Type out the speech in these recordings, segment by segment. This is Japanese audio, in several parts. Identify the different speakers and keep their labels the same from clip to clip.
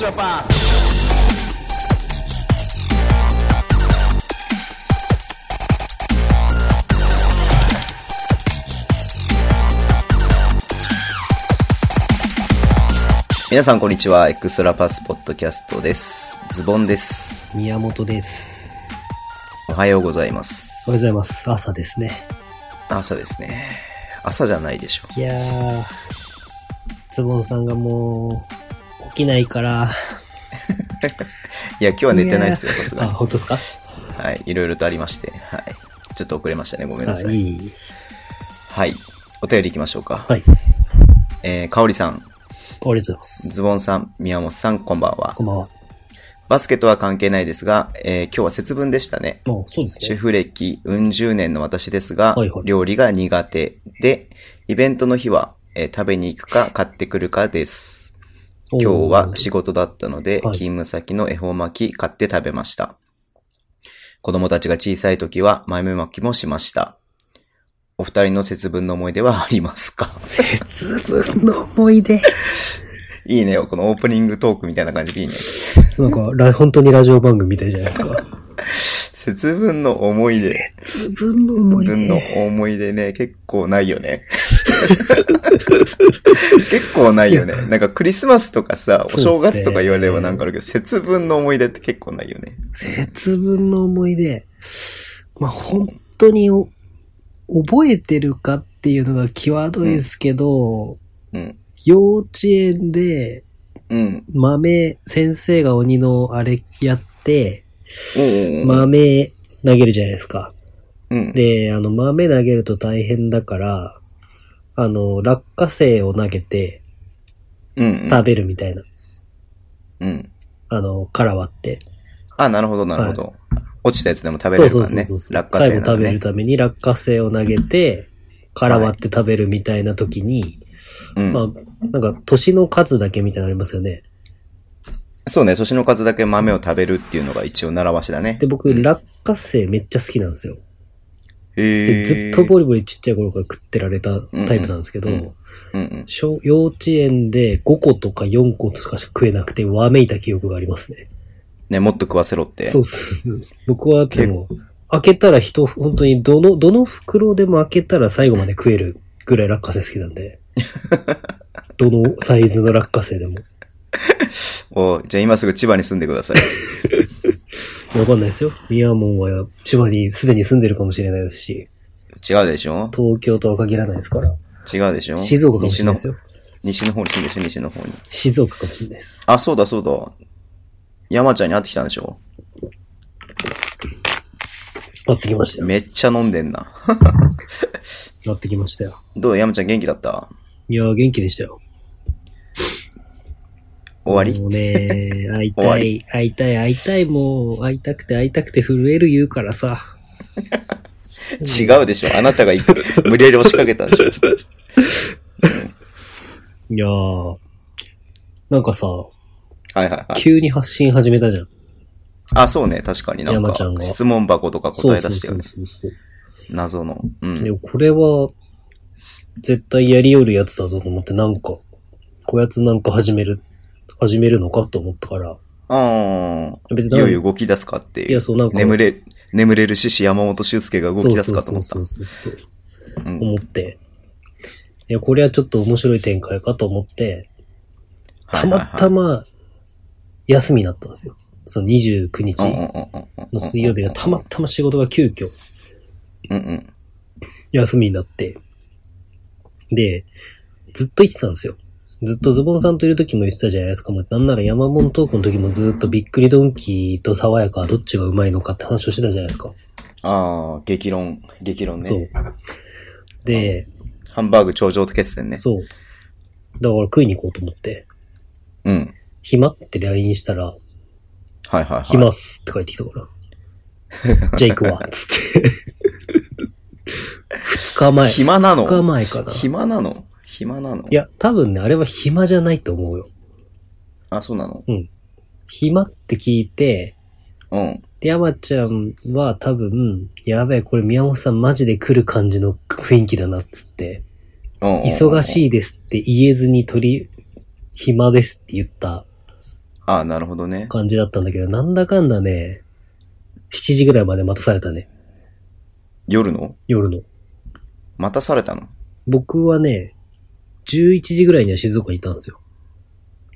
Speaker 1: your pass.
Speaker 2: 「皆さんこんにちはエクストラパスポッドキャスト」ですズボンです
Speaker 3: 宮本です。
Speaker 2: おはようございます
Speaker 3: おはようございます。朝ですね。
Speaker 2: 朝ですね朝じゃないでしょ
Speaker 3: いやー、ズボンさんがもう、起きないから。
Speaker 2: いや今日は寝てないですよさすが
Speaker 3: あ、
Speaker 2: に
Speaker 3: 本当ですか
Speaker 2: はいいろいろとありましてはいちょっと遅れましたねごめんなさ
Speaker 3: あ
Speaker 2: い
Speaker 3: いい。
Speaker 2: はいお便りいきましょうか、
Speaker 3: はい。
Speaker 2: えー、かおりさん
Speaker 3: ありがとうございます。
Speaker 2: ズボンさん宮本さんこんばんは
Speaker 3: こんばんは。
Speaker 2: バスケとは関係ないですが、えー今日は節分でしたね
Speaker 3: もう、そうです
Speaker 2: シェ
Speaker 3: ね。
Speaker 2: フ歴うん十年の私ですが、
Speaker 3: はいはい
Speaker 2: 料理が苦手で、イベントの日は、えー食べに行くか買ってくるかです。
Speaker 3: おー
Speaker 2: 今日は仕事だったので、
Speaker 3: はい
Speaker 2: 勤務先の恵方巻き買って食べました。子供たちが小さい時は豆巻きもしました。お二人の節分の思い出はありますか
Speaker 3: 節分の思い出。
Speaker 2: いいね、このオープニングトークみたいな感じでいいね。
Speaker 3: なんか、ら本当にラジオ番組みたいじゃないですか。
Speaker 2: 節分の思い出。
Speaker 3: 節分の思
Speaker 2: 自分の。思い出ね、結構ないよね。 結構ないよね。なんかクリスマスとかさ、お正
Speaker 3: そうっす
Speaker 2: 月
Speaker 3: ね
Speaker 2: とか言われればなんかあるけど、節分の思い出って結構ないよね。
Speaker 3: 節分の思い出。まあ、本当にお覚えてるかっていうのが際どいですけど、
Speaker 2: うん。
Speaker 3: 幼稚園で
Speaker 2: うん。
Speaker 3: 豆、先生が鬼のあれやって、
Speaker 2: おうおうおう、
Speaker 3: 豆投げるじゃないですか。
Speaker 2: うん。
Speaker 3: で、あの、豆投げると大変だから、あの、落花生を投げて
Speaker 2: うん、うん。
Speaker 3: 食べるみたいな、
Speaker 2: うん。
Speaker 3: あの、殻割って。
Speaker 2: あ、なるほど、なるほど。落ちたやつでも食べれるからね。落花生
Speaker 3: 最後
Speaker 2: な
Speaker 3: 食
Speaker 2: んで
Speaker 3: べる
Speaker 2: ね。
Speaker 3: ために落花生を投げて、殻割って食べるみたいな時に、
Speaker 2: うん、
Speaker 3: まあ、なんか、年の数だけみたいなのありますよね。
Speaker 2: そうね、年の数だけ豆を食べるっていうのが一応習わしだね。
Speaker 3: で、僕、
Speaker 2: うん
Speaker 3: 落花生めっちゃ好きなんですよ。
Speaker 2: へ
Speaker 3: で
Speaker 2: ー
Speaker 3: ずっとボリボリちっちゃい頃から食ってられたタイプなんですけど、
Speaker 2: うんうんうんうん。
Speaker 3: 小幼稚園で5個とか4個とかしか食えなくて、わめいた記憶がありますね。
Speaker 2: ね、もっと食わせろって。
Speaker 3: そうっす。僕はでも、開けたら人、本当にどの、どの袋でも開けたら最後まで食えるぐらい落花生好きな んで。どのサイズの落花生でも。
Speaker 2: おうじゃあ今すぐ千葉に住んでください。
Speaker 3: わかんないですよ。ミヤモンは千葉にすでに住んでるかもしれないですし、
Speaker 2: 違うでしょ
Speaker 3: 東京とは限らないですから。
Speaker 2: 違うでしょ
Speaker 3: 静岡かもしれないですよ。
Speaker 2: 西の方に住んでしょ西の方に。
Speaker 3: 静岡かもしれないです。
Speaker 2: あ、そうだそうだ。山ちゃんに会ってきたんでしょ
Speaker 3: なってきましたよ。
Speaker 2: めっちゃ飲んでんな。
Speaker 3: なってきましたよ。
Speaker 2: どう山ちゃん元気だった
Speaker 3: いやー、元気でしたよ。
Speaker 2: 終わり
Speaker 3: も うね、会い
Speaker 2: 終わ
Speaker 3: たい、会いたい、会いたい、もう、会いたくて会いたくて震える言うからさ。
Speaker 2: 違うでしょあなたがい無理やり押しかけたんでしょ
Speaker 3: いやー、なんかさ、
Speaker 2: はいはいはい。
Speaker 3: 急に発信始めたじゃん。
Speaker 2: あ、そうね。確かになん
Speaker 3: 山
Speaker 2: か
Speaker 3: ちゃん、が
Speaker 2: 質問箱とか
Speaker 3: そう
Speaker 2: 答え出してよね。
Speaker 3: そうそうそう
Speaker 2: 謎の。う
Speaker 3: で
Speaker 2: ん。
Speaker 3: もこれは、絶対やりよるやつだぞと思って、なんか、こやつなんか始める、始めるのかと思ったから、
Speaker 2: あ
Speaker 3: 別
Speaker 2: あ。い
Speaker 3: に
Speaker 2: よいよ動き出すかって
Speaker 3: い
Speaker 2: い
Speaker 3: や、
Speaker 2: う。
Speaker 3: そうなんか、
Speaker 2: 眠れ、眠れる獅子山本修介が動き出すかと思った
Speaker 3: そうそうそうそう。
Speaker 2: うん
Speaker 3: 思って、いや、これはちょっと面白い展開かと思って、
Speaker 2: は
Speaker 3: た
Speaker 2: いはい
Speaker 3: ま
Speaker 2: はい
Speaker 3: たま、休みになったんですよ。その29日
Speaker 2: うんうんうんうん
Speaker 3: の水曜日がたまたま仕事が急遽
Speaker 2: うんうん。
Speaker 3: 休みになって、で、ずっと言ってたんですよ。ずっとズボンさんといる時も言ってたじゃないですか。もうなんなら山本トークの時もずっとびっくりドンキーと爽やかはどっちがうまいのかって話をしてたじゃないですか。
Speaker 2: ああ、激論、激論ね。
Speaker 3: そう。で、
Speaker 2: ハンバーグ頂上決戦ね。
Speaker 3: そう。だから食いに行こうと思って、
Speaker 2: うん。
Speaker 3: 暇って LINE したら、
Speaker 2: はいはいはい。
Speaker 3: 暇っすって帰ってきた から。じゃあ行くわ、つって。二日前。
Speaker 2: 暇なの
Speaker 3: 二日前かな。い
Speaker 2: 暇なの暇なの
Speaker 3: や、多分ね、あれは暇じゃないと思うよ。
Speaker 2: あ、そうなの
Speaker 3: 暇って聞いて、
Speaker 2: うん。
Speaker 3: で、山ちゃんは多分、やべえ、これ宮本さんマジで来る感じの雰囲気だなっつって、
Speaker 2: うん。
Speaker 3: 忙
Speaker 2: い。
Speaker 3: しいですって言えずに取り、暇ですって言った
Speaker 2: ああ、なるほどね。
Speaker 3: 感じだったんだけど、なんだかんだね、7時ぐらいまで待たされたね。
Speaker 2: 夜の
Speaker 3: 夜の。
Speaker 2: 待たされたの
Speaker 3: 僕はね、11時ぐらいには静岡にいたんですよ。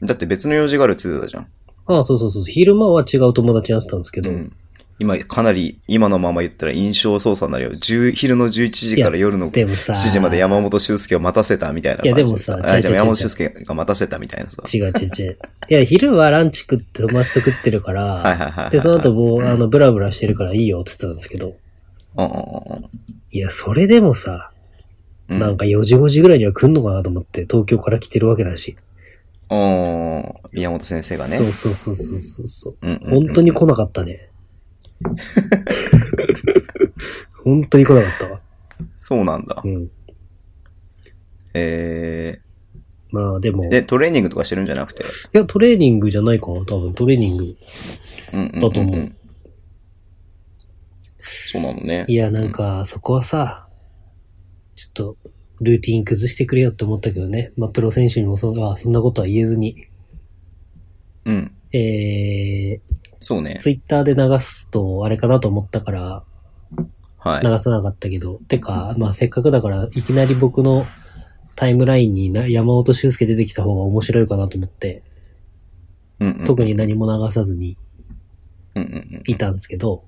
Speaker 2: だって別の用事があるって言ってたじゃん。
Speaker 3: ああ、そうそうそう。昼間は違う友達に会ってたんですけど、
Speaker 2: うん。今、かなり、今のまま言ったら印象操作になるよ。10昼の11時から夜の7
Speaker 3: でもさ、
Speaker 2: 時まで山本修介を待たせたみたいない
Speaker 3: や
Speaker 2: 感じで
Speaker 3: でもさ
Speaker 2: あ
Speaker 3: 違う
Speaker 2: じ
Speaker 3: 違
Speaker 2: ゃあ
Speaker 3: う違う
Speaker 2: 山本修介が待たせたみたいなさ。
Speaker 3: 違う違う違う。いや、昼はランチ食って友達と食ってるから、
Speaker 2: はいはいはいはいはい。
Speaker 3: で、その後もう、
Speaker 2: ん
Speaker 3: あの、ブラブラしてるからいいよって言ってたんですけど、
Speaker 2: うんうんうん
Speaker 3: いや、それでもさ、
Speaker 2: うん。
Speaker 3: なんか4時5時ぐらいには来んのかなと思って、東京から来てるわけだし。
Speaker 2: うん。宮本先生がね。
Speaker 3: そうそうそうそうそうそう。
Speaker 2: うんうんうん
Speaker 3: 本当に来なかっ たね。本当に来なかったわ。
Speaker 2: そうなんだ
Speaker 3: う。ん。
Speaker 2: え
Speaker 3: まあでも、
Speaker 2: ー、
Speaker 3: い
Speaker 2: で、トレーニングとかしてるんじゃなくて。
Speaker 3: や、トレーニングじゃないかな、多分。トレーニング。
Speaker 2: うんうんうん、
Speaker 3: だと思う。
Speaker 2: そうなのね。
Speaker 3: いや、なんか、そこはさ、ちょっと、ルーティン崩してくれよって思ったけどね。まあ、プロ選手にもそうあそんなことは言えずに。
Speaker 2: うん。
Speaker 3: え
Speaker 2: そうね
Speaker 3: ー、。ツイッターで流すと、あれかなと思ったから、
Speaker 2: はい。
Speaker 3: 流さなかったけど。てか、まあ、せっかくだから、いきなり僕のタイムラインにな山本修介出てきた方が面白いかなと思って、
Speaker 2: うんうん
Speaker 3: 特に何も流さずに
Speaker 2: うんうんうん
Speaker 3: いたんですけど、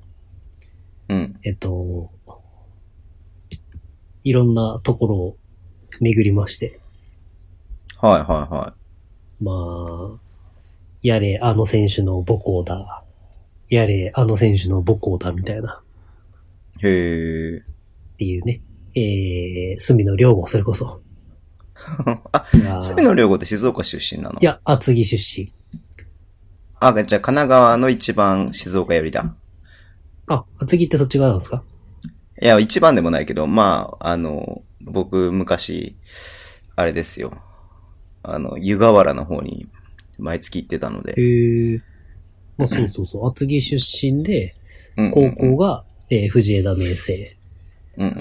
Speaker 2: うん。
Speaker 3: えっと、いろんなところを巡りまして、
Speaker 2: はいはいは
Speaker 3: まあ、やれ、あの選手の母校だ。やれ、あの選手の母校だ、みたいな。
Speaker 2: い。へえ。
Speaker 3: っていうね。えー、隅野良吾、それこそ。
Speaker 2: あ、
Speaker 3: あ
Speaker 2: 隅野良吾って静岡出身なの
Speaker 3: いや、厚木出身。
Speaker 2: あ、じゃあ神奈川の一番静岡寄りだ。
Speaker 3: あ、厚木ってそっち側なんですか
Speaker 2: いや、一番でもないけど、まあ、あの、僕、昔、あれですよ。あの、湯河原の方に、毎月行ってたので。
Speaker 3: へえ。まあそうそうそう。厚木出身で、
Speaker 2: うんうんう
Speaker 3: 高
Speaker 2: ん
Speaker 3: 校が、えー藤枝明星。
Speaker 2: うんうん。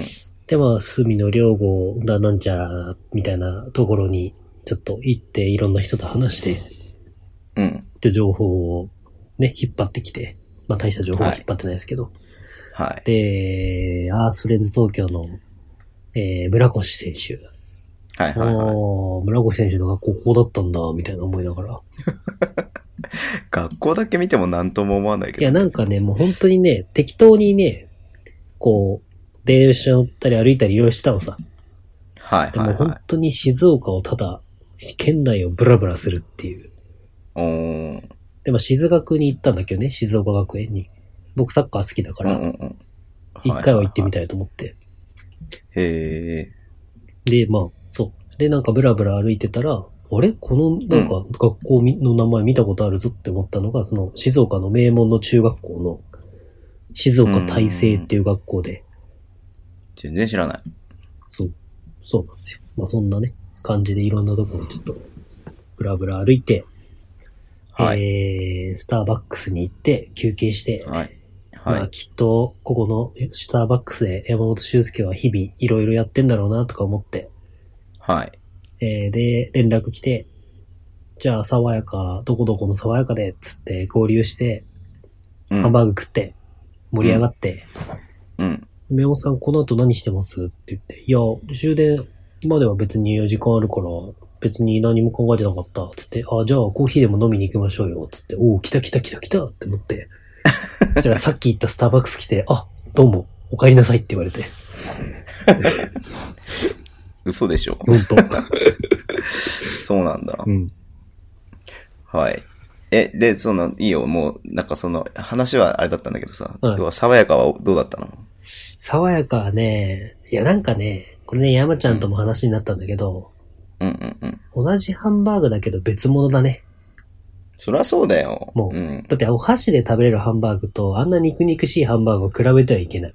Speaker 3: で、まあ、隅野良吾だなんちゃら、みたいなところに、ちょっと行って、いろんな人と話して、
Speaker 2: うん。
Speaker 3: って情報をね、引っ張ってきて、まあ大した情報は引っ張ってないですけど。
Speaker 2: はい。
Speaker 3: で、アースフレンズ東京の、えー、村越選手。
Speaker 2: はい
Speaker 3: ああ
Speaker 2: はいはい。
Speaker 3: ー村越選手の学校ここだったんだ、みたいな思いながら。
Speaker 2: 学校だけ見ても何とも思わないけ
Speaker 3: い
Speaker 2: ど。
Speaker 3: や、なんかね、もう本当にね、適当にね、こう、電車乗ったり歩いたりいろいろしたのさ。
Speaker 2: はい
Speaker 3: で
Speaker 2: は
Speaker 3: も
Speaker 2: いは
Speaker 3: 本
Speaker 2: い。
Speaker 3: 当に静岡をただ、県内をブラブラするっていう。
Speaker 2: おー
Speaker 3: で、まあ、静学に行ったんだけどね、静岡学園に。僕サッカー好きだか
Speaker 2: うんうん
Speaker 3: ら、
Speaker 2: うん。
Speaker 3: 一回は行ってみ
Speaker 2: た。
Speaker 3: たいと思って。
Speaker 2: へえ。
Speaker 3: で、まあ、そう。で、なんかブラブラ歩いてたら、あれこの、なんか、学校みの名前見たことあるぞって思ったのが、その、静岡の名門の中学校の、静岡大成っていう学校で、
Speaker 2: 全然知らない。
Speaker 3: そう、そうなんですよ。まあ、そんなね、感じでいろんなところをちょっと、ブラブラ歩いて、
Speaker 2: はい。
Speaker 3: えー、スターバックスに行って、休憩して、
Speaker 2: はい。
Speaker 3: ま
Speaker 2: は
Speaker 3: あ
Speaker 2: い。
Speaker 3: きっと、ここのえスターバックスで山本修介は日々いろいろやってんだろうなとか思って、
Speaker 2: はい。
Speaker 3: えーで、連絡来て、じゃあ、爽やか、どこどこの爽やかで、つって合流して、
Speaker 2: うん
Speaker 3: ハンバーグ食って、盛り上がって、
Speaker 2: うん。
Speaker 3: メモさんこの後何してますって言って、いや、終電までは別に時間あるから、別に何も考えてなかった、つって、あ、じゃあコーヒーでも飲みに行きましょうよ、つって、おお、来た来た来た来たって 思って、そしたらさっき行ったスターバックス来て、あ、どうも、お帰りなさいって言われて、
Speaker 2: 嘘でしょ。
Speaker 3: ほんと。
Speaker 2: そうなんだ。
Speaker 3: うん。
Speaker 2: はい。え、で、その、いいよ、もう、なんかその、話はあれだったんだけどさ、
Speaker 3: はい
Speaker 2: 要は爽やかはどうだったの
Speaker 3: 爽やかはね、いやなんかね、これね、山ちゃんとも話になったんだけど、
Speaker 2: うんうんうん。
Speaker 3: 同じハンバーグだけど別物だね。
Speaker 2: そりゃそうだよ。。
Speaker 3: もうんだってお箸で食べれるハンバーグとあんな肉肉しいハンバーグを比べてはいけない。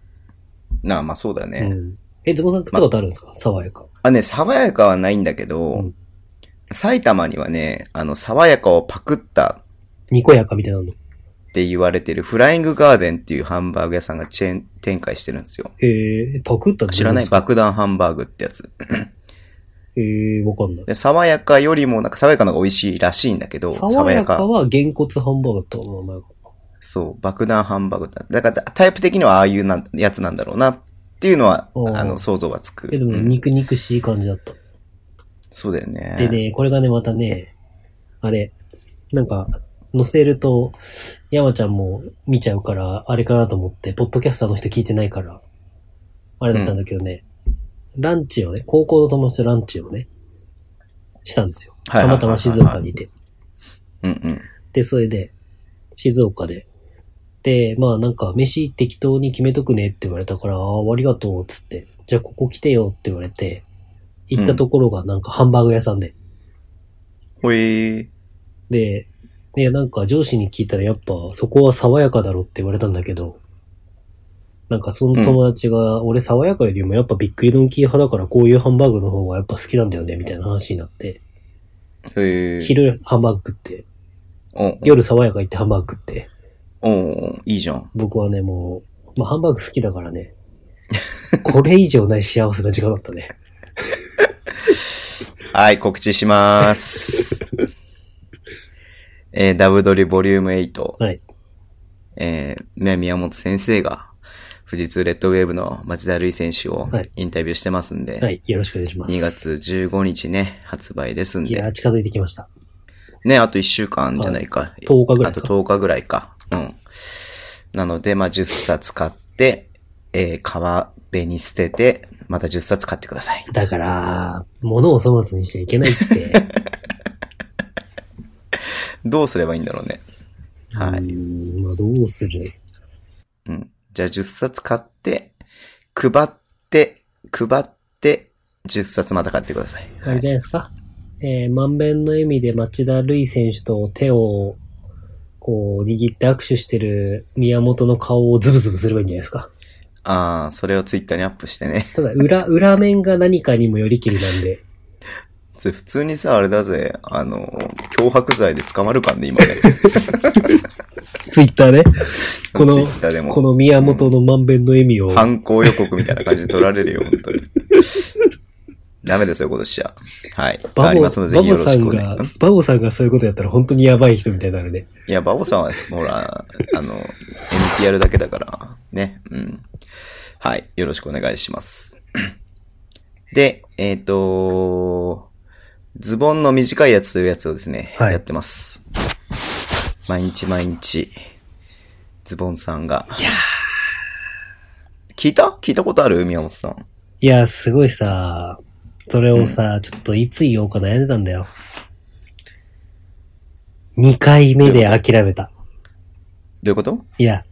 Speaker 2: なあ、まあそうだね。
Speaker 3: うん。え、ズボンさん食ったことあるんですか、爽やか。
Speaker 2: あ、ね、爽やかはないんだけど、
Speaker 3: うん
Speaker 2: 埼玉にはね、あの、爽やかをパクった
Speaker 3: にこやかみたいなの。
Speaker 2: って言われてるフライングガーデンっていうハンバーグ屋さんがチェーン展開してるんですよ。
Speaker 3: へえ、パクったって
Speaker 2: 知らない
Speaker 3: どう
Speaker 2: 爆弾ハンバーグってやつ。
Speaker 3: ええー、わかんない。
Speaker 2: で、爽やかよりも、なんか爽やかの方が美味しいらしいんだけど、
Speaker 3: 爽やかは、げんこつハンバーガーと名前が。
Speaker 2: そう、爆弾ハンバーグだ。だからタイプ的にはああいうなんやつなんだろうなっていうのは、
Speaker 3: おー
Speaker 2: あの、想像はつく。
Speaker 3: え、でもね、
Speaker 2: うん
Speaker 3: 肉肉しい感じだった。
Speaker 2: そうだよね。
Speaker 3: でね、これがね、またね、あれ、なんか、載せると、山ちゃんも見ちゃうから、あれかなと思って、ポッドキャスターの人聞いてないから、あれだったんだけどね、ランチをね、高校の友達とランチをね、したんですよ。
Speaker 2: はい
Speaker 3: た
Speaker 2: はいは
Speaker 3: ま
Speaker 2: い
Speaker 3: たま静岡にいて。
Speaker 2: うんうん。
Speaker 3: で、それで、静岡で。で、まあなんか、飯適当に決めとくねって言われたから、ああ、ありがとう、つって。じゃあここ来てよって言われて、行ったところがなんかハンバーグ屋さんで。
Speaker 2: ほえー。
Speaker 3: で、ね、なんか上司に聞いたらやっぱそこは爽やかだろって言われたんだけど、なんかその友達が、俺爽やかよりもやっぱびっくりドンキー派だからこういうハンバーグの方がやっぱ好きなんだよねみたいな話になって、
Speaker 2: へえー。
Speaker 3: 昼ハンバーグ食って、
Speaker 2: おん。
Speaker 3: 夜爽やか行ってハンバーグ食って、
Speaker 2: おん。いいじゃん。
Speaker 3: 僕はねもう、まあハンバーグ好きだか らね、これ以上ない幸せな時間だったね。
Speaker 2: はい、告知し ます。えー、ダブドリボリューム8。
Speaker 3: はい。
Speaker 2: えー、ね宮本先生が、富士通レッドウェーブの町田瑠唯選手を
Speaker 3: はい
Speaker 2: インタビューしてますんで、
Speaker 3: はい、よろしくお願いします。
Speaker 2: 2月15日ね、発売ですん
Speaker 3: いや
Speaker 2: で
Speaker 3: ー、、近づいてきました。
Speaker 2: ね、あと1週間じゃないか。
Speaker 3: 10日ぐら
Speaker 2: あ
Speaker 3: いです
Speaker 2: と
Speaker 3: か
Speaker 2: 10日ぐらいか。うん。なので、まあ、10冊買って、えー、皮辺に捨てて、また10冊買ってください。
Speaker 3: だから、物を粗末にしちゃいけないって。
Speaker 2: どうすればいいんだろうね。 はい
Speaker 3: うん。まあどうする
Speaker 2: うん。じゃあ10冊買って、配って、配って、10冊また買ってください。
Speaker 3: あれじゃないですか。えー、満遍の笑みで町田瑠唯選手と手を、こう、握って握手してる宮本の顔をズブズブすればいいんじゃないですか。
Speaker 2: ああ、それをツイッターにアップしてね。
Speaker 3: ただ、裏、裏面が何かにもよりきりなんで、
Speaker 2: それ普通にさ、あれだぜ、あの、脅迫罪で捕まるかんね、今ね。
Speaker 3: ツイッターね、 この
Speaker 2: ツイッターでも
Speaker 3: この宮本の満遍の笑みを、
Speaker 2: 犯行予告みたいな感じで取られるよ、本 当に。ダメですよ、今年は。はい。あ
Speaker 3: バ
Speaker 2: り
Speaker 3: ボ、
Speaker 2: ますので、ぜ
Speaker 3: バ
Speaker 2: ひよ
Speaker 3: ボ
Speaker 2: ろ
Speaker 3: さ
Speaker 2: しく
Speaker 3: ん
Speaker 2: お願い
Speaker 3: が
Speaker 2: し ます。、
Speaker 3: バボさんがそういうことやったら本当にやばい人みたいになるね。
Speaker 2: いや、バボさんは、ほら、あの、NTR だけだから、ね。うん。はい。よろしくお願いします。で、えっ、と、ズボンの短いやつというやつをですね、
Speaker 3: はい
Speaker 2: やってます。毎日毎日、ズボンさんが。聞いた聞いたことある宮本さん。
Speaker 3: いや、すごいさ、それをさ、ちょっといつ言おうか悩んでたんだよ。2回目で諦めた。
Speaker 2: どういうこと
Speaker 3: いや、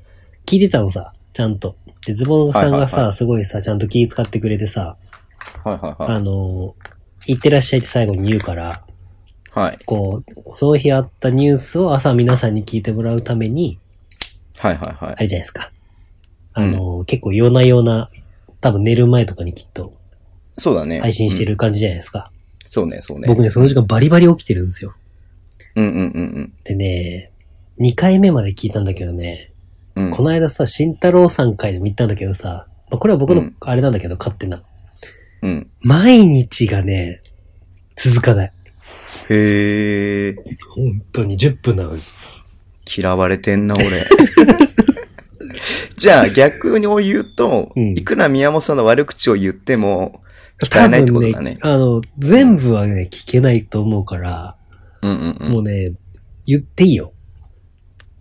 Speaker 3: 聞いてたのさ、ちゃんと。で、ズボンさんがさ、
Speaker 2: はいはいは
Speaker 3: すごいさ、ちゃんと気使ってくれてさ、
Speaker 2: はいはいは
Speaker 3: あ
Speaker 2: い。
Speaker 3: のー、いってらっしゃいって最後に言うから、
Speaker 2: はい。
Speaker 3: こう、その日あったニュースを朝皆さんに聞いてもらうために、
Speaker 2: はいはいは
Speaker 3: あ
Speaker 2: い。
Speaker 3: れじゃないですか。あのー、結構夜な夜な、多分寝る前とかにきっと
Speaker 2: そうだね。
Speaker 3: 配信して
Speaker 2: うん。
Speaker 3: る感じじゃないですか。
Speaker 2: そうね、そうね。
Speaker 3: 僕ね、その時間バリバリ起きてるんですよ。
Speaker 2: うんうんうん
Speaker 3: でね、2回目まで聞いたんだけどね、
Speaker 2: うん。うん
Speaker 3: この間さ、慎太郎さん回でも言ったんだけどさ、まあこれは僕
Speaker 2: う
Speaker 3: の
Speaker 2: ん
Speaker 3: あれなんだけど、勝手な。
Speaker 2: うん。
Speaker 3: 毎日がね、続かない。
Speaker 2: へえ。
Speaker 3: 本当に10分なのに。
Speaker 2: 嫌われてんな、 俺。じゃあ、逆に言うと、
Speaker 3: うん
Speaker 2: いくら宮本さんの悪口を言っても、聞かれないってことだね。
Speaker 3: 多分あの、全部はね、聞けないと思うから、
Speaker 2: うんうんうん。
Speaker 3: もうね、言っていいよ。もう。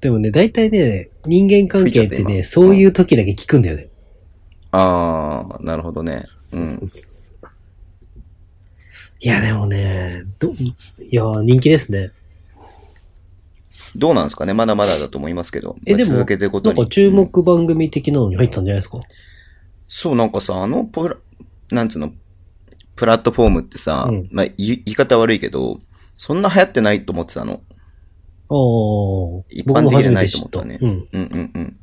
Speaker 3: でもね、大体ね、人間
Speaker 2: 吹
Speaker 3: 関係って
Speaker 2: いちゃった
Speaker 3: ね、
Speaker 2: 今
Speaker 3: そういう時だけ聞くんだよね。
Speaker 2: ああ、なるほどね。う。
Speaker 3: そうそうんそうそういや、でもね、ど、いや、人気ですね。
Speaker 2: どうなんですかねまだまだだと思いますけど。
Speaker 3: えでも
Speaker 2: 続けていくこ
Speaker 3: な
Speaker 2: と
Speaker 3: ん
Speaker 2: に。
Speaker 3: か注
Speaker 2: うん
Speaker 3: 目番組的なのに入ったんじゃないですか。
Speaker 2: そう、なんかさ、あのプラ、なんつうの、プラットフォームってさ、
Speaker 3: うん
Speaker 2: まあ、言い言い方悪いけど、そんな流行ってないと思ってたの。
Speaker 3: ああ。
Speaker 2: 一般的じゃないと思ったね
Speaker 3: 僕も初めて知うん。
Speaker 2: うんうんうん。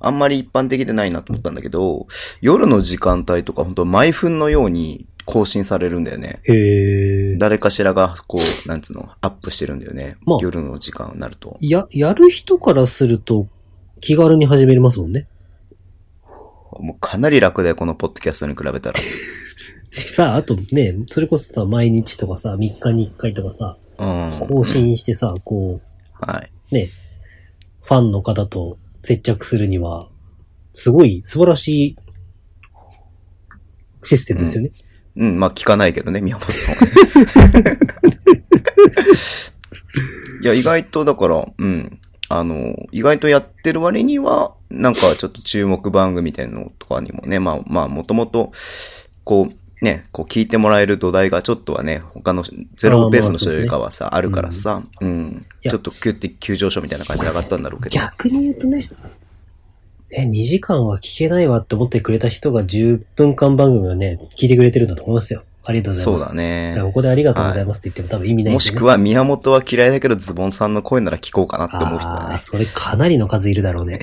Speaker 2: あんまり一般的でないなと思ったんだけど、夜の時間帯とか本当毎分のように更新されるんだよね。
Speaker 3: へえ。
Speaker 2: 誰かしらが、こう、なんつうの、アップしてるんだよね。
Speaker 3: まあ
Speaker 2: 夜の時間になると。
Speaker 3: や、やる人からすると気軽に始めれますもんね。
Speaker 2: もうかなり楽だよ、このポッドキャストに比べたら。
Speaker 3: さあ、あとね、それこそさ、毎日とかさ、3日に1回とかさ、
Speaker 2: うん。
Speaker 3: 更新してさ、こ
Speaker 2: はい。
Speaker 3: う、ね、ファンの方と接着するには、すごい素晴らしいシステムですよね。
Speaker 2: うん、まあ聞かないけどね、宮本さんはね。 いや、意外とだから、うん。あの、意外とやってる割には、なんかちょっと注目番組みたいなのとかにもね、まあまあ、もともと、こう、ね、こう聞いてもらえる土台がちょっとはね、他のゼロベースの人よりかはさ、あるからさ、うん。
Speaker 3: いや
Speaker 2: ちょっと急って急上昇みたいな感じで上がったんだろうけど。
Speaker 3: 逆に言うとね、え、2時間は聞けないわって思ってくれた人が10分間番組をね、聞いてくれてるんだと思いますよ。ありがとうございます。
Speaker 2: そうだね
Speaker 3: からここでありがとうございますって言っても多分意味ない
Speaker 2: も
Speaker 3: です
Speaker 2: し
Speaker 3: よね、
Speaker 2: くは、宮本は嫌いだけど、ズボンさんの声なら聞こうかなって思う人だ
Speaker 3: あー
Speaker 2: ね。
Speaker 3: それかなりの数いるだ ろうね。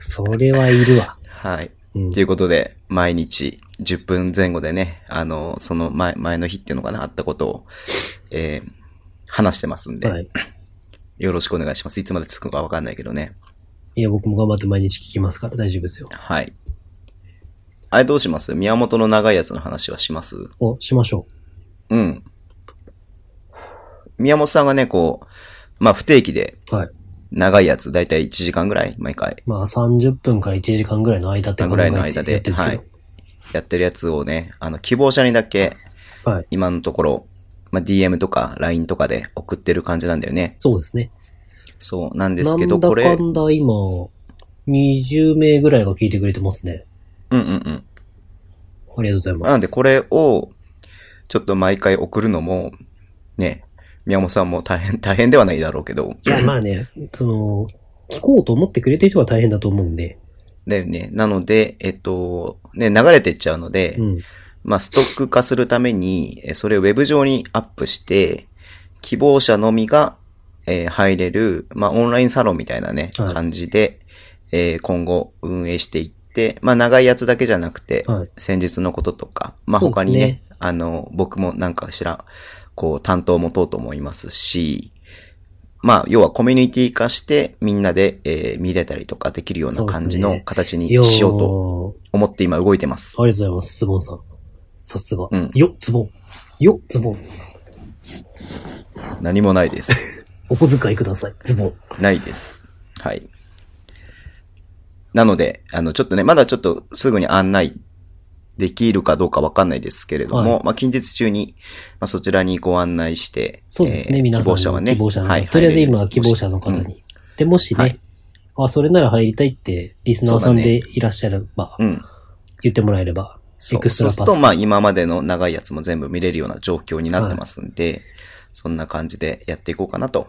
Speaker 3: それはいるわ。
Speaker 2: はい。
Speaker 3: うん
Speaker 2: ということで、毎日10分前後でね、あの、その前、前の日っていうのかな、あったことを、えー話してますんで、
Speaker 3: はい。
Speaker 2: よろしくお願いします。いつまでつくのかわかんないけどね。
Speaker 3: いや、僕も頑張って毎日聞きますから大丈夫ですよ。
Speaker 2: はい。あれどうします宮本の長いやつの話はします
Speaker 3: お、しましょ
Speaker 2: うん。宮本さんがね、こう、まあ不定期で
Speaker 3: う。はい。
Speaker 2: 長いやつ、だいたい1時間ぐらい毎回
Speaker 3: まあ、30分から1時間ぐらいの間って考
Speaker 2: ぐ
Speaker 3: えて
Speaker 2: ら
Speaker 3: や
Speaker 2: いの間
Speaker 3: ってるんで、
Speaker 2: です
Speaker 3: けど。
Speaker 2: はい。やってるやつをね、あの、希望者にだけ、
Speaker 3: はい。
Speaker 2: 今のところ、まあ、DM とか LINE とかで送ってる感じなんだよね。
Speaker 3: そうですね。
Speaker 2: そう、なんで
Speaker 3: な
Speaker 2: すけ
Speaker 3: ん
Speaker 2: ど、
Speaker 3: だ
Speaker 2: これ、
Speaker 3: か
Speaker 2: うん
Speaker 3: んだ今、20名ぐらいが聞いてくれてますね。
Speaker 2: うんうん。
Speaker 3: ありがとうございます。
Speaker 2: なんでこれを、ちょっと毎回送るのも、ね、宮本さんも大変、 大変ではないだろうけど、
Speaker 3: いや、まあね、その、聞こうと思ってくれてる人は大変だと思うんで。
Speaker 2: だよね。なので、えっと、ね、流れてっちゃうので、
Speaker 3: うん。
Speaker 2: まあ、ストック化するために、えそれをウェブ上にアップして、希望者のみが、えー入れる、まあ、オンラインサロンみたいなね、
Speaker 3: はい
Speaker 2: 感じで、えー今後運営していって、まあ、長いやつだけじゃなくて、
Speaker 3: はい。
Speaker 2: 先日のこととか、まあ、
Speaker 3: そうです
Speaker 2: 他
Speaker 3: ね
Speaker 2: にね、あの、僕もなんかしら、こう、担当を持とうと思いますし、まあ、要はコミュニティ化して、みんなで、えー見れたりとかできるような感じ
Speaker 3: そう
Speaker 2: の
Speaker 3: ですね
Speaker 2: 形に
Speaker 3: よー
Speaker 2: しようと思って今動いてます。
Speaker 3: ありがとうございます、ズボンさん。さすが。
Speaker 2: うん
Speaker 3: よ、ズボン。よ、ズボン。
Speaker 2: 何もないです。
Speaker 3: お小遣いください、ズボン。
Speaker 2: ないです。はい。なので、あの、ちょっとね、まだちょっとすぐに案内できるかどうかわかんないですけれども、
Speaker 3: は
Speaker 2: まあ、近日中に、まあ、そちらにご案内して、
Speaker 3: そうですね、
Speaker 2: えー
Speaker 3: 皆さんの。
Speaker 2: 希望者はね、
Speaker 3: 希望者の方
Speaker 2: はい、
Speaker 3: とりあえず
Speaker 2: 入れる
Speaker 3: 今は希望者の方に。。で、もしね、
Speaker 2: はい
Speaker 3: あ、それなら入りたいって、リスナーさんでいらっしゃれば、
Speaker 2: うん。うん
Speaker 3: 言ってもらえれば、
Speaker 2: そ
Speaker 3: エ
Speaker 2: う
Speaker 3: クスト
Speaker 2: そう
Speaker 3: ラ
Speaker 2: す
Speaker 3: パ
Speaker 2: る
Speaker 3: ス
Speaker 2: と、。まあ、今までの長いやつも全部見れるような状況になってますんで、そんな感じでやっていこうかなと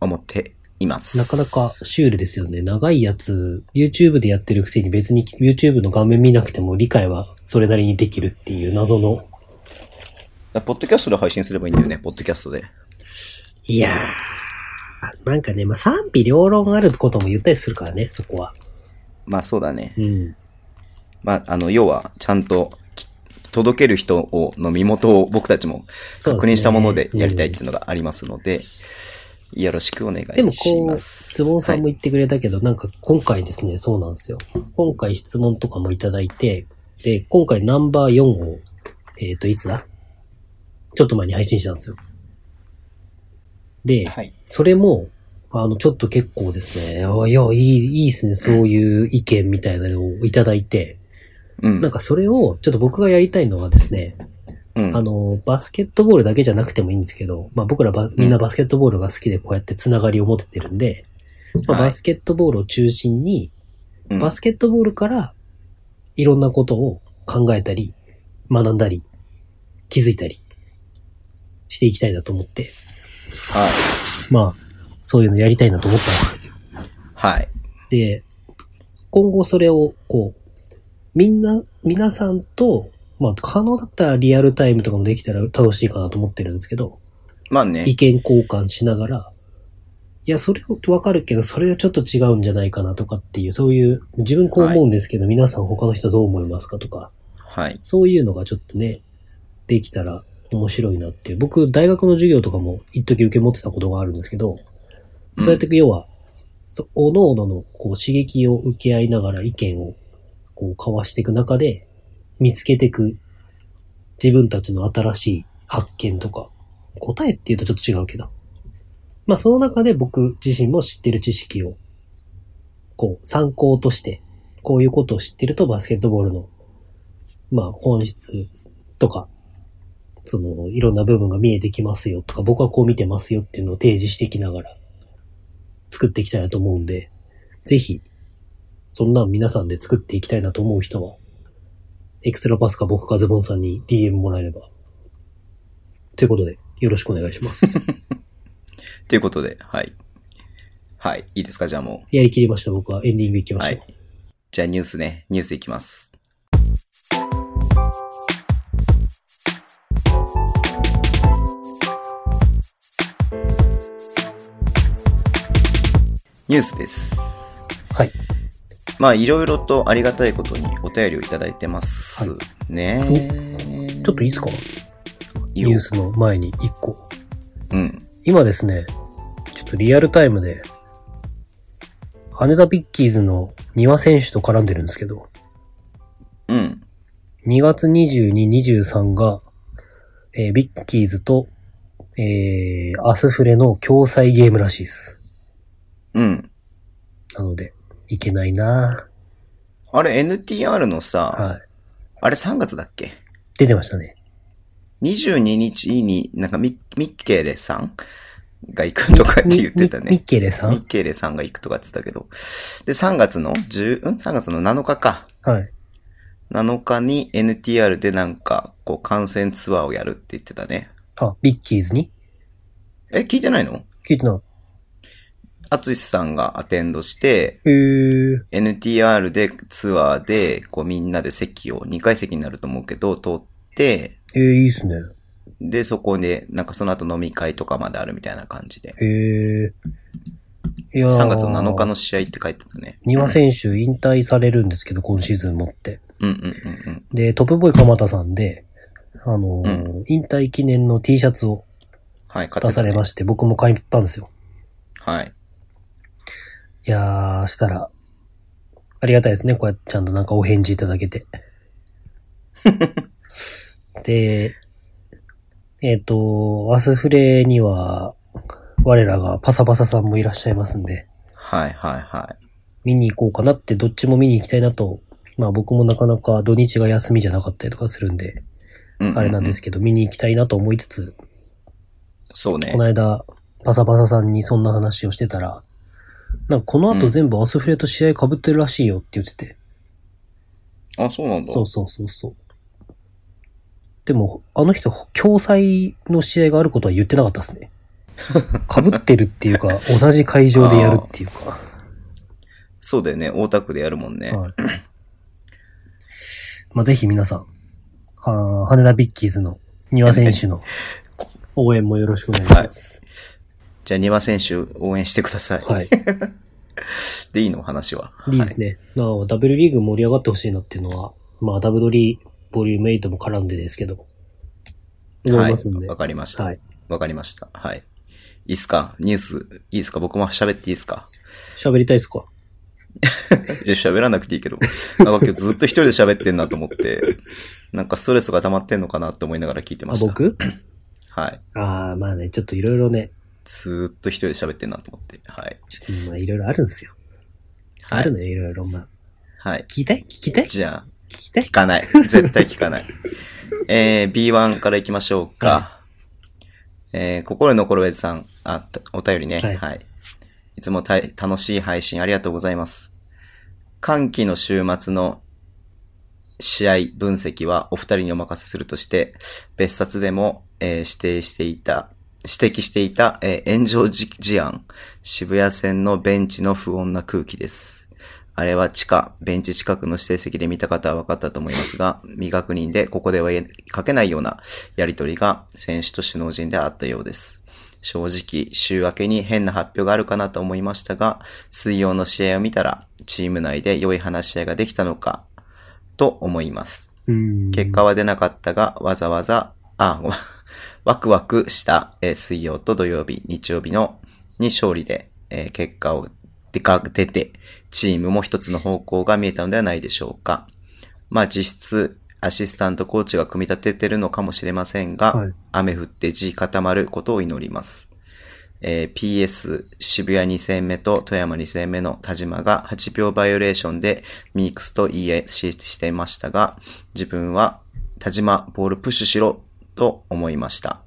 Speaker 2: 思っています。
Speaker 3: なかなかシュールですよね。長いやつ、YouTube でやってるくせに別に YouTube の画面見なくても理解はそれなりにできるっていう謎の。
Speaker 2: だからポッドキャストで配信すればいいんだよね、ポッドキャストで。
Speaker 3: いやー、なんかね、まあ、賛否両論あることも言ったりするからね、そこは。
Speaker 2: まあ、そうだね。
Speaker 3: うん。
Speaker 2: まあ、あの、要は、ちゃんとき、届ける人を、の身元を僕たちも
Speaker 3: そうで
Speaker 2: 確
Speaker 3: すね
Speaker 2: 認したものでやりたいっていうのがありますので、よろしくお願
Speaker 3: でも
Speaker 2: いし
Speaker 3: こ
Speaker 2: ま
Speaker 3: う、
Speaker 2: す。
Speaker 3: 質問さんも
Speaker 2: はい、
Speaker 3: 言ってくれたけど、なんか今回ですね、そうなんですよ。今回質問とかもいただいて、で、今回ナンバー4を、えっ、と、いつだちょっと前に配信したんですよ。で、
Speaker 2: はい。
Speaker 3: それも、あの、ちょっと結構ですね、あいや、いい、いいですね、そういう意見みたいなのをいただいて、
Speaker 2: うん。
Speaker 3: なんかそれを、ちょっと僕がやりたいのはですね、
Speaker 2: うん
Speaker 3: あの、バスケットボールだけじゃなくてもいいんですけど、まあ僕らばみんなバスケットボールが好きでこうやってつながりを持ててるんで、まあ
Speaker 2: はい
Speaker 3: バスケットボールを中心に、
Speaker 2: うん
Speaker 3: バスケットボールからいろんなことを考えたり、学んだり、気づいたりしていきたいなと思って、
Speaker 2: はい。
Speaker 3: まあそういうのやりたいなと思ったわけですよ。
Speaker 2: はい。
Speaker 3: で、今後それをこう、みんな、皆さんと、まあ可能だったらリアルタイムとかもできたら楽しいかなと思ってるんですけど、
Speaker 2: まあね
Speaker 3: 意。見交換しながら、いや、それをわかるけど、それはちょっと違うんじゃないかなとかっていう、そういう、自分こう思うんですけど、皆さん他の人どう思いますかとか、
Speaker 2: はい。
Speaker 3: そういうのがちょっとね、できたら面白いなっていう。僕、大学の授業とかも一時受け持ってたことがあるんですけど、そうやって、要は、そ各々のこう刺激を受け合いながら意見をこう交わしていく中で、見つけていく自分たちの新しい発見とか、答えっていうとちょっと違うけど。まあその中で僕自身も知ってる知識を、こう参考として、こういうことを知ってるとバスケットボールの、まあ本質とか、そのいろんな部分が見えてきますよとか、僕はこう見てますよっていうのを提示していきながら作っていきたいなと思うんで、ぜひ、そんなん皆さんで作っていきたいなと思う人は、エクストラパスか僕かズボンさんに DM もらえれば。ということで、よろしくお願いし ます。
Speaker 2: ということで、はい。はい。いいですかじゃあも
Speaker 3: やりきりました、僕は。エンディングいき
Speaker 2: う。
Speaker 3: ま
Speaker 2: は
Speaker 3: しょう
Speaker 2: い。。じゃあニュースね。ニュースいきます。ニュースです。
Speaker 3: はい。
Speaker 2: まあ、いろいろとありがたいことにお便りをいただいてます。
Speaker 3: は
Speaker 2: ねえ
Speaker 3: ちょっといいですか
Speaker 2: いいよ
Speaker 3: ニュースの前に1個。
Speaker 2: うん。
Speaker 3: 今ですね、ちょっとリアルタイムで、羽田ピッキーズの丹羽選手と絡んでるんですけど、
Speaker 2: うん。
Speaker 3: 2月22、23が、えービッキーズと、えー、アスフレの共催ゲームらしいです。
Speaker 2: うん。
Speaker 3: なので、いけないな
Speaker 2: あれ、NTR のさ、
Speaker 3: ぁはい。
Speaker 2: あれ3月だっけ
Speaker 3: 出てましたね。
Speaker 2: 22日に、なんかミミッケーレさんが行くとかって言ってた
Speaker 3: ミミ
Speaker 2: ね。
Speaker 3: ッケレさ
Speaker 2: ミッ
Speaker 3: ん
Speaker 2: ケーレさんが行くとかって言ってたけど。で、3月の10、うん ?3 月の7日か。
Speaker 3: はい。
Speaker 2: 7日に NTR でなんか、こう、観戦ツアーをやるって言ってたね。
Speaker 3: あ、ビッキーズに
Speaker 2: え、聞いてないの
Speaker 3: 聞いてな
Speaker 2: アツシさんがアテンドして、
Speaker 3: い。へー。
Speaker 2: NTR でツアーで、こうみんなで席を、2階席になると思うけど、取って、
Speaker 3: えー、いいっすね。
Speaker 2: で、そこで、なんかその後飲み会とかまであるみたいな感じで。
Speaker 3: へー。いやー
Speaker 2: 3月の7日の試合って書いてたね。
Speaker 3: 丹羽選手引退されるんですけど、今シーズンもって。
Speaker 2: うんうんうんうん。
Speaker 3: で、トップボーイ鎌田さんで、あのー引退記念の T シャツを
Speaker 2: はい、
Speaker 3: 出されま
Speaker 2: し
Speaker 3: して、僕も買いに行ったんですよ。
Speaker 2: た。はい。
Speaker 3: いやー、したら、ありがたいですね。こうやってちゃんとなんかお返事いただけて。で、えっ、と、アスフレには、我らがパサパサさんもいらっしゃいますんで、
Speaker 2: はいはいはい。
Speaker 3: 見に行こうかなって、どっちも見に行きたいなと、まあ僕もなかなか土日が休みじゃなかったりとかするんで、
Speaker 2: うんう
Speaker 3: あれなんですけど、見に行きたいなと思いつつ、
Speaker 2: そうね
Speaker 3: この。間、パサパサさんにそんな話をしてたら、なんかこの後全部アスフレと試合被ってるらしいよって言ってて、
Speaker 2: あ、そうなんだ。
Speaker 3: そうそうそうそう。でも、あの人、共催の試合があることは言ってなかったです ね。被ってるっていうか、同じ会場でやるっていう か。
Speaker 2: そうだよね。大田区でやるもんね。
Speaker 3: はい。まあ、ぜひ皆さん、は羽田ビッキーズの丹羽選 手の応援もよろしくお願いします。
Speaker 2: じゃあ、庭選手応援してください。
Speaker 3: はい。
Speaker 2: で、いいのお話は。
Speaker 3: いいですね。まあ、W リーグ盛り上がってほしいなっていうのは、まあ、ダブドリボリューム8も絡んでですけど、思
Speaker 2: はいい。
Speaker 3: ますんで。
Speaker 2: わかりました。
Speaker 3: は
Speaker 2: わ
Speaker 3: い。
Speaker 2: かりました。はい。いいっすかニュース、いいっすか僕も喋っていいっすか
Speaker 3: 喋りたいですか
Speaker 2: いや喋らなくていいけど。なんか今日ずっと一人で喋ってんなと思って、 なんかストレスが溜まってんのかなって思いながら聞いて
Speaker 3: あ
Speaker 2: ました。
Speaker 3: 僕
Speaker 2: はい。
Speaker 3: ああ、まあね、ちょっといろいろね、
Speaker 2: ずーっと一人で喋ってんなと思って。はい。
Speaker 3: ちょっとまあいろいろあるんですよ。
Speaker 2: はい
Speaker 3: あるのよ、いろいろ。まあ、
Speaker 2: はい
Speaker 3: 聞。きたい聞きたい聞
Speaker 2: じゃあ、
Speaker 3: きたい
Speaker 2: 聞かない。絶対聞かない。えー、B1 から行きましょうか。
Speaker 3: は
Speaker 2: えー、心のコロウェズさん、あ、とお便りね。
Speaker 3: は
Speaker 2: はいい。い、つもた楽しい配信ありがとうございます。歓喜の週末の試合分析はお二人にお任せするとして、別冊でも、えー指定していた、指摘していた、えー炎上事事案、渋谷線のベンチの不穏な空気です。あれは地下、ベンチ近くの指定席で見た方は分かったと思いますが、未確認でここでは言え書けないようなやりとりが選手と首脳陣であったようです。正直、週明けに変な発表があるかなと思いましたが、水曜の試合を見たら、チーム内で良い話し合いができたのか、と思います。
Speaker 3: うん
Speaker 2: 結果は出なかったが、わざわざ、あ、ごめん ワクワクした、えー水曜と土曜日、日曜日の、に勝利で、えー結果を出かけて、チームも一つの方向が見えたのではないでしょうか。まあ実質、アシスタントコーチが組み立ててるのかもしれませんが、
Speaker 3: はい
Speaker 2: 雨降って地固まることを祈ります。えー PS、渋谷2戦目と富山2戦目の田島が8秒バイオレーションでミークスと言い合いしていましたが、自分は田島ボールプッシュしろと思いました。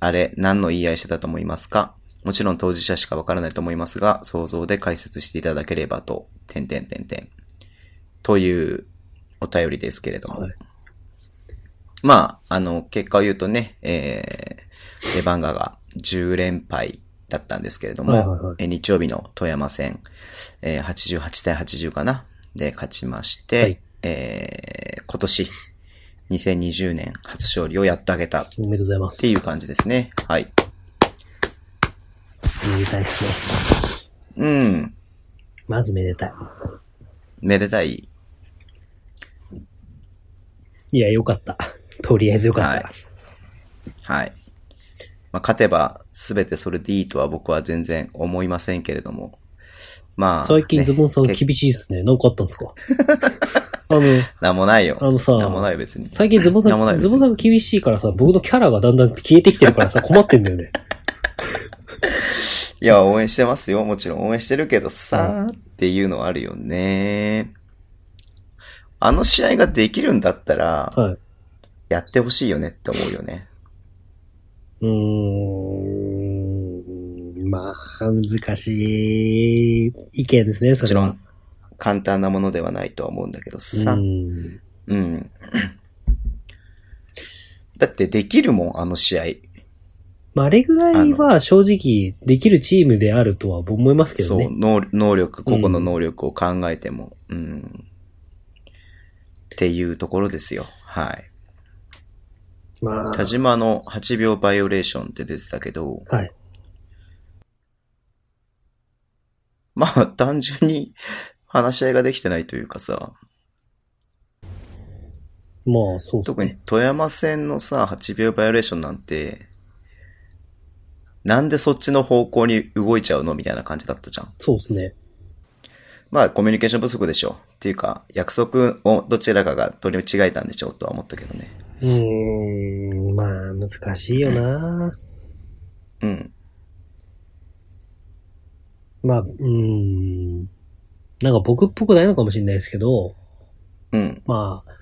Speaker 2: あれ、何の言い合いしてたと思いますかもちろん当事者しかわからないと思いますが、想像で解説していただければと、点点点点。というお便りですけれども。
Speaker 3: はい
Speaker 2: まあ、あの、結果を言うとね、えー、レバンガが10連敗だったんですけれども、
Speaker 3: はいはいはい
Speaker 2: えー日曜日の富山戦、えー88対80かな、で勝ちまして、
Speaker 3: はい
Speaker 2: えー今年、2020年初勝利をやってあげたっ
Speaker 3: おめでとうございます。
Speaker 2: ていう感じですね。はい。
Speaker 3: めでたいですね。
Speaker 2: うん。
Speaker 3: まずめでたい。
Speaker 2: めでたい。
Speaker 3: いや、よかった。とりあえずよかった。
Speaker 2: はいはい。まあ、勝てば全てそれでいいとは僕は全然思いませんけれども。まあ、
Speaker 3: 最近
Speaker 2: ね
Speaker 3: ズボンさん
Speaker 2: 結
Speaker 3: 厳しいですね。なんかあったんで すかあの、
Speaker 2: なんもないよ。
Speaker 3: あのさ
Speaker 2: なんもないよ別に。
Speaker 3: 最近ズボンさ
Speaker 2: なんもない
Speaker 3: ん、
Speaker 2: 別に
Speaker 3: ズボンさんが厳しいからさ、僕のキャラがだんだん消えてきてるからさ、困ってんだ よね。
Speaker 2: いや、応援してますよ。もちろん応援してるけどさ、っていうのはあるよね。あの試合ができるんだったら、
Speaker 3: はい。
Speaker 2: やってほしいよねって思うよね。
Speaker 3: うーん、まあ、難しい意見ですね、そ
Speaker 2: もち
Speaker 3: れ
Speaker 2: ろ
Speaker 3: は。
Speaker 2: ん、簡単なものではないとは思うんだけどさ。
Speaker 3: うん。
Speaker 2: うん。だってできるもん、あの試合。
Speaker 3: まあ、あれぐらいは正直できるチームであるとは思いますけど
Speaker 2: そう、
Speaker 3: ね。
Speaker 2: 能能力、個々の能力を考えても、うん。っていうところですよ。はい。
Speaker 3: ま
Speaker 2: 田島の8秒バイオレーションって出てたけど、
Speaker 3: あ、はい。
Speaker 2: まあ、単純に話し合いができてないというかさ、
Speaker 3: まあ、そうです
Speaker 2: 特に
Speaker 3: ね。
Speaker 2: 富山戦のさ、8秒バイオレーションなんて、なんでそっちの方向に動いちゃうのみたいな感じだったじゃん。
Speaker 3: そうですね。
Speaker 2: まあ、コミュニケーション不足でしょ。っていうか、約束をどちらかが取り違えたんでしょうとは思ったけどね。
Speaker 3: うーん、まあ、難しいよな。
Speaker 2: うん。
Speaker 3: まあ、うーん。なんか僕っぽくないのかもしれないですけど、
Speaker 2: うん。
Speaker 3: まあ、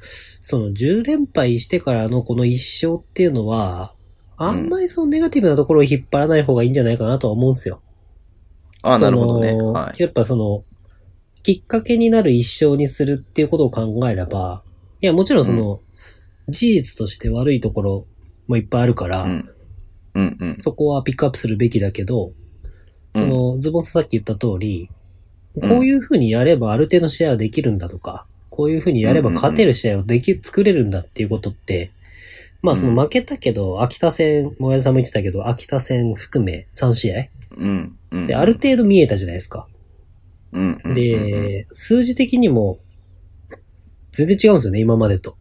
Speaker 3: その10連敗してからのこの一勝っていうのは、あんまりそのネガティブなところを引っ張らない方がいいんじゃないかなとは思うんですよ。
Speaker 2: ああ、
Speaker 3: そ
Speaker 2: なるほ
Speaker 3: の
Speaker 2: どね。はい。
Speaker 3: やっぱその、きっかけになる一勝にするっていうことを考えれば、いや、もちろんその、事実として悪いところもいっぱいあるから、
Speaker 2: うん。うんうん。
Speaker 3: そこはピックアップするべきだけど、その、ズボンさんさっき言った通り、
Speaker 2: うん
Speaker 3: こういう風にやればある程度試合はできるんだとか、こういう風にやれば勝てる試合をでき、作れるんだっていうことって、まあその負けたけど、秋田戦、もやさんも言ってたけど、秋田戦含め3試合
Speaker 2: うん。うん。
Speaker 3: で、ある程度見えたじゃないですか。
Speaker 2: うん、うん。うん、
Speaker 3: で、数字的にも、全然違うんですよね、今までと。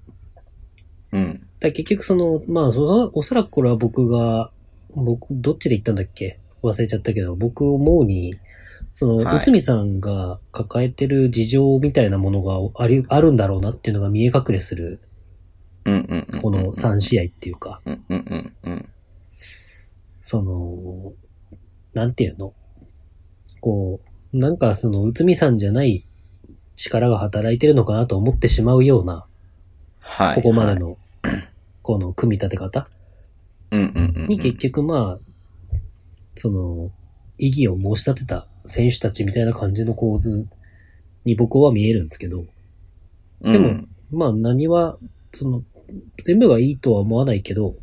Speaker 2: うん。
Speaker 3: だから結局その、まあその、おそらくこれは僕が、僕、どっちで言ったんだっけ忘れちゃったけど、僕思うに、その、
Speaker 2: はい
Speaker 3: 内海さんが抱えてる事情みたいなものがあり、あるんだろうなっていうのが見え隠れする、
Speaker 2: うんうんうん。
Speaker 3: この3試合っていうか、
Speaker 2: うんうんうんうん。
Speaker 3: その、なんていうのこう、なんかその、内海さんじゃない力が働いてるのかなと思ってしまうような、
Speaker 2: はい。
Speaker 3: ここまで
Speaker 2: はい
Speaker 3: の、この組み立て方
Speaker 2: うんうんうん。
Speaker 3: に結局まあ、その、意義を申し立てた選手たちみたいな感じの構図に僕は見えるんですけど、
Speaker 2: うん、
Speaker 3: でもまあ何は、その、全部がいいとは思わないけど、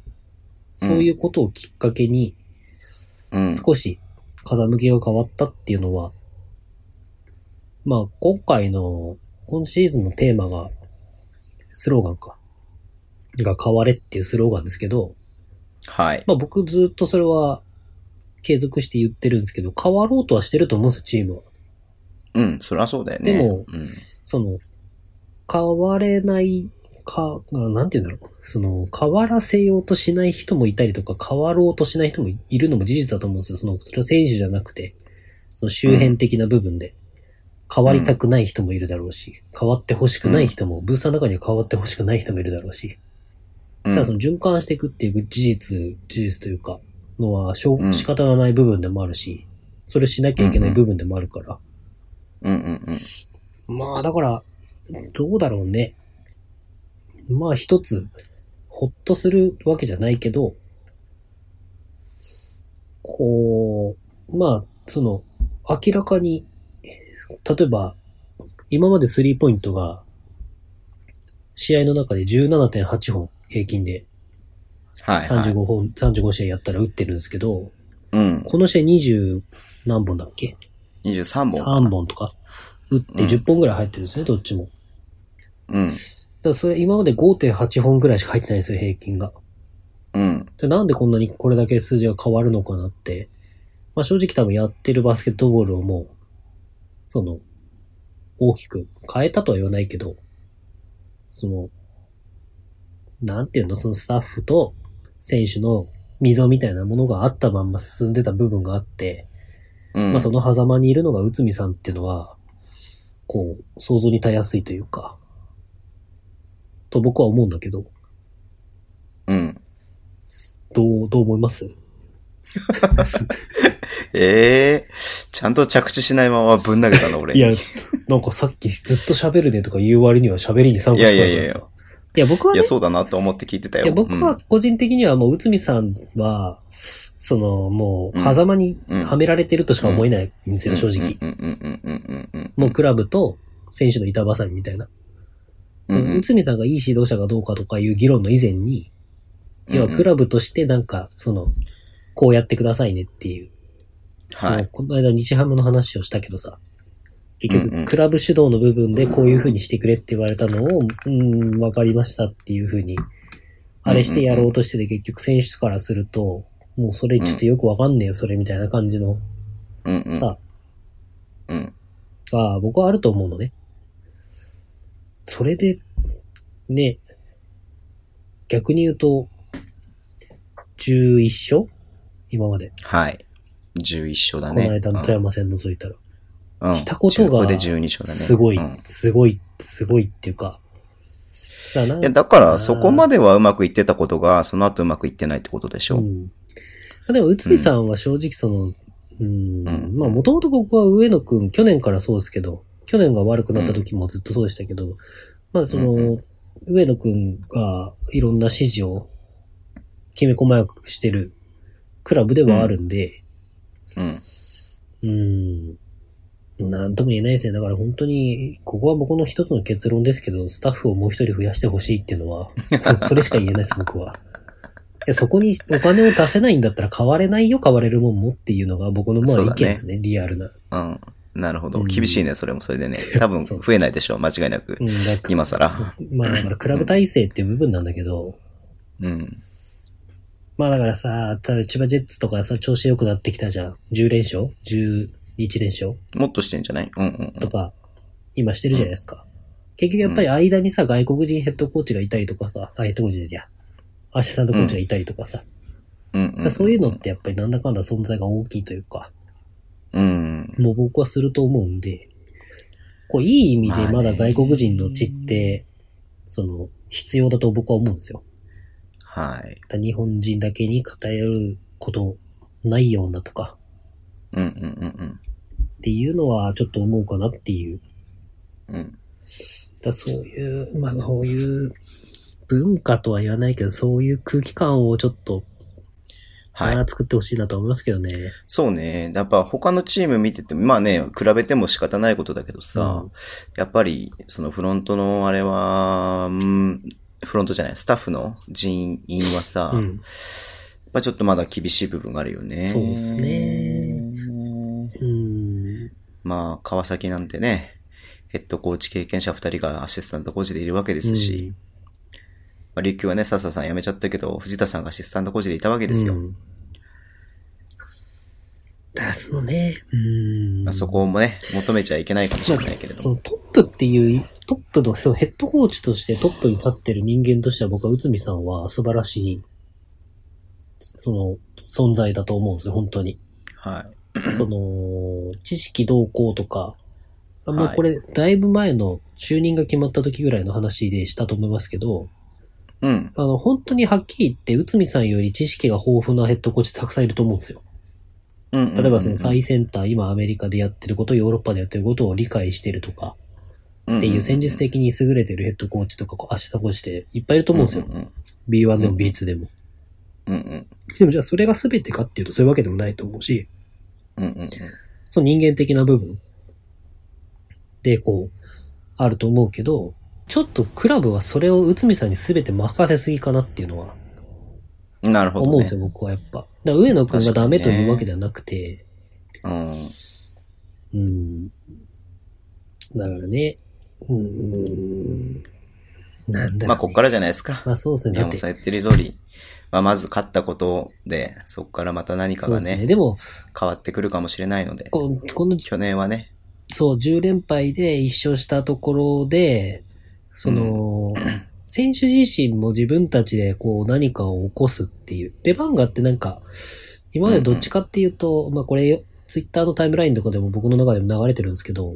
Speaker 3: そういうことをきっかけに
Speaker 2: うん、
Speaker 3: 少し風向きが変わったっていうのは、まあ今回の、今シーズンのテーマが、スローガンか。が変われっていうスローガンですけど、
Speaker 2: はい。
Speaker 3: まあ僕ずっとそれは継続して言ってるんですけど、変わろうとはしてると思うんですよ、チームは。
Speaker 2: うん、そりゃそうだよね。
Speaker 3: でも
Speaker 2: うん、
Speaker 3: その、変われない、か、あなんて言うんだろう。その、変わらせようとしない人もいたりとか、変わろうとしない人もいるのも事実だと思うんですよ。その、それは選手じゃなくて、その周辺的な部分で、変わりたくない人もいるだろうし、変わって欲しくない人も、ブースの中には変わって欲しくない人もいるだろうし、
Speaker 2: う
Speaker 3: ただそ
Speaker 2: ん。
Speaker 3: の循環していくっていう事実、事実というか、のはしょ
Speaker 2: うん
Speaker 3: 仕方がない部分でもあるし、それをしなきゃいけない部分でもあるから。
Speaker 2: うんうんうん。
Speaker 3: まあだから、どうだろうね。まあ一つ、ほっとするわけじゃないけど、こう、まあ、その、明らかに、例えば、今までスリーポイントが、試合の中で17.8本平均で
Speaker 2: はい、はい。
Speaker 3: 35本、35試合やったら打ってるんですけど、
Speaker 2: うん。
Speaker 3: この試合20何本だっけ
Speaker 2: 23本。
Speaker 3: ?3。本とか打って10本ぐらい入ってるんですね、どっちも。
Speaker 2: うん。
Speaker 3: だからそれ今まで5.8本ぐらいしか入ってないんですよ、平均が。
Speaker 2: うん。
Speaker 3: でなんでこんなにこれだけ数字が変わるのかなって。まあ正直多分やってるバスケットボールをもう、その、大きく変えたとは言わないけど、その、なんていうの、そのスタッフと選手の溝みたいなものがあったまんま進んでた部分があって、
Speaker 2: うん。
Speaker 3: まあその狭間にいるのが内海さんっていうのは、こう、想像に耐えやすいというか、と僕は思うんだけど、
Speaker 2: うん。
Speaker 3: どう、どう思います
Speaker 2: ええちゃんと着地しないままぶん投げたの、俺。
Speaker 3: いや、なんかさっきずっと喋るねとか言う割には喋りに参加してない
Speaker 2: いやいやいやいや
Speaker 3: いや、僕はいね
Speaker 2: や、、そうだなと思って聞いてたよ。
Speaker 3: いや僕は個人的にはもう内海さんは、その、もう、
Speaker 2: うん
Speaker 3: 狭間に
Speaker 2: うん
Speaker 3: はめられてるとしか思えないんです
Speaker 2: うん、
Speaker 3: よ、正直。
Speaker 2: うんうんうんうんうんうん。
Speaker 3: もうクラブと選手の板挟みみたいな。
Speaker 2: うんうん、
Speaker 3: 内海さんがいい指導者かどうかとかいう議論の以前に、要はクラブとしてなんか、その、こうやってくださいねってい
Speaker 2: うん
Speaker 3: う。
Speaker 2: うん、は
Speaker 3: その
Speaker 2: い。
Speaker 3: この間日ハムの話をしたけどさ、結
Speaker 2: うんうん
Speaker 3: 局、クラブ主導の部分でこういう風にしてくれって言われたのを、うん、わかりましたっていう風に、あれしてやろうとしてて結局選手からすると、もうそれちょっとよくわかんねえよ、それみたいな感じの
Speaker 2: うんうん、
Speaker 3: さ、
Speaker 2: うん。
Speaker 3: が僕はあると思うのね。それで、ね、逆に言うと、11勝今まで。
Speaker 2: はい。11勝だ
Speaker 3: こ
Speaker 2: ね。
Speaker 3: の間の富山戦除いたら。
Speaker 2: うん
Speaker 3: したことが
Speaker 2: うんこれで12勝だね。
Speaker 3: すごい
Speaker 2: うん、
Speaker 3: すごい、すごいっていうか。だから
Speaker 2: いや、だから、そこまではうまくいってたことが、その後うまくいってないってことでしょ。
Speaker 3: うんまあでも、内海さんは正直その、うん、
Speaker 2: うん
Speaker 3: まあもともと僕は上野くん、去年からそうですけど、去年が悪くなった時もずっとそうでしたけど、まあその、
Speaker 2: うん
Speaker 3: 上野くんがいろんな指示をきめ細やくしてるクラブではあるんで、
Speaker 2: うん。
Speaker 3: うん、なんとも言えないですね。だから本当に、ここは僕の一つの結論ですけど、スタッフをもう一人増やしてほしいっていうのは、 それしか言えないです、僕は。いやそこにお金を出せないんだったら買われないよ、買われるもんもっていうのが僕のまあ
Speaker 2: そう
Speaker 3: 意
Speaker 2: だね
Speaker 3: 見ですね、リアルな。
Speaker 2: うん。なるほど。
Speaker 3: うん
Speaker 2: 厳しいね、それもそれでね。多分、
Speaker 3: そう
Speaker 2: 増えないでしょう、間違いなく
Speaker 3: う。ん、だから
Speaker 2: 今更。
Speaker 3: まあだからクラブ体制っていう部分なんだけど、
Speaker 2: うん。
Speaker 3: まあだからさ、ただ千葉ジェッツとかさ、調子良くなってきたじゃん。10連勝 ?11 連勝
Speaker 2: もっとしてんじゃないうんうん
Speaker 3: とか、今してるじゃないですか。結局やっぱり間にさ、外国人ヘッドコーチがいたりとかさ、あヘッドコーチでいや、アシスタントコーチがいたりとかさ、
Speaker 2: うん。うん、うん。
Speaker 3: そういうのっ。てやっぱりなんだかんだ存在が大きいというか、
Speaker 2: うん。
Speaker 3: もう僕はすると思うんで、こういい意味
Speaker 2: まあ
Speaker 3: で
Speaker 2: ね
Speaker 3: まだ外国人の血って、その、必要だと僕は思うんですよ。
Speaker 2: はい。
Speaker 3: だから日本人だけに偏ることないようなとか、
Speaker 2: うんうんうん
Speaker 3: っていうのはちょっと思うかなっていう
Speaker 2: うん。うん。
Speaker 3: だからそういう、まあそういう文化とは言わないけど、そういう空気感をちょっと、
Speaker 2: はい。
Speaker 3: まあ作ってほしいなとは思いますけどね。
Speaker 2: そうね。やっぱ他のチーム見てて、まあね、比べても仕方ないことだけどさ、
Speaker 3: うん
Speaker 2: やっぱり、そのフロントのあれは、うんフロントじゃない、スタッフの人員はさ、
Speaker 3: う
Speaker 2: やっ
Speaker 3: ん。
Speaker 2: ぱちょっとまだ厳しい部分があるよね。
Speaker 3: そうですね。うん。
Speaker 2: まあ、川崎なんてね、ヘッドコーチ経験者2人がアシスタントコーチでいるわけですし、まあ、琉球はね、笹さん辞めちゃったけど、藤田さんがアシスタントコーチでいたわけ
Speaker 3: うん、
Speaker 2: ですよ。
Speaker 3: うんだからそのね、うん。
Speaker 2: まあ、そこもね、求めちゃいけないかもしれないけれど
Speaker 3: そ
Speaker 2: も。
Speaker 3: のトップっていう、トップの、そのヘッドコーチとしてトップに立ってる人間としては僕は内海さんは素晴らしい、その、存在だと思うんですよ、本当に。
Speaker 2: はい。
Speaker 3: その、知識同行とか、あもう
Speaker 2: はい
Speaker 3: これ、だいぶ前の就任が決まった時ぐらいの話でしたと思いますけど、
Speaker 2: うん。
Speaker 3: あの、本当にはっきり言って、内海さんより知識が豊富なヘッドコーチたくさんいると思うんですよ。
Speaker 2: うん。
Speaker 3: 例えばその
Speaker 2: サイ
Speaker 3: 最先端、今アメリカでやってること、ヨーロッパでやってることを理解してるとか、
Speaker 2: っ
Speaker 3: っていう戦術的に優れてるヘッドコーチとか、こう、足下コーチっていっぱいいると思うんですよ。
Speaker 2: うん
Speaker 3: B1 でも
Speaker 2: うん
Speaker 3: B2 でも。
Speaker 2: うんうん。
Speaker 3: でもじゃあそれが全てかっていうとそういうわけでもないと思うし、
Speaker 2: うんうんうん。
Speaker 3: その人間的な部分でこう、あると思うけど、ちょっとクラブはそれを内海さんに全て任せすぎかなっていうのは
Speaker 2: うんなるほど、ね。
Speaker 3: 思うんですよ、僕はやっぱ。だから上野くんがダメというわけではなくて、
Speaker 2: うん。
Speaker 3: うん。だからね、うん、なんだろうね、
Speaker 2: まあ、こっからじゃないですか。
Speaker 3: まあそうですね、
Speaker 2: 宮
Speaker 3: だっ
Speaker 2: 本
Speaker 3: て
Speaker 2: さん言ってる通り、まあ、まず勝ったことで、そこからまた何か
Speaker 3: そう
Speaker 2: が
Speaker 3: です
Speaker 2: ね、
Speaker 3: ね。でも、
Speaker 2: 変わってくるかもしれないので、
Speaker 3: ここの
Speaker 2: 去年はね、
Speaker 3: そう、10連敗で一勝したところで、その、 選手自身も自分たちでこう何かを起こすっていう。レバンガってなんか、今までどっちかっていうと、まあこれ、ツイッターのタイムラインとかでも僕の中でも流れてるんですけど、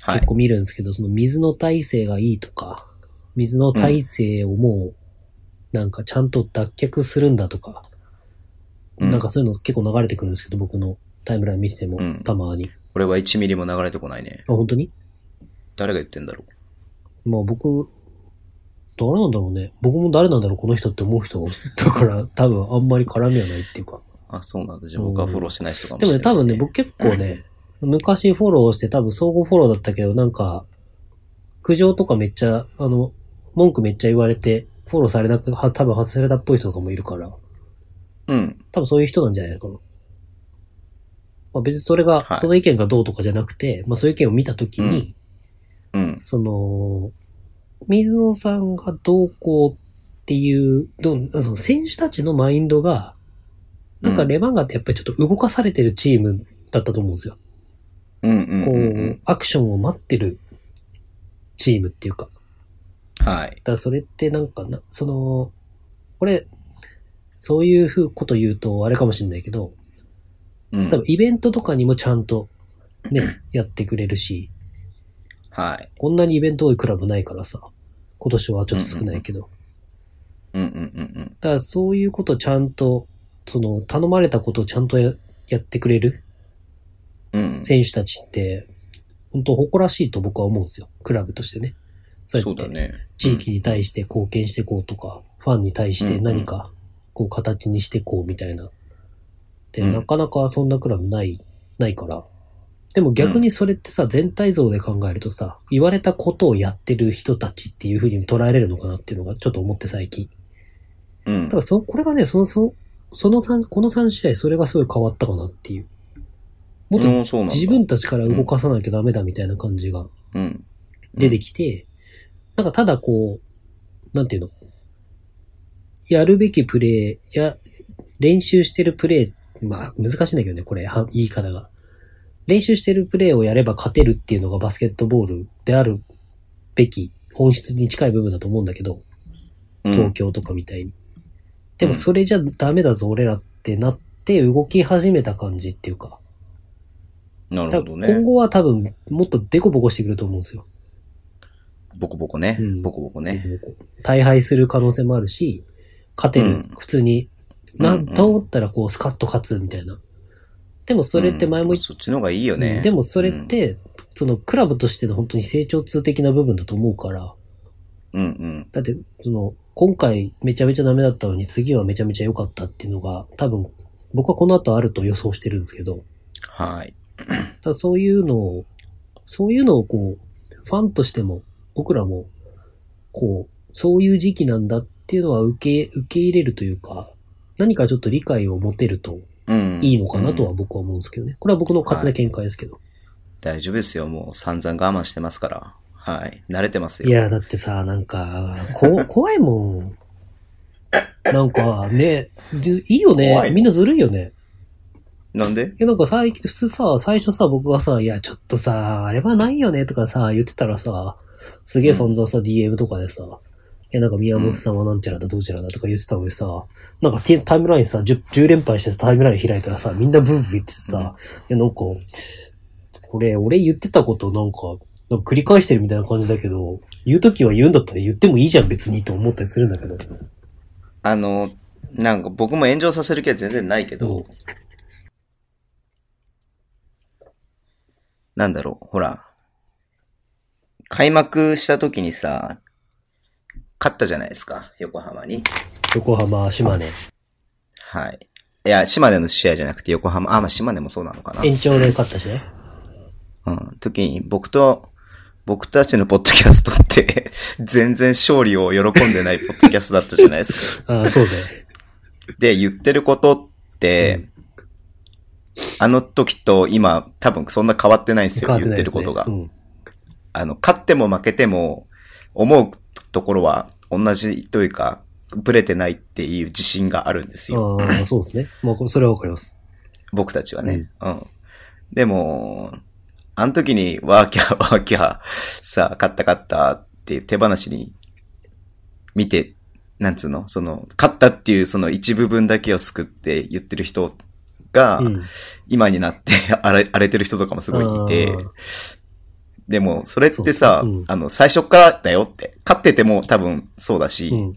Speaker 2: はい
Speaker 3: 結。構見るんですけど、その水の体勢がいいとか、水の体勢をもう、なんかちゃんと脱却するんだとか、
Speaker 2: うん
Speaker 3: なんかそういうの結構流れてくるんですけど、僕のタイムライン見てても、
Speaker 2: うん
Speaker 3: たまに。
Speaker 2: これは1ミリも流れてこないね。
Speaker 3: あ、本当に
Speaker 2: 誰が言ってんだろ
Speaker 3: まあ僕、誰なんだろうね。僕も誰なんだろう、この人って思う人。 だから多分あんまり絡みはないっていうか。
Speaker 2: う。あ、そうなんだ。じゃあ僕はフォローしてない人かも
Speaker 3: で
Speaker 2: し
Speaker 3: も
Speaker 2: れ
Speaker 3: ね、
Speaker 2: ない、
Speaker 3: 多分ね、僕結構ね、昔フォローして多分総合フォローだったけど、なんか、苦情とかめっちゃ、あの、文句めっちゃ言われて、フォローされなく、は多分外されたっぽい人とかもいるから、
Speaker 2: うん。
Speaker 3: 多分そういう人なんじゃないかな。まあ別にそれが、
Speaker 2: はい
Speaker 3: その意見がどうとかじゃなくて、まあそういう意見を見たときに、
Speaker 2: うんうん。
Speaker 3: その、水野さんがどうこうっていう、どうその選手たちのマインドが、なんかレバンガってやっぱりちょっと動かされてるチームだったと思うんですよ。
Speaker 2: うんうん
Speaker 3: こ
Speaker 2: うんう、
Speaker 3: うんアクションを待ってるチームっていうか。だか
Speaker 2: はい。
Speaker 3: らそれってなんかな、その、これ、そういうふうこと言うとあれかもしれないけど、
Speaker 2: う
Speaker 3: 多分
Speaker 2: ん。
Speaker 3: イベントとかにもちゃんとね、やってくれるし、
Speaker 2: はい。
Speaker 3: こんなにイベント多いクラブないからさ、今年はちょっと少ないけど、
Speaker 2: うんうんうん
Speaker 3: だからそういうことをちゃんと、その頼まれたことをちゃんとややってくれる
Speaker 2: うん。うん。
Speaker 3: 選手たちって、本当誇らしいと僕は思うんですよ。クラブとしてね。そう
Speaker 2: そ
Speaker 3: や
Speaker 2: う
Speaker 3: って
Speaker 2: だね。
Speaker 3: 地域に対して貢献していこうとか、ファンに対して何かこう形にしていこうみたいな。で、
Speaker 2: うん
Speaker 3: なかなかそんなクラブない、ないから。でも逆にそれってさ、全体像で考えるとさ、言われたことをやってる人たちっていう風に捉えれるのかなっていうのがちょっと思って最近。
Speaker 2: うん
Speaker 3: だか。らそ、これがね、その、そその三、この3試合、それがすごい変わったかなっていう。もっと
Speaker 2: うんそうなんだ
Speaker 3: 自分たちから動かさなきゃダメだみたいな感じが
Speaker 2: うん。
Speaker 3: 出てきて、なんかただこう、なんていうの、やるべきプレー、や、練習してるプレー、まあ難しいんだけどね、これ、は言い方が。練習してるプレーをやれば勝てるっていうのがバスケットボールであるべき本質に近い部分だと思うんだけど、
Speaker 2: うん
Speaker 3: 東京とかみたいに。でもそれじゃダメだぞ、俺らってなって動き始めた感じっていうか。
Speaker 2: なる
Speaker 3: だ
Speaker 2: ほ
Speaker 3: か
Speaker 2: ど
Speaker 3: ら今
Speaker 2: ね。
Speaker 3: 後は多分もっとデコボコしてくると思うんですよ。
Speaker 2: ボコボコね
Speaker 3: う。ん
Speaker 2: ボコボコね。
Speaker 3: デコボコ大敗する可能性もあるし、勝てる、
Speaker 2: うん
Speaker 3: 普通に。な、
Speaker 2: うんうん
Speaker 3: と思ったらこうスカッと勝つみたいな。でもそれって前も
Speaker 2: うん
Speaker 3: 言っ
Speaker 2: そっちの方がいいよね。
Speaker 3: でもそれって、そのクラブとしての本当に成長痛的な部分だと思うから、
Speaker 2: うん。うん
Speaker 3: だって、その、今回めちゃめちゃダメだったのに次はめちゃめちゃ良かったっていうのが、多分、僕はこの後あると予想してるんですけど、
Speaker 2: うん。はい。
Speaker 3: ただそういうのを、そういうのをこう、ファンとしても、僕らも、こう、そういう時期なんだっていうのは受け、受け入れるというか、何かちょっと理解を持てると
Speaker 2: うん。
Speaker 3: いいのかなとは
Speaker 2: うん
Speaker 3: 僕は思うんですけどね。これは僕の勝手な見解ですけど。
Speaker 2: 大丈夫ですよ。もう散々我慢してますから。はい。慣れてますよ。
Speaker 3: いや、だってさ、なんか、 こ、怖いもん。なんか、ね、でいいよ
Speaker 2: 怖
Speaker 3: ね。
Speaker 2: い
Speaker 3: みんなずるいよね。
Speaker 2: なんで
Speaker 3: いや、なんか最近、普通さ、最初さ、僕がさ、いや、ちょっとさ、あれはないよね、とかさ、言ってたらさ、すげえ散々さ、DM とかでさ、や、なんか宮本さんはなんちゃらだどうちゃらだとか言ってたのにさ、なんかテタイムラインさ10、10連敗してさタイムライン開いたらさ、みんなブーブー言っててさ、
Speaker 2: うん
Speaker 3: いや、なんか、これ、俺言ってたことなんか、なんか繰り返してるみたいな感じだけど、言うときは言うんだったら言ってもいいじゃん別にと思ったりするんだけど。
Speaker 2: あの、なんか僕も炎上させる気は全然ないけど、
Speaker 3: うん
Speaker 2: なんだろう、ほら、開幕した時にさ、勝ったじゃないですか、横浜に。
Speaker 3: 横浜、島根。
Speaker 2: はい。いや、島根の試合じゃなくて横浜、あ、まあ島根もそうなのかな。
Speaker 3: 延長で勝ったし ね。
Speaker 2: うん、時に僕と、僕たちのポッドキャストって、 全然勝利を喜んでないポッドキャストだったじゃないですか。
Speaker 3: ああ、そうね。
Speaker 2: で、言ってることって、あの時と今、多分 そんな変わってないんですよ、
Speaker 3: 変わ
Speaker 2: 言っ
Speaker 3: ない
Speaker 2: て
Speaker 3: ですね
Speaker 2: ることが。
Speaker 3: うん。
Speaker 2: あの、勝っても負けても、思うところは同じというか、ブレてないっていう自信があるんですよ。
Speaker 3: ああ、そうですね。まあ、それはわかります。
Speaker 2: 僕たちはね。うん。でも、あの時に、ワー キャー、ワーキャー、さあ、勝った勝ったって手放しに見て、なんつうのその、勝ったっていうその一部分だけを救って言ってる人が、
Speaker 3: うん。
Speaker 2: 今になって 荒れ荒れてる人とかもすごいいて
Speaker 3: あー、
Speaker 2: でも、それってさ、
Speaker 3: そううん
Speaker 2: あの、最初からだよって、勝ってても多分そうだし、
Speaker 3: うん。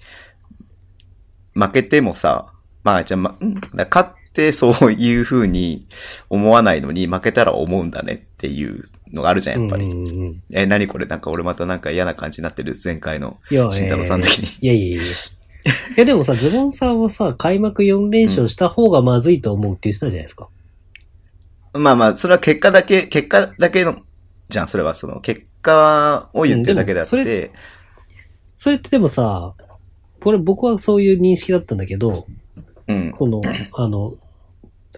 Speaker 2: 負けてもさ、まあ、じゃあ、ま、うんだから勝ってそういう風に思わないのに、負けたら思うんだねっていうのがあるじゃん、やっぱり。
Speaker 3: うんうんうん
Speaker 2: え、何これなんか俺またなんか嫌な感じになってる、前回の
Speaker 3: いや、
Speaker 2: 慎太郎さんの時に。
Speaker 3: いやいやいやいや。いやでもさ、ズボンさんはさ、開幕4連勝した方がまずいと思うって言ってたじゃないですか。
Speaker 2: まあまあ、それは結果だけ、結果だけの、じゃん、それはその、結果を言ってるだけであっ
Speaker 3: うん
Speaker 2: て、
Speaker 3: それってでもさ、これ僕はそういう認識だったんだけど、
Speaker 2: うん。
Speaker 3: この、あの、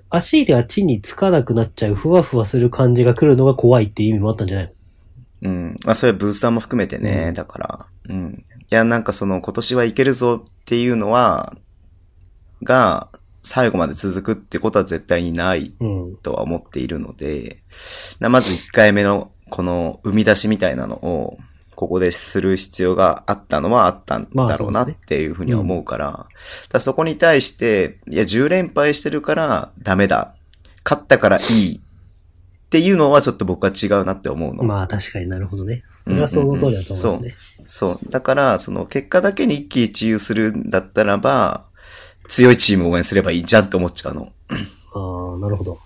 Speaker 3: 足が地につかなくなっちゃう、ふわふわする感じが来るのが怖いっていう意味もあったんじゃないの
Speaker 2: うん。まあ、それはブースターも含めてね、
Speaker 3: うん
Speaker 2: だから。うん。いや、なんかその、今年はいけるぞっていうのは、が、最後まで続くってことは絶対にない
Speaker 3: うん。
Speaker 2: とは思っているので、なまず1回目の、この、生み出しみたいなのを、ここでする必要があったのはあったん
Speaker 3: まあ
Speaker 2: だろうな
Speaker 3: そう
Speaker 2: っ
Speaker 3: です
Speaker 2: ていうふうには思うから、だからそこに対して、いや、10連敗してるからダメだ。勝ったからいい。っていうのはちょっと僕は違うなって思うの。
Speaker 3: まあ確かになるほどね。それはその通りだと思いますね。
Speaker 2: そう。だから、その結果だけに一喜一憂するんだったらば、強いチームを応援すればいいじゃんって思っちゃうの。
Speaker 3: ああ、なるほど。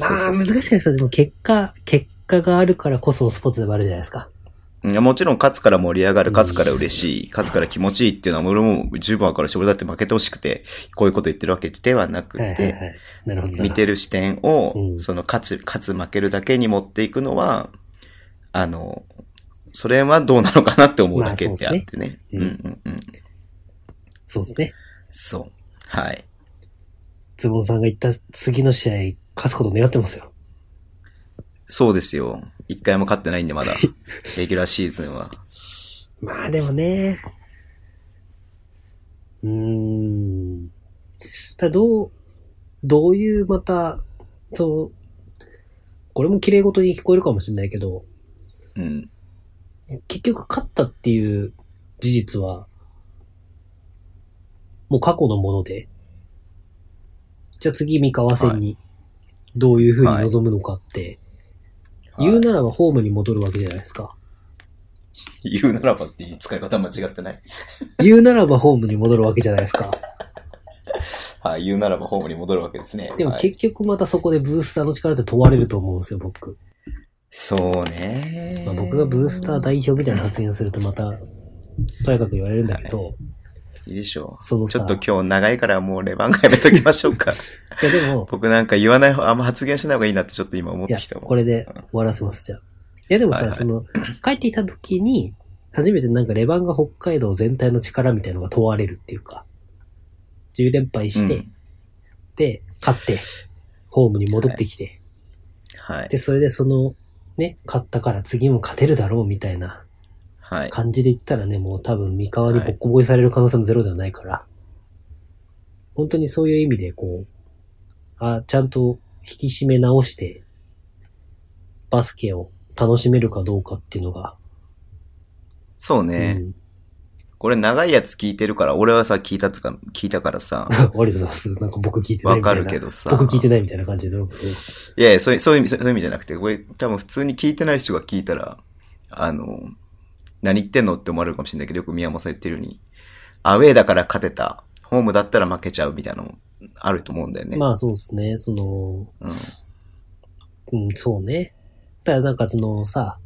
Speaker 3: ま
Speaker 2: そう
Speaker 3: あ
Speaker 2: そう
Speaker 3: 難
Speaker 2: そう
Speaker 3: しいですよ。でも結果、結果があるからこそスポーツでもあるじゃないですか。
Speaker 2: いやもちろん勝つから盛り上がる、勝つから嬉しい、勝つから気持ちいいっていうのは俺も十分わかるし、俺だって負けてほしくて、こういうこと言ってるわけではなく
Speaker 3: はいはいは
Speaker 2: て、
Speaker 3: い。なるほど。
Speaker 2: 見てる視点を
Speaker 3: う、ん
Speaker 2: その勝つ、勝つ負けるだけに持っていくのは、あの、それはどうなのかなって思うだけであってね。うんう
Speaker 3: まあそうですね
Speaker 2: んうん。
Speaker 3: そうですね。
Speaker 2: そう。はい。
Speaker 3: ズボンさんが言った次の試合、勝つことを願ってますよ。
Speaker 2: そうですよ。一回も勝ってないんで、ま だ。レギュラーシーズンは。
Speaker 3: まあでもね。うーん。ただどう、どういうまた、そう、これも綺麗事に聞こえるかもしれないけど、
Speaker 2: うん。
Speaker 3: 結局勝ったっていう事実は、もう過去のもので、じゃあ次三河戦に、どういう風に臨むのかって、言うならばホームに戻るわけじゃないですか。
Speaker 2: 言うならばっていう使い方間違ってない。
Speaker 3: 言うならばホームに戻るわけじゃないですか。
Speaker 2: はい。言うならばホームに戻るわけですね。
Speaker 3: でも
Speaker 2: はい
Speaker 3: 結局またそこでブースターの力って問われると思うんですよ、僕。
Speaker 2: そうね、
Speaker 3: まあ、僕がブースター代表みたいな発言をするとまた、とやかく言われるんだけど、
Speaker 2: いいでしょう。
Speaker 3: その
Speaker 2: ちょ
Speaker 3: さ
Speaker 2: っと、今日長いからもうレバンがやめときましょう か。
Speaker 3: いやでも、
Speaker 2: 僕なんか言わない方、あんま発言しない方がいいなってちょっと今思っ
Speaker 3: い
Speaker 2: て
Speaker 3: や
Speaker 2: きた、もん。
Speaker 3: これで終わらせます、じゃあ。いや、でもさ、
Speaker 2: はいはい
Speaker 3: その、帰っていた時に、初めてなんかレバンが北海道全体の力みたいのが問われるっていうか、10連敗して、
Speaker 2: うん
Speaker 3: で、勝って、ホームに戻ってきて、
Speaker 2: はい
Speaker 3: で、。それでその、ね、勝ったから次も勝てるだろうみたいな
Speaker 2: はい。
Speaker 3: 感じで言ったらね、もう多分三河にボッコボコにされる可能性もゼロではないから、本当にそういう意味でこう、あ、ちゃんと引き締め直して、バスケを楽しめるかどうかっていうのが、
Speaker 2: そうね、
Speaker 3: うん
Speaker 2: これ長いやつ聞いてるから、俺はさ、聞いたつか、聞いたから さ、
Speaker 3: ありがとうございます。なんか僕聞いてな
Speaker 2: わ
Speaker 3: いみた
Speaker 2: か
Speaker 3: いな。
Speaker 2: るけどさ。
Speaker 3: 僕聞いてないみたいな感じで。
Speaker 2: いやいや、そういう、そういう意味、そういう意味じゃなくて、これ多分普通に聞いてない人が聞いたら、あの、何言ってんのって思われるかもしれないけど、よく宮本さん言ってるように、アウェーだから勝てた、ホームだったら負けちゃうみたいなのもあると思うんだよね。
Speaker 3: まあそうですね。その、
Speaker 2: うん。
Speaker 3: うん、そうね。ただなんかそのさ、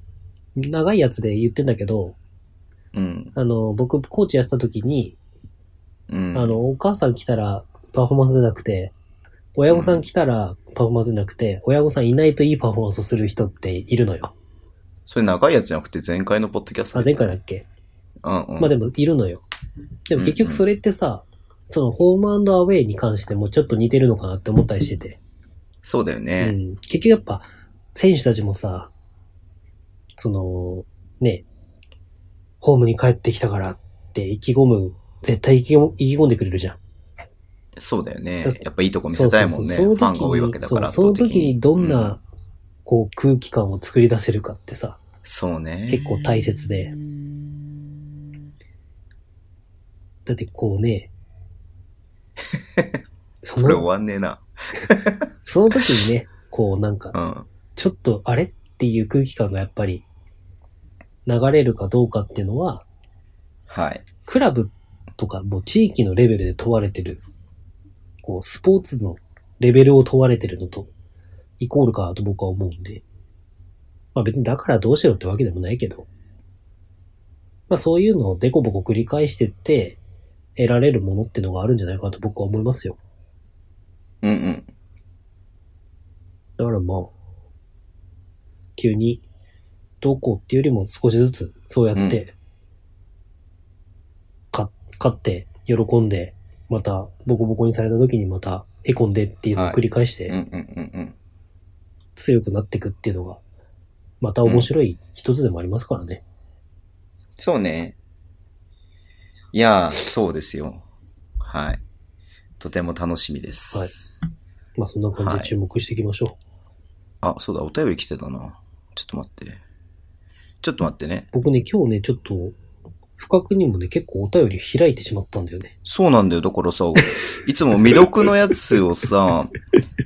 Speaker 3: 長いやつで言ってんだけど、
Speaker 2: うん。
Speaker 3: あの、僕、コーチやってた時に、
Speaker 2: うん。
Speaker 3: あ、の、お母さん来たらパフォーマンスじゃなくて、親御さん来たらパフォーマンスじゃなくて、親御さんいないといいパフォーマンスをする人っているのよ。
Speaker 2: それ長いやつじゃなくて、前回のポッドキャスト
Speaker 3: あ、前回だ
Speaker 2: ね。
Speaker 3: っけ
Speaker 2: うんうん。
Speaker 3: まあでもいるのよ。でも結局それってさ、そのホームアンドアウェイに関してもちょっと似てるのかなって思ったりしてて。
Speaker 2: そうだよ
Speaker 3: う
Speaker 2: ね。
Speaker 3: ん。結局やっぱ、選手たちもさ、その、ね、ホームに帰ってきたからって意気込む、絶対意気込む意気込んでくれるじゃん。
Speaker 2: そうだよね
Speaker 3: だって。
Speaker 2: やっぱいいとこ見せたいもんね。フ
Speaker 3: そうそうそう
Speaker 2: ァンが多いわけだから。
Speaker 3: その時にそうその
Speaker 2: 圧倒的
Speaker 3: 時にどんな、
Speaker 2: うん
Speaker 3: こう空気感を作り出せるかってさ、
Speaker 2: そうね。
Speaker 3: 結構大切で。だってこ うね、そ
Speaker 2: これ終
Speaker 3: の、
Speaker 2: わんねえな。
Speaker 3: その時にね、こうなんか
Speaker 2: う、ん。
Speaker 3: ちょっとあれっていう空気感がやっぱり流れるかどうかっていうのは、
Speaker 2: はい。
Speaker 3: クラブとかもう地域のレベルで問われてる、こうスポーツのレベルを問われてるのと、イコールかなと僕は思うんで。まあ別にだからどうしろってわけでもないけど、まあそういうのをデコボコ繰り返してって、得られるものってのがあるんじゃないかなと僕は思いますよ。
Speaker 2: うんうん。
Speaker 3: だからまあ、急に、どうこうっていうよりも少しずつそうやって、か、勝って、喜んで、また、ボコボコにされた時にまた、凹んでっていうのを繰り返し
Speaker 2: うん
Speaker 3: て、
Speaker 2: うんうんうん。
Speaker 3: 強くなっていくっていうのが、また面白い一つでもありますからね。
Speaker 2: そうね。いやー、そうですよ。はい。とても楽しみです。
Speaker 3: まあそんな感じで注目していきましょう。
Speaker 2: あ、そうだ、お便り来てたな。ちょっと待って。ちょっと待ってね。
Speaker 3: 僕ね、今日ね、ちょっと、不覚にもね、結構お便り開いてしまったんだよね。
Speaker 2: そうなんだよ。だからさ、いつも未読のやつを さ、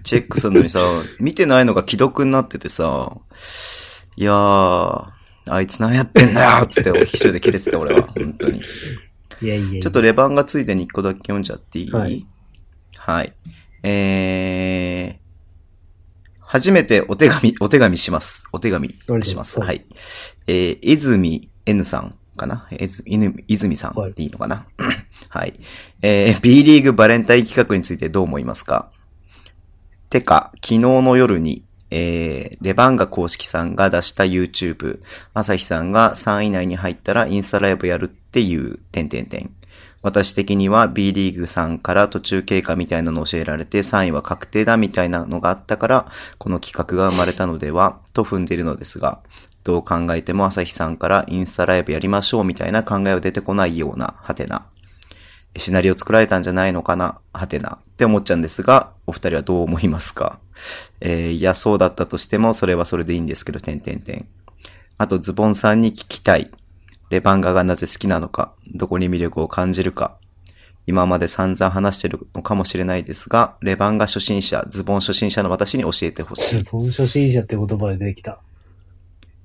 Speaker 2: チェックするのにさ、見てないのが既読になっててさ、いやー、あいつ何やってんだよつって、秘書で切れてた俺は、本当に。
Speaker 3: いやいやいや。
Speaker 2: ち ょっとレバンがついてに1個だけ読んじゃっていい、
Speaker 3: は
Speaker 2: はいい、えー、初めてお手紙、お手紙します。お手紙
Speaker 3: がとうございます
Speaker 2: します。
Speaker 3: はい
Speaker 2: はい。えー、泉 N さんかなえず、犬泉さ
Speaker 3: はい
Speaker 2: んでいいのかな はい。えー、B リーグバレンタイン企画についてどう思いますかてか、昨日の夜に、えー、レバンガ公式さんが出した YouTube、朝日さんが3位以内に入ったらインスタライブやるっていう、点点点。私的には B リーグさんから途中経過みたいなのを教えられて3位は確定だみたいなのがあったから、この企画が生まれたのでは、と踏んでいるのですが、どう考えても朝日さんからインスタライブやりましょうみたいな考えは出てこないような、はてな。シナリオ作られたんじゃないのかな、はてな。って思っちゃうんですが、お二人はどう思いますか えーいや、そうだったとしても、それはそれでいいんですけど、点点点。あと、ズボンさんに聞きたい。レバンガがなぜ好きなのか、どこに魅力を感じるか。今まで散々話してるのかもしれないですが、レバンガ初心者、ズボン初心者の私に教えてほしい
Speaker 3: ズ。ボン初心者って言葉で出てきた。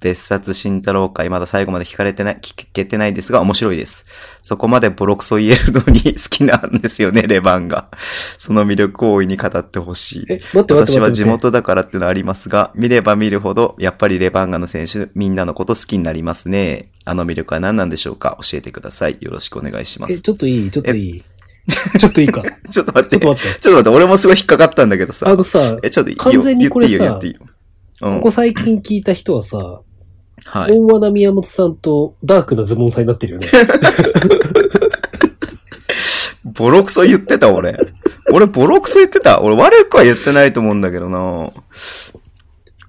Speaker 2: 別冊慎太郎会、まだ最後まで聞かれてない、聞けてないですが、面白いです。そこまでボロクソ言えるのに 好きなんですよね、レバンが。その魅力を大いに語ってほしい。
Speaker 3: え、待って待って待って待って。
Speaker 2: 私は地元だからってのはありますが、見れば見るほど、やっぱりレバンガの選手、みんなのこと好きになりますね。あの魅力は何なんでしょうか教えてください。よろしくお願いしま
Speaker 3: え、
Speaker 2: す。
Speaker 3: ちょっといいちょっといい ちょっといいか。ち
Speaker 2: ちょっと待って。
Speaker 3: ょっ
Speaker 2: ち
Speaker 3: と
Speaker 2: ょっ
Speaker 3: 待って。
Speaker 2: と待って、俺もすごい引っかかったんだけど
Speaker 3: あ
Speaker 2: さ。
Speaker 3: のさ、
Speaker 2: え、ちょっといいよ
Speaker 3: 完全にこれさ
Speaker 2: 言っていいよ、言っていいよ。
Speaker 3: こ
Speaker 2: うん。
Speaker 3: こ最近聞いた人はさ、
Speaker 2: はい。
Speaker 3: 大和田宮本さんとダークなズボンさんになってる よね。
Speaker 2: ボロクソ言ってた、俺。俺、ボロクソ言ってた。俺、悪くは言ってないと思うんだけどな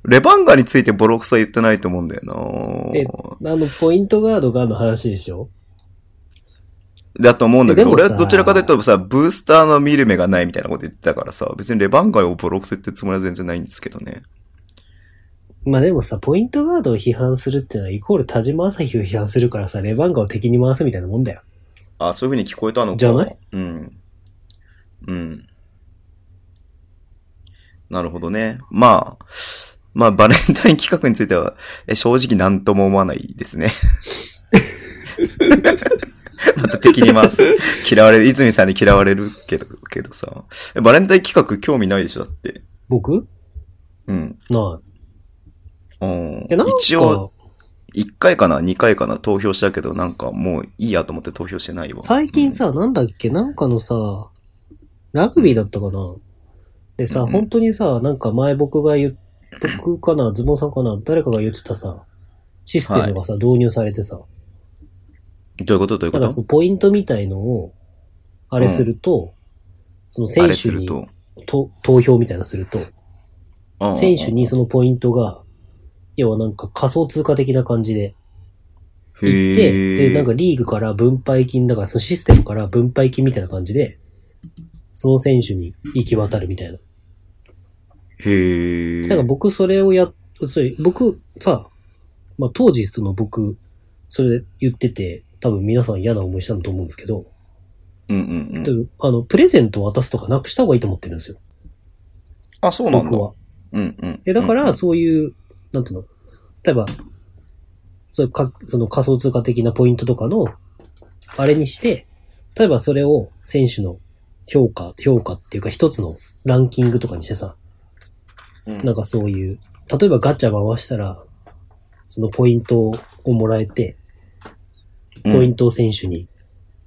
Speaker 2: レバンガについてボロクソ言ってないと思うんだよ
Speaker 3: え
Speaker 2: な、
Speaker 3: あの、ポイントガードがの話でしょ
Speaker 2: だと思うんだけど、
Speaker 3: えでも
Speaker 2: 俺
Speaker 3: さ
Speaker 2: はどちらかというとさ、ブースターの見る目がないみたいなこと言ってたからさ、別にレバンガをボロクソ言ってるつもりは全然ないんですけどね。
Speaker 3: まあでもさ、ポイントガードを批判するってのはイコール田島朝日を批判するからさ、レバンガを敵に回すみたいなもんだよ。
Speaker 2: あ、そういう風に聞こえたのか。
Speaker 3: じゃない
Speaker 2: うん。うん。なるほどね。まあ、まあ、バレンタイン企画については、え正直何とも思わないですね。 また敵に回す。嫌われる、泉さんに嫌われるけど、けどさ。えバレンタイン企画興味ないでしょだって。
Speaker 3: 僕
Speaker 2: うん。
Speaker 3: ない。
Speaker 2: うん
Speaker 3: え、なんか、
Speaker 2: 一応、一回かな、二回かな、投票したけど、なんかもういいやと思って投票してないわ。
Speaker 3: 最近さ、なんだっけ、なんかのさ、ラグビーだったかなでさ、
Speaker 2: うんうん
Speaker 3: 本当にさ、なんか前僕が言っ、僕かな、ズボンさんかな、誰かが言ってたさ、システムがさ、導入されてさ、
Speaker 2: うん、どういうことどういう
Speaker 3: だ
Speaker 2: こ
Speaker 3: からそ
Speaker 2: と
Speaker 3: のポイントみたいのを、あれすると、その
Speaker 2: あ
Speaker 3: 選
Speaker 2: れ
Speaker 3: 手
Speaker 2: する
Speaker 3: に
Speaker 2: と。
Speaker 3: と投票みたいなのすると、選手にそのポイントが、要はなんか仮想通貨的な感じで
Speaker 2: うんうんうん、
Speaker 3: いっ
Speaker 2: へ
Speaker 3: て、で、
Speaker 2: ー
Speaker 3: なんかリーグから分配金だから、そのシステムから分配金みたいな感じで、その選手に行き渡るみたいな。
Speaker 2: へえ。
Speaker 3: だから僕それをやっ、それ僕さ、まあ当時その僕、それ言ってて、多分皆さん嫌な思いしたんだと思うんですけど、
Speaker 2: うんうん
Speaker 3: で
Speaker 2: うん。
Speaker 3: もあの、プレゼント渡すとかなくした方がいいと思ってるんですよ。
Speaker 2: あ、そうなんだ。
Speaker 3: 僕は。
Speaker 2: うんうん。
Speaker 3: え、だか
Speaker 2: うんう
Speaker 3: ら、
Speaker 2: ん、
Speaker 3: そういう、なんていうの例えば、そうか、その仮想通貨的なポイントとかの、あれにして、例えばそれを選手の評価、評価っていうか一つのランキングとかにしてさ、
Speaker 2: うん
Speaker 3: なんかそういう、例えばガチャ回したら、そのポイントをもらえて、ポイントを選手に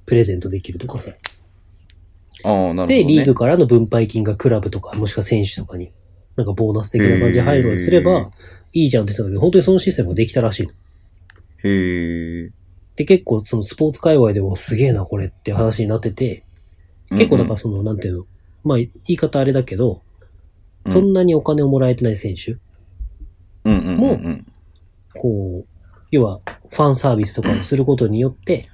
Speaker 3: プレゼントできるとかさ。
Speaker 2: ああ、なるほど、ね。
Speaker 3: で、リーグからの分配金がクラブとか、もしくは選手とかに、なんかボーナス的な感じで入るようにすれ
Speaker 2: へー
Speaker 3: ば、いいじゃんって言ってたんだけど、本当にそのシステムができたらしいの。
Speaker 2: へえ。
Speaker 3: で、結構そのスポーツ界隈でもすげえな、これって話になってて、結構だからその、なんていうの、まあ、言い方あれだけど、
Speaker 2: ら
Speaker 3: そんなにお金をもらえてない選手、
Speaker 2: うんうん
Speaker 3: も
Speaker 2: うん
Speaker 3: こう、要は、ファンサービスとかをすることによって、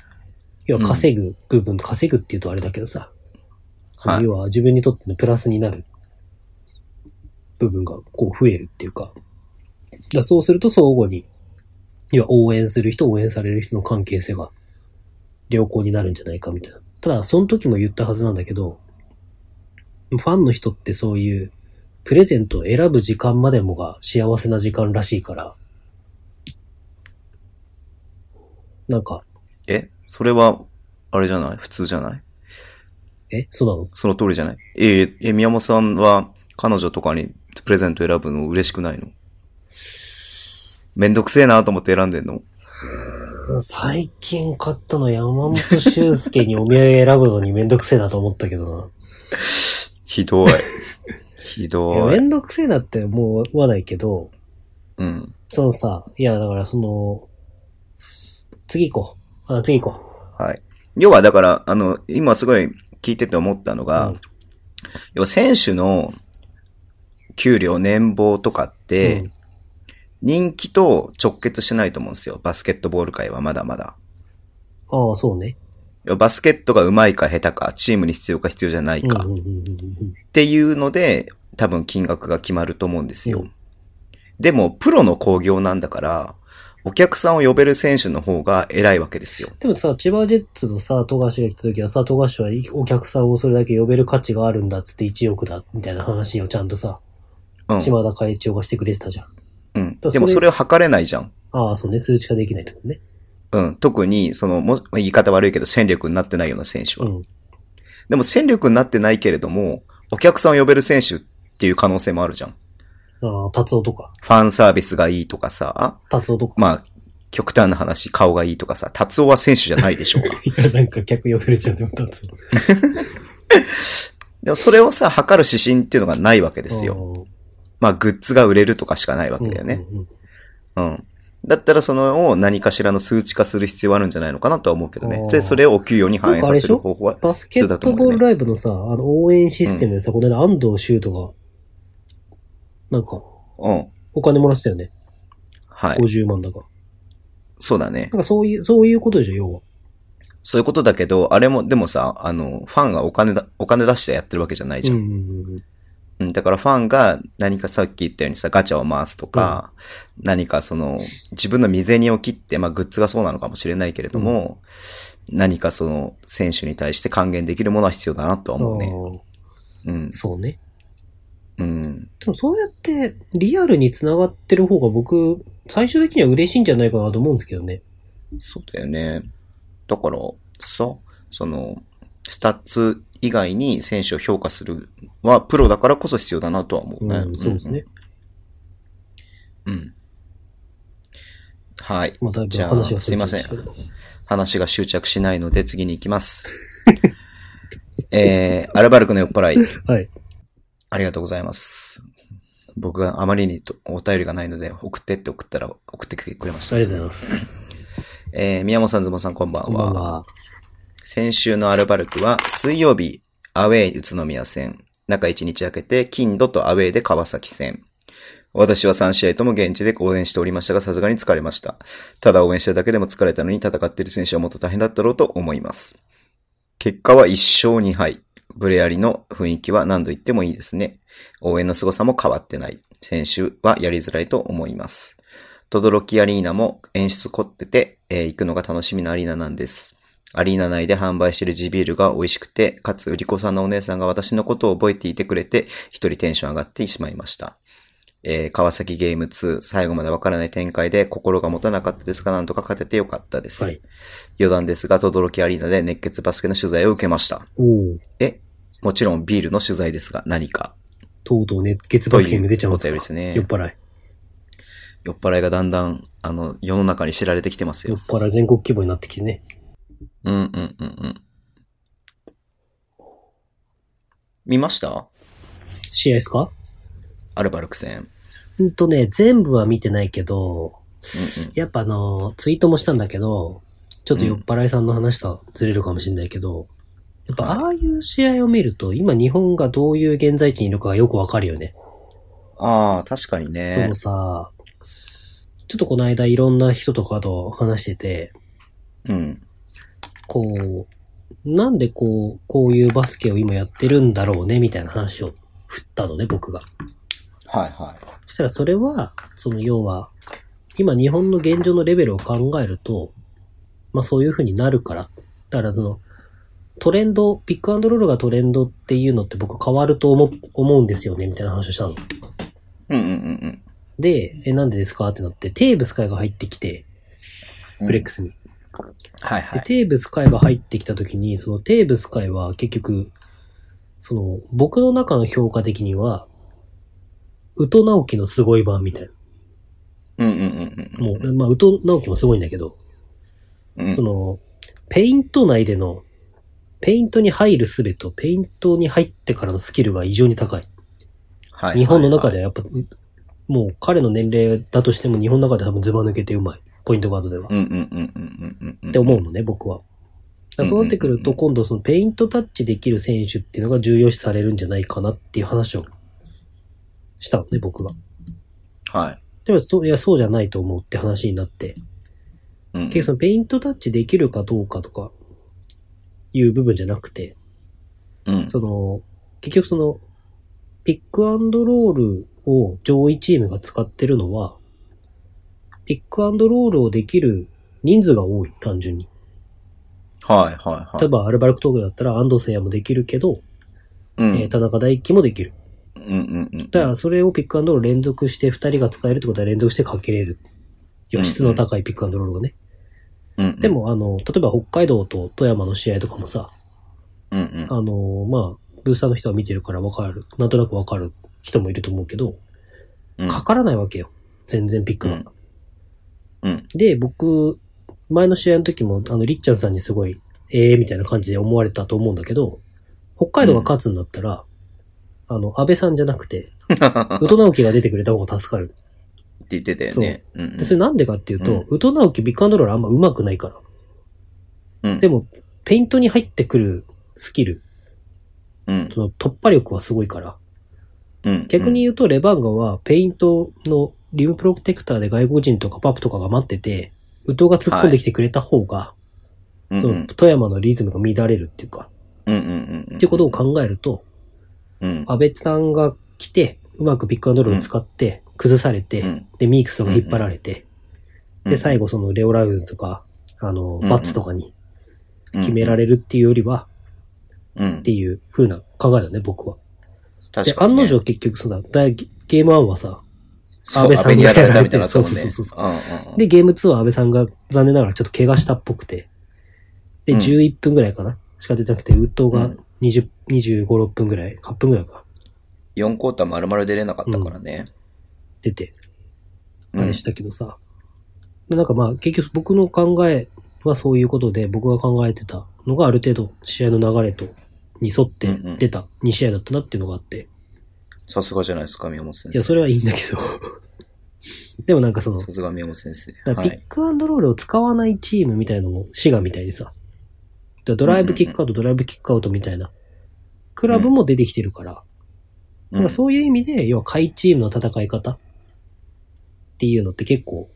Speaker 3: 要は稼ぐ部分、稼ぐっていうとあれだけどさ、その
Speaker 2: はい
Speaker 3: 要は自分にとってのプラスになる部分がこう増えるっていうか、だからそうすると相互に、要は応援する人、応援される人の関係性が良好になるんじゃないかみたいな。ただ、その時も言ったはずなんだけど、ファンの人ってそういうプレゼントを選ぶ時間までもが幸せな時間らしいから、なんか、
Speaker 2: え、それは、あれじゃない普通じゃない
Speaker 3: え、そうなの
Speaker 2: その通りじゃないえええ、宮本さんは、彼女とかにプレゼント選ぶの嬉しくないのめんどくせえなと思って選んでんの
Speaker 3: 最近買ったの山本修介にお土産選ぶのにめんどくせえなと思ったけど
Speaker 2: ひ どい。ひ
Speaker 3: な。いや
Speaker 2: ど
Speaker 3: め
Speaker 2: い。
Speaker 3: んどくせえなってもう言わないけど、
Speaker 2: うん。
Speaker 3: そのさ、いやだからその、次行こう。あ、次行こ
Speaker 2: はい。要はだから、あの、今すごい聞いてて思ったの
Speaker 3: う。
Speaker 2: が、
Speaker 3: うん
Speaker 2: 要は選手の給料、年俸とかって、
Speaker 3: うん
Speaker 2: 人気と直結しないと思うんですよ。バスケットボール界はまだまだ。
Speaker 3: ああ、そうね。
Speaker 2: 要はバスケットが上手いか下手か、チームに必要か必要じゃない
Speaker 3: うん
Speaker 2: か
Speaker 3: うんうんうんうん
Speaker 2: っていうので、多分金額が決まると思うんですよ。
Speaker 3: うん
Speaker 2: でも、プロの興行なんだから、お客さんを呼べる選手の方が偉いわけですよ。
Speaker 3: でもさ、千葉ジェッツのさ、富樫が来た時はさ、富樫はお客さんをそれだけ呼べる価値があるんだっつって1億だ、みたいな話をちゃんとさ、
Speaker 2: うん。
Speaker 3: 島田会長がしてくれてたじゃん。
Speaker 2: うん、
Speaker 3: ら
Speaker 2: でも
Speaker 3: それ
Speaker 2: それを測れないじゃん。
Speaker 3: ああ、そうね、数値化できないってことね。
Speaker 2: うん。特に、その、も、言い方悪いけど、戦力になってないような選手
Speaker 3: う
Speaker 2: は。
Speaker 3: ん。
Speaker 2: でも戦力になってないけれども、お客さんを呼べる選手っていう可能性もあるじゃん。
Speaker 3: ああ、達夫とか、
Speaker 2: ファンサービスがいいとかさ、
Speaker 3: 達夫とか。
Speaker 2: まあ、極端な話、顔がいいとかさ、達夫は選手じゃないでしょ うが。
Speaker 3: いや、なんか客呼べるじゃん、でも達夫。
Speaker 2: でもそれをさ、測る指針っていうのがないわけですよ。
Speaker 3: よ。
Speaker 2: まあ、グッズが売れるとかしかないわけだよね。
Speaker 3: うんうんうん。
Speaker 2: うん。だったらそのを何かしらの数値化する必要はあるんじゃないのかなとは思うけどね
Speaker 3: あ。ー
Speaker 2: で、それをお給与に反映させる方法は。
Speaker 3: バスケットボールライブのさ、あの、応援システムでさ、この間安藤修斗が、なんか、
Speaker 2: うん。
Speaker 3: お金もらってたよね。
Speaker 2: はい。
Speaker 3: 50万だか。
Speaker 2: そうだね
Speaker 3: な。んかそういう、そういうことでしょ、要は。
Speaker 2: そういうことだけど、あれも、でもさ、あの、ファンがお金だ、お金出してやってるわけじゃないじゃん
Speaker 3: うんうんうんうん。
Speaker 2: うん、だからファンが何かさっき言ったようにさ、ガチャを回すとか、何かその、自分の身銭を切って、まあグッズがそうなのかもしれないけれども、何かその選手に対して還元できるものは必要だなとは思うね。う
Speaker 3: あ
Speaker 2: ん
Speaker 3: ー。そうね。
Speaker 2: うん。
Speaker 3: でもそうやってリアルに繋がってる方が僕、最終的には嬉しいんじゃないかなと思うんですけどね。
Speaker 2: そうだよね。だから、さ、その、スタッツ以外に選手を評価するは、プロだからこそ必要だなとは思う
Speaker 3: う
Speaker 2: ね。
Speaker 3: ん、そうですね。。
Speaker 2: うん。はい。
Speaker 3: まあ、だいぶ
Speaker 2: じゃあ
Speaker 3: 話が
Speaker 2: すいません
Speaker 3: 逸れちゃいましたけど
Speaker 2: 話が執着しないので次に行き ます。えー、アルバルクの酔っ払い、
Speaker 3: はい。
Speaker 2: ありがとうございます。僕があまりにとお便りがないので、送ってって送ったら送ってくれました。
Speaker 3: ありがとうございます。
Speaker 2: えー、宮本さん、ズボンさん、こんばんは。
Speaker 3: こんばんは。
Speaker 2: 先週のアルバルクは、水曜日、アウェイ宇都宮戦。中1日明けて、金土とアウェイで川崎戦。私は3試合とも現地で応援しておりましたが、さすがに疲れました。ただ応援してるだけでも疲れたのに、戦っている選手はもっと大変だったろうと思います。結果は1勝2敗。ブレアリの雰囲気は何度言ってもいいですね。応援の凄さも変わってない。選手はやりづらいと思います。トドロキアリーナも演出凝ってて、えー行くのが楽しみなアリーナなんです。アリーナ内で販売している地ビールが美味しくて、かつ売り子さんのお姉さんが私のことを覚えていてくれて、一人テンション上がってしまいました。えー川崎ゲーム2、最後までわからない展開で心が持たなかったですが、なんとか勝ててよかったです。
Speaker 3: はい。
Speaker 2: 余談ですが、轟アリーナで熱血バスケの取材を受けました。
Speaker 3: おー
Speaker 2: え、もちろんビールの取材ですが、何か。
Speaker 3: とうとう熱血バスケに出ちゃいますか
Speaker 2: というお便りですね
Speaker 3: 酔っ払い。
Speaker 2: 酔っ払いがだんだん、あの、世の中に知られてきてます
Speaker 3: 酔
Speaker 2: よ
Speaker 3: っ。払い全国規模になってきてね。
Speaker 2: うんうんうんうん。見ました
Speaker 3: 試合ですか
Speaker 2: アルバルク戦。
Speaker 3: うんとね、全部は見てないけど、
Speaker 2: うんうん
Speaker 3: やっぱあのー、ツイートもしたんだけど、ちょっと酔っ払いさんの話とはずれるかもしれないけど、やっぱああいう試合を見ると、今日本がどういう現在地にいるかがよくわかるよね。
Speaker 2: ああ、確かに
Speaker 3: そ
Speaker 2: ね
Speaker 3: の。さ、ちょっとこの間いろんな人とかと話してて、
Speaker 2: うん。
Speaker 3: こう、なんでこう、こういうバスケを今やってるんだろうね、みたいな話を振ったのね、僕が。
Speaker 2: はいはい。
Speaker 3: そしたらそれは、その要は、今日本の現状のレベルを考えると、まあそういう風になるから。だからその、トレンド、ピックアンドロールがトレンドっていうのって僕変わると思思うんですよね、みたいな話をしたの。
Speaker 2: うんうんうん
Speaker 3: で、え、なんでですかってなって、テーブスカイが入ってきて、
Speaker 2: うん。
Speaker 3: ブレック
Speaker 2: ス。
Speaker 3: スに。
Speaker 2: はいは
Speaker 3: で、
Speaker 2: い。
Speaker 3: テーブス海が入ってきたときに、そのテーブス海は結局、その、僕の中の評価的には、宇都直樹のすごい版みたい
Speaker 2: うんうんうん
Speaker 3: な。もう、まあ、宇都直樹もすごいんだけど、
Speaker 2: うん。うん
Speaker 3: その、ペイント内での、ペイントに入る術と、ペイントに入ってからのスキルが異常に高い。
Speaker 2: はい
Speaker 3: 日本の中
Speaker 2: で。
Speaker 3: ではやっぱ、もう彼の年齢だとしても日本の中で多分ズバ抜けてうまい。ポイントガードでは。
Speaker 2: うんうんうんうんうんうん。
Speaker 3: って思うのね、僕は。だからそうなってくる
Speaker 2: うんうんうんう
Speaker 3: と、
Speaker 2: ん
Speaker 3: 今度そのペイントタッチできる選手っていうのが重要視されるんじゃないかなっていう話をしたのね、僕が。
Speaker 2: はい。
Speaker 3: でもそう、いや、そうじゃないと思うって話になって、
Speaker 2: うん
Speaker 3: 結局そのペイントタッチできるかどうかとか、いう部分じゃなくて、
Speaker 2: うん。
Speaker 3: その、結局その、ピックアンドロールを上位チームが使ってるのは、ピックアンドロールをできる人数が多い、単純に。
Speaker 2: はいはいはい。
Speaker 3: 例えば、アルバルク東京だったら安藤聖也もできるけど、
Speaker 2: うん、
Speaker 3: えー田中大輝もできる。
Speaker 2: うんうんうん。
Speaker 3: だから、それをピックアンドロール連続して2人が使えるってことは連続してかけれる。いや質の高いピックアンドロールがね。
Speaker 2: うんうん
Speaker 3: で、も、あの、例えば北海道と富山の試合とかもさ、
Speaker 2: うんうん。
Speaker 3: あの、まあ、ブースターの人は見てるからわかる。なんとなくわかる人もいると思うけど、
Speaker 2: うん
Speaker 3: かからないわけよ。全然ピックが。
Speaker 2: うんうん
Speaker 3: で、僕、前の試合の時も、あの、りっちゃんさんにすごい、ええー、みたいな感じで思われたと思うんだけど、北海道が勝つんだったら、あの、安倍さんじゃなくて、 宇都直樹が出てくれた方が助かる。
Speaker 2: って言ってたよね。うんうん
Speaker 3: で、それなんでかっていうと、宇都直樹ビッグアンドロールあんま上手くないから。
Speaker 2: うん
Speaker 3: でも、ペイントに入ってくるスキル、
Speaker 2: うん
Speaker 3: その突破力はすごいから。
Speaker 2: うん
Speaker 3: 逆に言うと、レバンガは、ペイントのリムプロテクターで外国人とかパプとかが待ってて、宇都が突っ込んできてくれた方が、
Speaker 2: うん
Speaker 3: その富山のリズムが乱れるっていうか、
Speaker 2: うんうんうんうん。
Speaker 3: っていうことを考えると、
Speaker 2: うん。
Speaker 3: 安倍さんが来て、うまくピックアンドロールを使って、崩されて、
Speaker 2: うん
Speaker 3: で、ミークスが引っ張られて、
Speaker 2: うん
Speaker 3: で、最後そのレオラウンとか、あの
Speaker 2: う、ん
Speaker 3: バッツとかに
Speaker 2: うん
Speaker 3: 決められるっていうよりは、
Speaker 2: うん
Speaker 3: って。いう風な考えだね、僕は。で
Speaker 2: 確、か
Speaker 3: 案
Speaker 2: に、ね。
Speaker 3: の定結局そのだゲゲーム1はさ、
Speaker 2: そう
Speaker 3: 安倍さんが
Speaker 2: 安にやられたみたいな
Speaker 3: そうそうそうそう
Speaker 2: そう。うんうん、
Speaker 3: で、ゲーム2は安倍さんが残念ながらちょっと怪我したっぽくて、で、
Speaker 2: うん
Speaker 3: 11分ぐらいかなしか出てなくて、ウッド
Speaker 2: う
Speaker 3: が
Speaker 2: ん
Speaker 3: 20、25、6分ぐらい、8分ぐらいか、
Speaker 2: 4クォーター丸々出れなかったからね。
Speaker 3: 出て、
Speaker 2: うん。
Speaker 3: あれしたけどさ。でなんかまあ、結局僕の考えはそういうことで、僕が考えてたのがある程度試合の流れと、に沿って
Speaker 2: うんうん
Speaker 3: 出た2試合だったなっていうのがあって、
Speaker 2: さすがじゃないですか、宮本先
Speaker 3: い
Speaker 2: 生。
Speaker 3: や、それはいいんだけど。 でもなんかその、
Speaker 2: さすが宮本先生。
Speaker 3: だか
Speaker 2: は
Speaker 3: らピッ
Speaker 2: い。
Speaker 3: クアンドロールを使わないチームみたいのも、滋賀みたいにさ。だからドライブキックアウト、ドライブキックアウトみたいな、クラブも出てきてるから、だからそういう意味で、要は下位チームの戦い方っていうのって結構、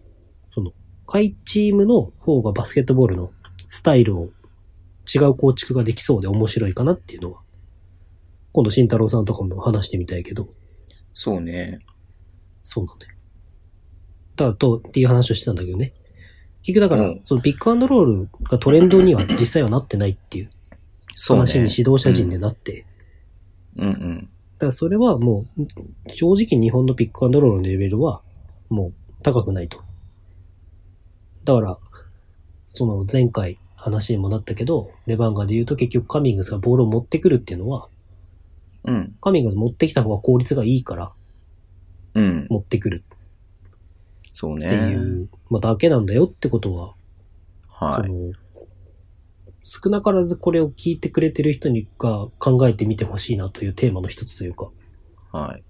Speaker 3: その、下位チームの方がバスケットボールのスタイルを違う構築ができそうで面白いかなっていうのは、今度慎太郎さんとかも話してみたいけど、
Speaker 2: うんそうね。
Speaker 3: そうなんだよ。だと、っていう話をしてたんだけどね。結局だから、
Speaker 2: うん
Speaker 3: そのピックアンドロールがトレンドには実際はなってないっていう
Speaker 2: そうね。
Speaker 3: 話に指導者陣でなって、
Speaker 2: うんうん。
Speaker 3: だからそれはもう、正直日本のピックアンドロールのレベルはもう高くないと。だから、その前回話にもなったけど、レバンガで言うと結局カミングスがボールを持ってくるっていうのは、
Speaker 2: うん。
Speaker 3: カミングス持ってきた方が効率がいいから
Speaker 2: うん。
Speaker 3: 持ってくる
Speaker 2: そうね。
Speaker 3: っていう、まあだけなんだよってことはそ
Speaker 2: はい。
Speaker 3: の、少なからずこれを聞いてくれてる人にが考えてみてほしいなというテーマの一つというか。
Speaker 2: はい。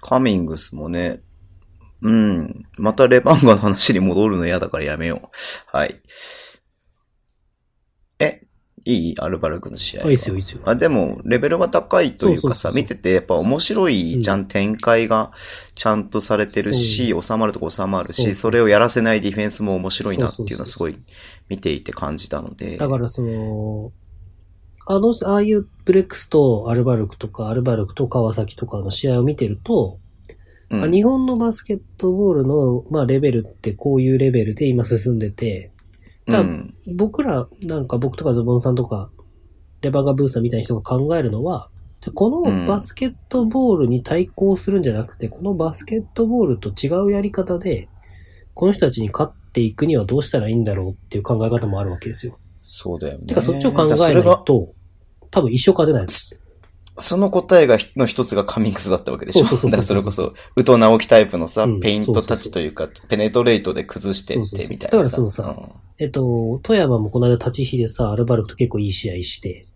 Speaker 2: カミングスもね、うん。またレバンガの話に戻るの嫌だからやめよう。はい。え、いいアルバルクの試合
Speaker 3: あ、
Speaker 2: は。
Speaker 3: いいっすよ、いいっすよ。
Speaker 2: あ、でも、レベルは高いというか
Speaker 3: そうそうそ
Speaker 2: さ、
Speaker 3: う
Speaker 2: 見ててやっぱ面白いじゃん、展開がちゃんとされてるし、収まるとこ収まる
Speaker 3: そう
Speaker 2: し、それをやらせないディフェンスも面白いなっていうのはす
Speaker 3: そ
Speaker 2: ごい見ていて感じたので。
Speaker 3: だからその、あの、ああいうブレックスとアルバルクとか、アルバルクと川崎とかの試合を見てると、
Speaker 2: うん、
Speaker 3: あ日本のバスケットボールの、まあ、レベルってこういうレベルで今進んでて、だ
Speaker 2: うん、
Speaker 3: 僕ら、なんか僕とかズボンさんとか、レバンガブースターみたいな人が考えるのは、じゃあこ
Speaker 2: うん
Speaker 3: のバスケットボールに対抗するんじゃなくて、このバスケットボールと違うやり方で、この人たちに勝っていくにはどうしたらいいんだろうっていう考え方もあるわけですよ。
Speaker 2: そうだよね。
Speaker 3: てかそっちを考え
Speaker 2: だから
Speaker 3: な
Speaker 2: そ
Speaker 3: い
Speaker 2: れが、
Speaker 3: と、多分一生勝てないです。
Speaker 2: その答えがひの一つがカミングスだったわけでしょ。
Speaker 3: そうそうそうそう
Speaker 2: だからそれこそ、ウトナオキタイプのさ、
Speaker 3: うん
Speaker 2: ペイントタッチというか、ペネトレートで崩して
Speaker 3: そう
Speaker 2: っ
Speaker 3: そうそ
Speaker 2: て
Speaker 3: う
Speaker 2: みたいなさ。
Speaker 3: だからそのえっと、富山もこの間立ち火でさ、アルバルクと結構いい試合して、
Speaker 2: うん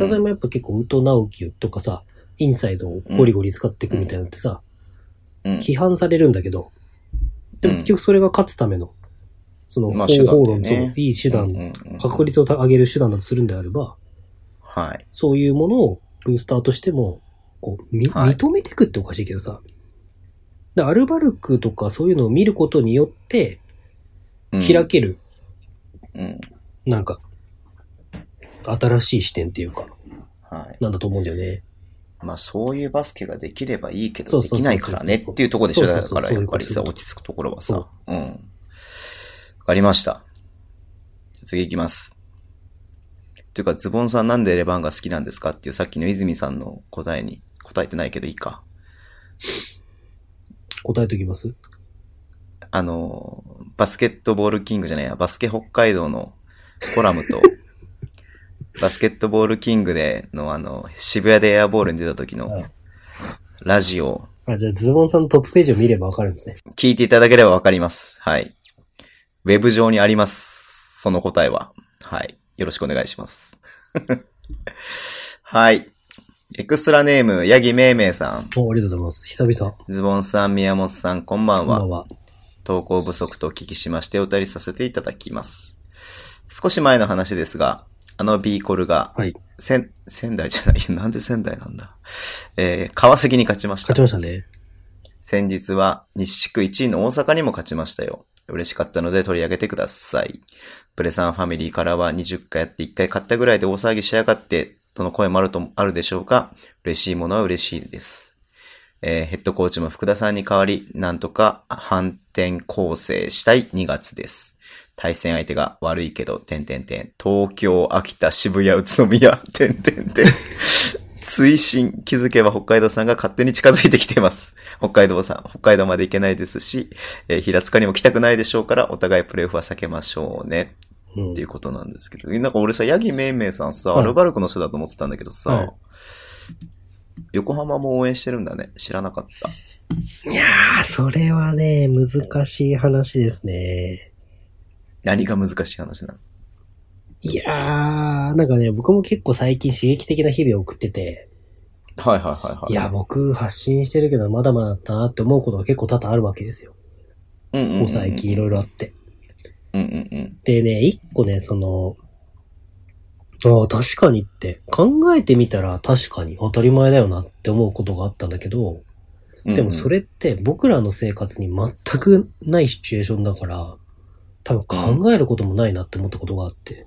Speaker 3: だそれもやっぱ結構ウトナオキとかさ、インサイドをゴリゴリ使っていくみたいなのってさ、
Speaker 2: うん。うん
Speaker 3: 批判されるんだけど、でも結局それが勝つための、その
Speaker 2: まあ
Speaker 3: 方法論、
Speaker 2: 手段だよね
Speaker 3: そういい手
Speaker 2: うん
Speaker 3: 段、
Speaker 2: うんうん
Speaker 3: 確率を上げる手段だとするんであれば、
Speaker 2: はい。
Speaker 3: そういうものをブースターとしても、こう、み
Speaker 2: はい
Speaker 3: 認めてくっておかしいけどさ、でアルバルクとかそういうのを見ることによって、
Speaker 2: うん
Speaker 3: 開。ける、
Speaker 2: うん。
Speaker 3: なんか、新しい視点っていうか、
Speaker 2: はい。
Speaker 3: なんだと思うんだよね。
Speaker 2: まあそういうバスケができればいいけ
Speaker 3: そ
Speaker 2: ど、
Speaker 3: う
Speaker 2: で
Speaker 3: そうそうそう
Speaker 2: きないからねっていうところでしょ。
Speaker 3: そうそう
Speaker 2: だ
Speaker 3: そう
Speaker 2: からやっぱり
Speaker 3: そ
Speaker 2: さ、
Speaker 3: ういうこと
Speaker 2: 落ち着くところは
Speaker 3: そ
Speaker 2: さ
Speaker 3: う。
Speaker 2: うん。わかりました。次行きます。というか、ズボンさんなんでレバンが好きなんですかっていうさっきの泉さんの答えに答えてないけどいいか。
Speaker 3: 答えときます
Speaker 2: あの、バスケットボールキングじゃないや、バスケ北海道のコラム と、バスケットボールキングでのあの、渋谷でエアボールに出た時
Speaker 3: は
Speaker 2: の
Speaker 3: い
Speaker 2: ラジオ、
Speaker 3: あ、じゃあズボンさんのトップページを見ればわかるんですね。
Speaker 2: 聞いていただければわかります。はい。ウェブ上にあります。その答えは。はい。よろしくお願いします。 はい。エクストラネーム、ヤギめいめいさん、
Speaker 3: お、ありがとうございます。久々。
Speaker 2: ズボンさん、宮本さん、こんばん
Speaker 3: こんば
Speaker 2: は
Speaker 3: ん。は。
Speaker 2: 投稿不足とお聞きしましてお便りさせていただきます。少し前の話ですが、あのビーコルが、
Speaker 3: はい。
Speaker 2: せん仙台じゃない、なんで仙台なんだ。えー川崎に勝ちました
Speaker 3: 勝ち。ましたね。
Speaker 2: 先日は西地区1位の大阪にも勝ちましたよ。嬉しかったので取り上げてください。プレサンファミリーからは20回やって1回買ったぐらいで大騒ぎしやがって、との声もあると、あるでしょうが、嬉しいものは嬉しいです。えーヘッドコーチも福田さんに代わり、なんとか反転構成したい2月です。対戦相手が悪いけど、点点点。東京、秋田、渋谷、宇都宮、 点点点。追伸気づけば北海道さんが勝手に近づいてきています。北海道さん、北海道まで行けないですし、えー平塚にも来たくないでしょうから、お互いプレイオフは避けましょうね。
Speaker 3: うん
Speaker 2: っていうことなんですけど、なんか俺さ、ヤギめいめいさんさ、
Speaker 3: はい
Speaker 2: アルバルクの人だと思ってたんだけどさ、
Speaker 3: はい
Speaker 2: 横浜も応援してるんだね。知らなかった。
Speaker 3: いやー、それはね、難しい話ですね。
Speaker 2: 何が難しい話なの
Speaker 3: いやー、なんかね、僕も結構最近刺激的な日々を送ってて、
Speaker 2: はいはいはいはい。
Speaker 3: いや、僕発信してるけどまだまだだなって思うことが結構多々あるわけですよ。
Speaker 2: うんうんうん
Speaker 3: こう最近いろいろあって。
Speaker 2: うんうんうん。
Speaker 3: でね、一個ね、その、ああ、確かにって、考えてみたら確かに当たり前だよなって思うことがあったんだけど、でもそれって僕らの生活に全くないシチュエーションだから、多分考えることもないなって思ったことがあって。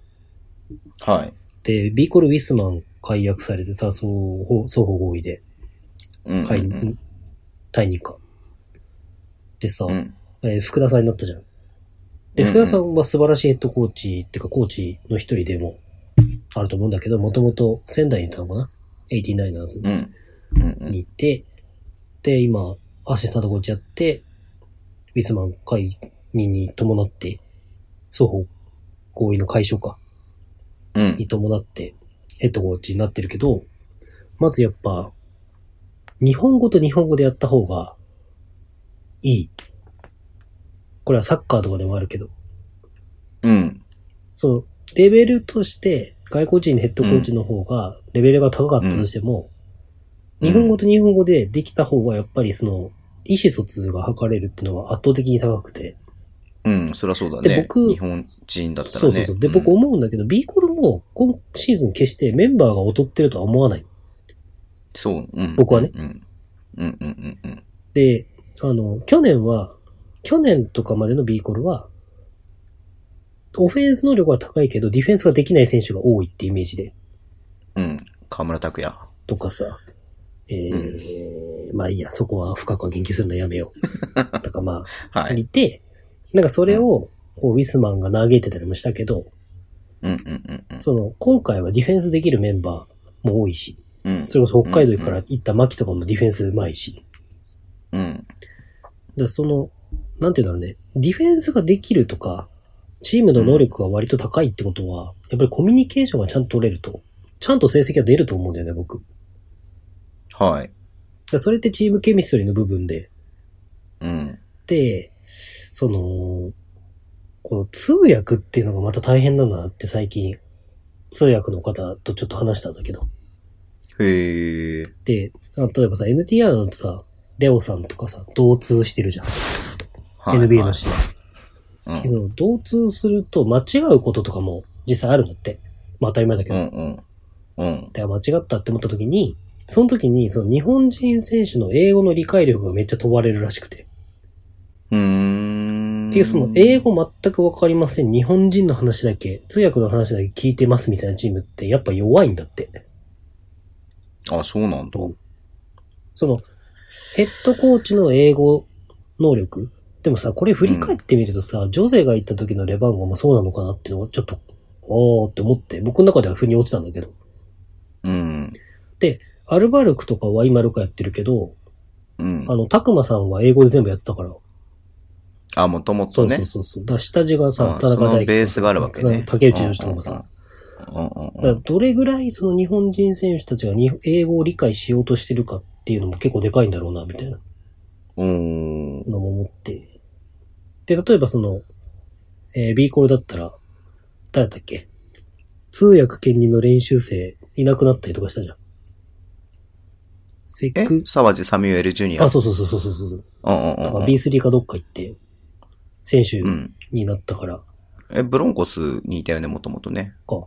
Speaker 2: うんうん、はい。
Speaker 3: で、ビーコル・ウィスマン解約されてさ、双方双方合意で、
Speaker 2: うんうん
Speaker 3: 解
Speaker 2: うん
Speaker 3: 退任か。でさ、
Speaker 2: うん
Speaker 3: えー福田さんになったじゃん。で、
Speaker 2: うんうん
Speaker 3: 福田さんは素晴らしいヘッドコーチっていうか、コーチの一人でもあると思うんだけど、もともと仙台にいたのかな ?89ers
Speaker 2: うん。うんうん
Speaker 3: にいて、で、今、アシスタントコーチやって、ウィスマン会任に伴って、双方合意の解消か、
Speaker 2: うん
Speaker 3: に伴って、ヘッドコーチになってるけど、まずやっぱ、日本語と日本語でやった方が、いい。これはサッカーとかでもあるけど、
Speaker 2: うん。
Speaker 3: その、レベルとして、外国人のヘッドコーチの方が、レベルが高かったとしても、
Speaker 2: うん
Speaker 3: 日本語と日本語でできた方が、やっぱりその、意思疎通が図れるっていうのは圧倒的に高くて。
Speaker 2: うん。そりゃそうだね。
Speaker 3: で僕
Speaker 2: 日本人だったら
Speaker 3: そ
Speaker 2: ね。
Speaker 3: うそうそう。で、僕思うんだけど、ビーコルも、今シーズン決してメンバーが劣ってるとは思わない。
Speaker 2: そう、うん。
Speaker 3: 僕はね
Speaker 2: うん。うんうんうんうん。
Speaker 3: で、あの、去年は、去年とかまでのビーコルは、オフェンス能力は高いけど、ディフェンスができない選手が多いってイメージで、
Speaker 2: うん。河村拓也。
Speaker 3: とかさ、えーまあいいや、そこは深くは言及するのやめよ う。とかま
Speaker 2: は
Speaker 3: あ、
Speaker 2: い。
Speaker 3: 似て、なんかそれを、こう、ウィスマンが嘆いてたりもしたけど、
Speaker 2: うんうんうん
Speaker 3: その、今回はディフェンスできるメンバーも多いし、
Speaker 2: うん。うん。
Speaker 3: それこそ北海道から行った牧とかもディフェンス上手いし、
Speaker 2: うん。
Speaker 3: だからその、なんていうんだろうね、ディフェンスができるとか、チームの能力が割と高いってことは、やっぱりコミュニケーションがちゃんと取れると、ちゃんと成績が出ると思うんだよね、僕。だか
Speaker 2: はい。
Speaker 3: らそれってチームケミストリーの部分で、
Speaker 2: うん。
Speaker 3: で、その、この通訳っていうのがまた大変なんだなって最近、通訳の方とちょっと話したんだけど。
Speaker 2: へえ。
Speaker 3: で、あ例えばさ、NTR のさ、レオさんとかさ、同通してるじゃん。
Speaker 2: はい
Speaker 3: NBA の試合。
Speaker 2: はい
Speaker 3: その、同通すると間違うこととかも実際あるんだって。まあ当たり前だけ
Speaker 2: う
Speaker 3: ど。
Speaker 2: んうん。うん。
Speaker 3: で間違ったって思った時に、その時に、その日本人選手の英語の理解力がめっちゃ問われるらしくて。
Speaker 2: うーん。
Speaker 3: っていう、その英語全くわかりません。日本人の話だけ、通訳の話だけ聞いてますみたいなチームってやっぱ弱いんだって。
Speaker 2: あ、そうなんだ。
Speaker 3: その、ヘッドコーチの英語能力。でもさ、これ振り返ってみるとさ、ジョゼが行った時のレバンゴもそうなのかなっていうのがちょっと、おーって思って、僕の中では腑に落ちたんだけど。
Speaker 2: うん。
Speaker 3: アルバルクとかワイマルカやってるけど、
Speaker 2: うん
Speaker 3: あ。の、タクマさんは英語で全部やってたから。
Speaker 2: あ、もとも
Speaker 3: そ
Speaker 2: と
Speaker 3: う
Speaker 2: ね
Speaker 3: そう。そうそう。だから下地がさ
Speaker 2: あ、
Speaker 3: 田
Speaker 2: そ
Speaker 3: 中大
Speaker 2: の
Speaker 3: 輝。
Speaker 2: ベースがあるわけね。
Speaker 3: 竹内義とかもさ。だ
Speaker 2: うんうんうん。うんう
Speaker 3: か
Speaker 2: ん
Speaker 3: らどれぐらいその日本人選手たちがに英語を理解しようとしてるかっていうのも結構でかいんだろうな、みたいな
Speaker 2: うん。うーん
Speaker 3: のも思って。で、例えばその、えー、B コールだったら、誰だっけ通訳兼任の練習生いなくなったりとかしたじゃん。せっ
Speaker 2: え
Speaker 3: く、
Speaker 2: 沢地サミュエル・ジュニア。
Speaker 3: あ、そうそうそうそうそうそう。
Speaker 2: うんうん
Speaker 3: だか
Speaker 2: うんう
Speaker 3: ら
Speaker 2: ん。
Speaker 3: B3 かどっか行って、選手
Speaker 2: うん。
Speaker 3: になったから、
Speaker 2: え、ブロンコスにいたよね、もともとね。
Speaker 3: か。
Speaker 2: あ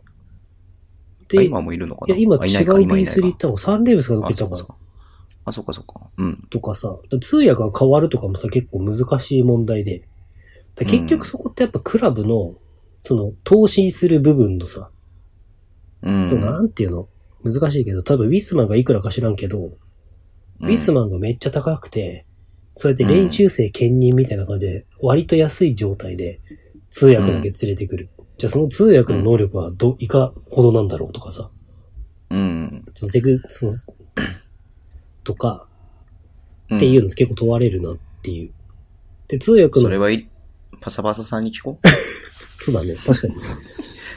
Speaker 3: で、い
Speaker 2: 今もいるのかな
Speaker 3: や、今
Speaker 2: あい
Speaker 3: 違
Speaker 2: ないうか今いない
Speaker 3: B3 行っ
Speaker 2: か
Speaker 3: たのサンレーブスがどっか
Speaker 2: あ、
Speaker 3: 行っ
Speaker 2: そ
Speaker 3: た
Speaker 2: う
Speaker 3: の
Speaker 2: かそ
Speaker 3: かな
Speaker 2: うか。あ、そうかそうか。うん。
Speaker 3: とかさ、通訳が変わるとかもさ、結構難しい問題で。だ結
Speaker 2: うん
Speaker 3: 局そこってやっぱクラブの、その、投資する部分のさ、
Speaker 2: うん。
Speaker 3: その、なんていうの難しいけど、多分ウィスマンがいくらか知らんけど、
Speaker 2: うん
Speaker 3: ウィスマンがめっちゃ高くて、そうやって練習生兼任みたいな感じで、割と安い状態で通訳だけ連れてくる。じゃあその通訳の能力はど、いかほどなんだろうとかさ、
Speaker 2: うん。
Speaker 3: そのセグ、その、とか、
Speaker 2: ん
Speaker 3: っていうのって結構問われるなっていう。で、通訳
Speaker 2: それ
Speaker 3: の、
Speaker 2: はい、パサパサさんに聞 こ
Speaker 3: そうだね、確かに。
Speaker 2: う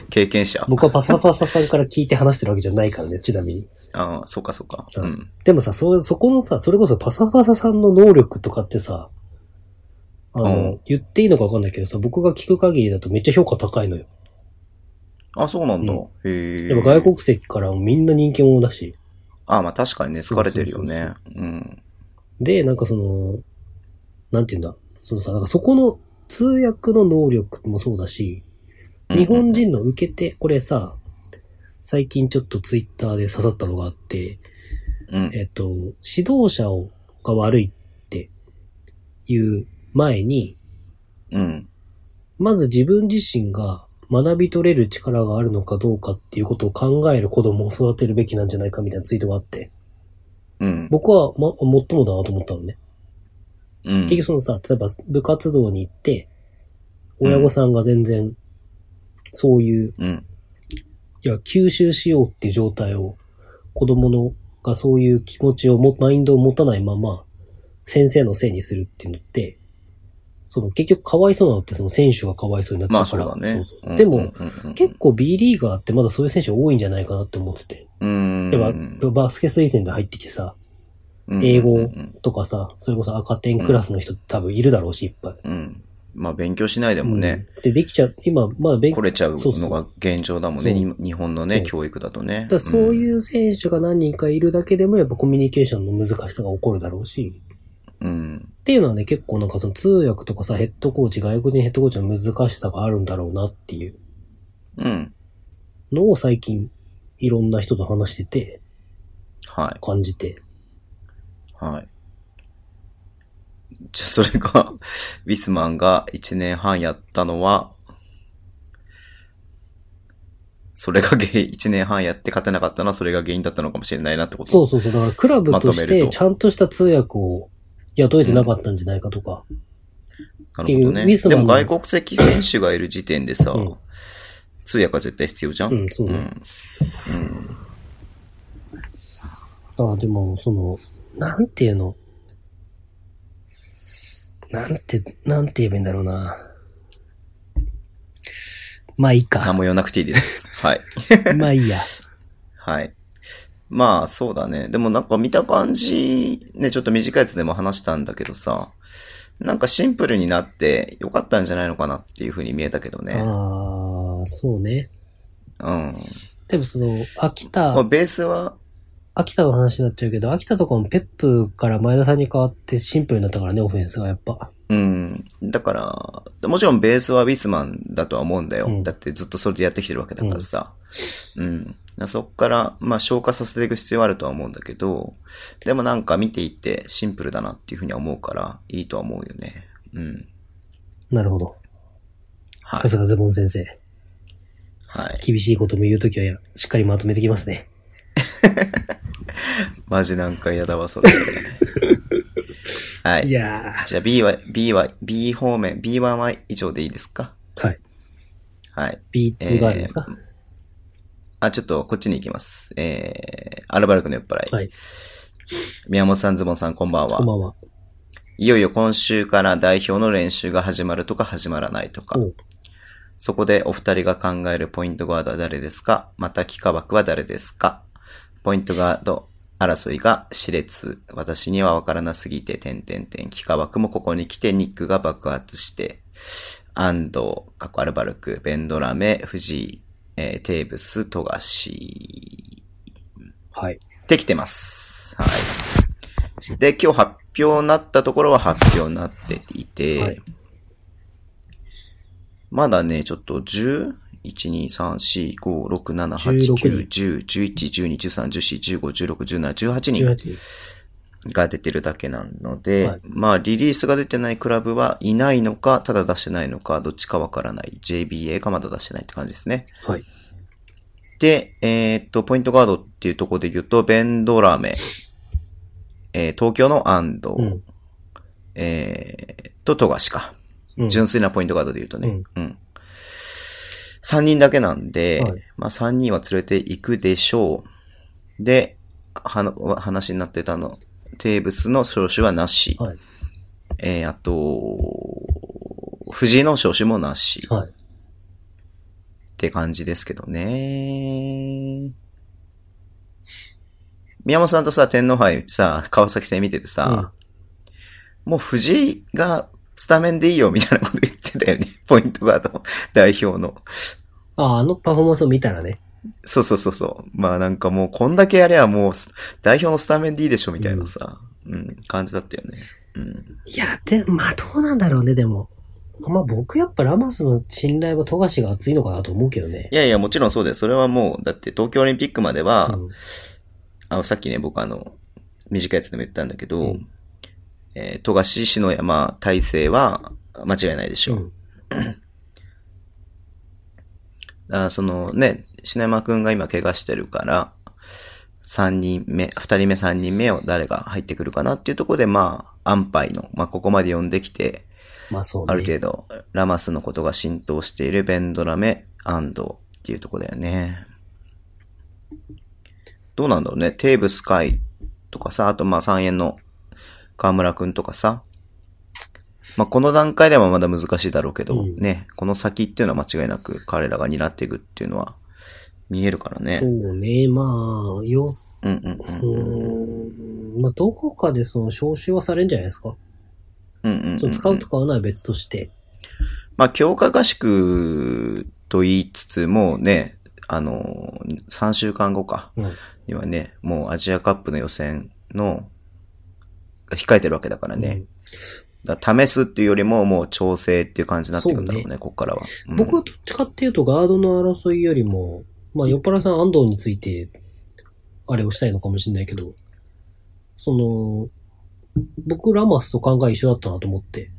Speaker 2: 経験者。
Speaker 3: 僕はパサパサさんから聞いて話してるわけじゃないからね、ちなみに。
Speaker 2: ああ、そうかそうか。
Speaker 3: う
Speaker 2: うんん。
Speaker 3: でもさ、そ、そこのさ、それこそパサパサさんの能力とかってさ、あの、
Speaker 2: うん
Speaker 3: 言っていいのかわかんないけどさ、僕が聞く限りだとめっちゃ評価高いのよ。
Speaker 2: あ、そうなんだ。
Speaker 3: うん
Speaker 2: へえ。
Speaker 3: やっぱ外国籍からもみんな人気者だし。
Speaker 2: あ、まあ確かにね、好かれてるよね。うん。
Speaker 3: で、なんかその、なんて言うんだ。そのさ、なんかそこの通訳の能力もそうだし、日本人の受け手、これさ、最近ちょっとツイッターで刺さったのがあって、
Speaker 2: うん、うん。
Speaker 3: えっと、指導者をが悪いっていう前に、
Speaker 2: うん。
Speaker 3: まず自分自身が学び取れる力があるのかどうかっていうことを考える子供を育てるべきなんじゃないかみたいなツイートがあって、
Speaker 2: うん。
Speaker 3: 僕は、ま、最もだなと思ったのね。
Speaker 2: うん。
Speaker 3: 結局そのさ、例えば部活動に行って、親御さんが全然、そういう、
Speaker 2: うん。
Speaker 3: いや、吸収しようっていう状態を、子供のがそういう気持ちをも、マインドを持たないまま、先生のせいにするっていうのって、その結局かわいそうなのってその選手がかわいそうになっち
Speaker 2: ま
Speaker 3: ゃ
Speaker 2: あ
Speaker 3: うか
Speaker 2: そう
Speaker 3: ら。
Speaker 2: だね
Speaker 3: そう。
Speaker 2: う
Speaker 3: そうんでも、、
Speaker 2: 結
Speaker 3: 結構 B リーガーってまだそういう選手多いんじゃないかなって思ってて。
Speaker 2: うん。
Speaker 3: やっぱバスケ推薦で入ってきてさ、
Speaker 2: うん
Speaker 3: 英語
Speaker 2: うん
Speaker 3: とかさ、それこそ赤点クラスの人多分いるだろうし、いっぱい。
Speaker 2: うん。まあ勉強しないでもね、
Speaker 3: うん。で、できちゃう、今、まあ勉
Speaker 2: 来
Speaker 3: 強、
Speaker 2: れちゃう
Speaker 3: そうそう
Speaker 2: のが現状だもんね。
Speaker 3: そう
Speaker 2: に日本のね、
Speaker 3: そう
Speaker 2: 教育だとね
Speaker 3: だ。からそう
Speaker 2: う
Speaker 3: い
Speaker 2: ん。
Speaker 3: う選手が何人かいるだけでもやっぱコミュニケーションの難しさが起こるだろうし、
Speaker 2: うん。
Speaker 3: っていうのはね、結構なんかその通訳とかさ、ヘッドコーチ、外国人ヘッドコーチの難しさがあるんだろうなっていう
Speaker 2: うん。
Speaker 3: のを最近、いろんな人と話してて、
Speaker 2: はい。
Speaker 3: 感じて。
Speaker 2: はい。じゃあ、それが、 ウィスマンが1年半やったのは、それが原因、1年 半やって勝てなかったのはそれが原因だったのかもしれないなってこと
Speaker 3: そうそうそう。だからクラブとし
Speaker 2: まとめ
Speaker 3: て
Speaker 2: ると
Speaker 3: ちゃんとした通訳を雇えてなかったんじゃないかとか。
Speaker 2: なるほど
Speaker 3: っていうウ
Speaker 2: ね。
Speaker 3: ィス
Speaker 2: で
Speaker 3: マン
Speaker 2: も
Speaker 3: の
Speaker 2: 外国籍選手がいる時点でさ、
Speaker 3: うん
Speaker 2: 通訳は絶対必要じゃん、
Speaker 3: うん、そう
Speaker 2: う
Speaker 3: ね。
Speaker 2: ん。うん。
Speaker 3: だからでも、その、なんていうの。なんて、なんて言えばいいんだろうな。まあいい
Speaker 2: 何
Speaker 3: か。
Speaker 2: も言わなくていい です。はい。
Speaker 3: まあいいや。
Speaker 2: はい。まあ、そうだね。でもなんか見た感じ、ね、ちょっと短いやつでも話したんだけどさ、なんかシンプルになって良かったんじゃないのかなっていう風に見えたけど
Speaker 3: あ
Speaker 2: ね。
Speaker 3: あ、そうね。
Speaker 2: うん。
Speaker 3: でもその、秋
Speaker 2: まあ、
Speaker 3: 田、
Speaker 2: ベースは、
Speaker 3: 秋田の話になっちゃうけど、秋田とかもペップから前田さんに変わってシンプルになったからね、オフェンスがやっぱ。
Speaker 2: うん。だから、もちろんベースはウィスマンだとは思うんだよ。
Speaker 3: うん
Speaker 2: だってずっとそれでやってきてるわけだからさ。うん。だからそっから、まあ消化させていく必要はあるとは思うんだけど、でもなんか見ていてシンプルだなっていう風には思うから、いいとは思うよね。うん。
Speaker 3: なるほど。
Speaker 2: はい
Speaker 3: さ。すがズボン先生。
Speaker 2: はい。
Speaker 3: 厳しいことも言うときはやしっかりまとめてきますね。
Speaker 2: マジなんか嫌だわ、それ。はいい。
Speaker 3: や
Speaker 2: じゃあ B は、B は、B 方面、B1 は以上でいいですか
Speaker 3: ー。はい。
Speaker 2: はい。
Speaker 3: B2 があるんですか、
Speaker 2: えーあ、ちょっとこっちに行きます。えー、アルバルクの酔っ払い。
Speaker 3: はい。
Speaker 2: 宮本さん、ズボンさん、こんばんは。
Speaker 3: こんばんは。
Speaker 2: いよいよ今週から代表の練習が始まるとか始まらないとか
Speaker 3: お。
Speaker 2: そこでお二人が考えるポイントガードは誰ですかまた幾何枠は誰ですかポイントガード争いが熾烈。私にはわからなすぎて、点点点。幾何枠もここに来て、ニックが爆発して、安藤、過去アルバルク、ベンドラメ、藤井、えーテーブス、富樫。
Speaker 3: はい。
Speaker 2: できてます。はい。で、今日発表になったところは発表になっていて、
Speaker 3: はい
Speaker 2: まだね、ちょっと10、1、2、3、4、5、6、7、8、9、10、11、12、13、14、15、16、17、18人
Speaker 3: 18人。
Speaker 2: が出てるだけなので、
Speaker 3: はい
Speaker 2: まあ、リリースが出てないクラブはいないのか、ただ出してないのか、どっちかわからない。JBA かまだ出してないって感じですね。
Speaker 3: はい。
Speaker 2: で、えーっと、ポイントガードっていうところで言うと、ベンドラメ、えー東京の安藤、
Speaker 3: うん。
Speaker 2: えーと富樫か。
Speaker 3: うん。
Speaker 2: 純粋なポイントガードで言うとね。うん。3人だけなんで、
Speaker 3: はい
Speaker 2: まあ3人は連れて行くでしょう。で、はの話になってたの、テーブスの招集はなし。
Speaker 3: はい
Speaker 2: えーあと、藤井の招集もなし。
Speaker 3: はい。
Speaker 2: って感じですけどね。宮本さんとさ、天皇杯さ、川崎戦見ててさ、もう藤井がスタメンでいいよみたいなこと言ってたよね。 ポイントガード代表の。
Speaker 3: ああ、あのパフォーマンスを見たらね。
Speaker 2: そうそうそうそう。まあなんかもうこんだけやりゃもうス代表のスタメンでいいでしょみたいなさ、うん、感じだったよね。うん。
Speaker 3: いや、で、まあどうなんだろうね、でも。まあ僕やっぱラマスの信頼は富樫が厚いのかなと思うけどね
Speaker 2: い。やいや、もちろんそうだよ。それはもう、だって東京オリンピックまでは、
Speaker 3: うん
Speaker 2: あの、さっきね、僕あの、短いやつでも言ったんだけど、
Speaker 3: うん
Speaker 2: えー、富樫、篠山、大勢は間違いないでしょ
Speaker 3: う
Speaker 2: う。
Speaker 3: ん
Speaker 2: あーそのね、篠山くんが今怪我してるから、三人目、二人目、三人目を誰が入ってくるかなっていうところで、まあ、安牌の、まあ、ここまで呼んできて、
Speaker 3: まあそうね。
Speaker 2: ある程度、ラマスのことが浸透しているベンドラメ、安藤っていうとこだよね。どうなんだろうね。テーブスカイとかさ、あとまあ3円の河村くんとかさ。まあこの段階ではまだ難しいだろうけど、
Speaker 3: うん
Speaker 2: ね、この先っていうのは間違いなく彼らが担っていくっていうのは見えるからね。
Speaker 3: そうね、まあ、よ、
Speaker 2: うんうん
Speaker 3: う
Speaker 2: うん。
Speaker 3: ーん、まあどこかでその招集はされるんじゃないですか。
Speaker 2: うんうんうん
Speaker 3: その使う使わないは別として。
Speaker 2: まあ、強化合宿と言いつつ、もうね、あの、3週間後か、
Speaker 3: うん
Speaker 2: にはね、もうアジアカップの予選の、が控えてるわけだからね。だから試すっていうよりも、もう調整っていう感じになってくるんだろうね、
Speaker 3: そう
Speaker 2: ここからは。う
Speaker 3: うん
Speaker 2: ん
Speaker 3: 僕はどっちかっていうとガードの争いよりも、まあ酔っ払いさん安藤について、あれをしたいのかもしれないけど、その、僕ラマスと考え一緒だったなと思って。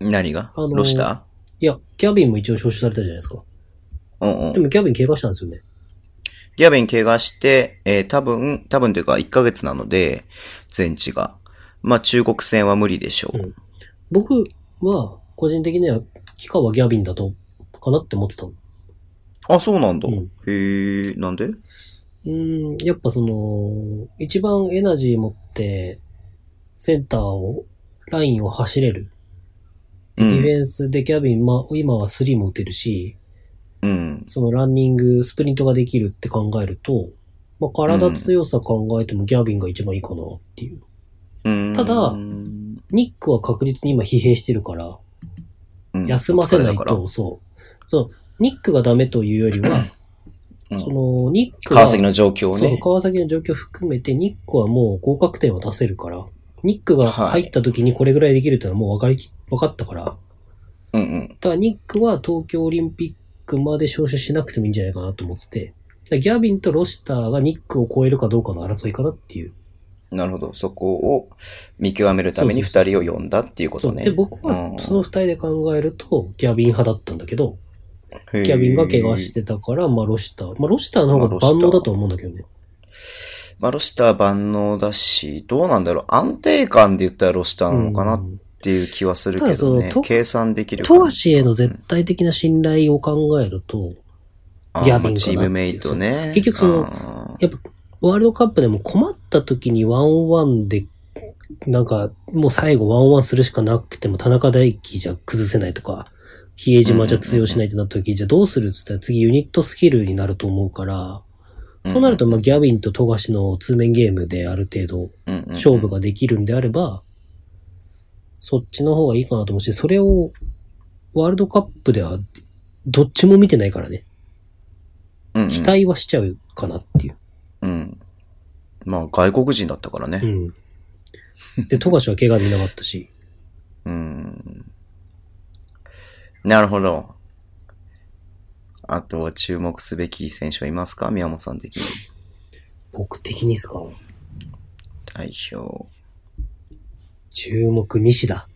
Speaker 2: 何が
Speaker 3: あのー
Speaker 2: ロシタ
Speaker 3: いや、キャビンも一応招集されたじゃないですか。
Speaker 2: ーうんうん
Speaker 3: で。もキャビン怪我したんですよね。
Speaker 2: ギャビン怪我して、えー多分、多分というか1ヶ月なので、全治が。まあ、中国戦は無理でしょう。
Speaker 3: うん僕は、個人的には、キカはギャビンだと、かなって思ってたの。
Speaker 2: あ、そうなんだ。
Speaker 3: うん
Speaker 2: へえ、なんで
Speaker 3: うーん、やっぱその、一番エナジー持って、センターを、ラインを走れる。
Speaker 2: う
Speaker 3: ディ
Speaker 2: ん。
Speaker 3: フェンスでキャビン、まあ、今はスリーも打てるし、
Speaker 2: うん。
Speaker 3: そのランニング、スプリントができるって考えると、まあ、体強さ考えてもギャビンが一番いいかなっていう。
Speaker 2: た
Speaker 3: ただニックは確実に今疲弊してるから、休ませないと、そう。その、ニックがダメというよりは、
Speaker 2: うん
Speaker 3: その、ニックは
Speaker 2: 川崎の状況を
Speaker 3: そうそ
Speaker 2: ね
Speaker 3: う、。川崎の状況含めて、ニックはもう合格点を出せるから、ニックが入った時にこれぐらいできるってのはもう分かりき、分かったから、だ
Speaker 2: うんうん。
Speaker 3: からニックは東京オリンピックまで招集しなくてもいいんじゃないかなと思ってて、だからギャビンとロシターがニックを超えるかどうかの争いかなっていう。
Speaker 2: なるほど。そこを見極めるために
Speaker 3: そう
Speaker 2: 二
Speaker 3: そうそ
Speaker 2: 人
Speaker 3: う
Speaker 2: を呼んだっていうことね。
Speaker 3: で、僕
Speaker 2: う
Speaker 3: は
Speaker 2: ん
Speaker 3: その二人で考えると、ギャビン派だったんだけど、ギャビンが怪我し。
Speaker 2: へー
Speaker 3: てたから、まあロシター。まあロシターの方が万能だと思うんだけどね。
Speaker 2: まあ、ロシター万能だし、どうなんだろう。安定感で言ったらロシターなのかな
Speaker 3: う
Speaker 2: っ
Speaker 3: ん
Speaker 2: ていう気はするけ
Speaker 3: ただそ
Speaker 2: ど
Speaker 3: の
Speaker 2: ね
Speaker 3: と。
Speaker 2: 計算できるか
Speaker 3: 富
Speaker 2: な。
Speaker 3: 樫への絶対的な信頼を考えると、
Speaker 2: あー
Speaker 3: ギャビ
Speaker 2: ま
Speaker 3: ンか
Speaker 2: あ
Speaker 3: な
Speaker 2: チームメイトね。
Speaker 3: 結局その
Speaker 2: あー
Speaker 3: やっぱ、ワールドカップでも困った時にワンオンワンで、なんか、もう最後ワンオンワンするしかなくても、田中大輝じゃ崩せないとか、比江島じゃ通用しないってなった時、じゃあどうするっつったら次ユニットスキルになると思うから、そうなると、まあ、ギャビンと富樫の通面ゲームである程度
Speaker 2: うんうんうん
Speaker 3: 勝負ができるんであれば、そっちの方がいいかなと思うし、それを、ワールドカップでは、どっちも見てないからね、
Speaker 2: うんうん
Speaker 3: 期待はしちゃうかなっていう。
Speaker 2: うん。まあ、外国人だったから
Speaker 3: う
Speaker 2: ね。
Speaker 3: ん。で、富樫は怪我でいなかったし。
Speaker 2: うん。なるほど。あとは注目すべき選手はいますか宮本さん的に。
Speaker 3: 僕的にですか
Speaker 2: 代表。
Speaker 3: 注目、西田。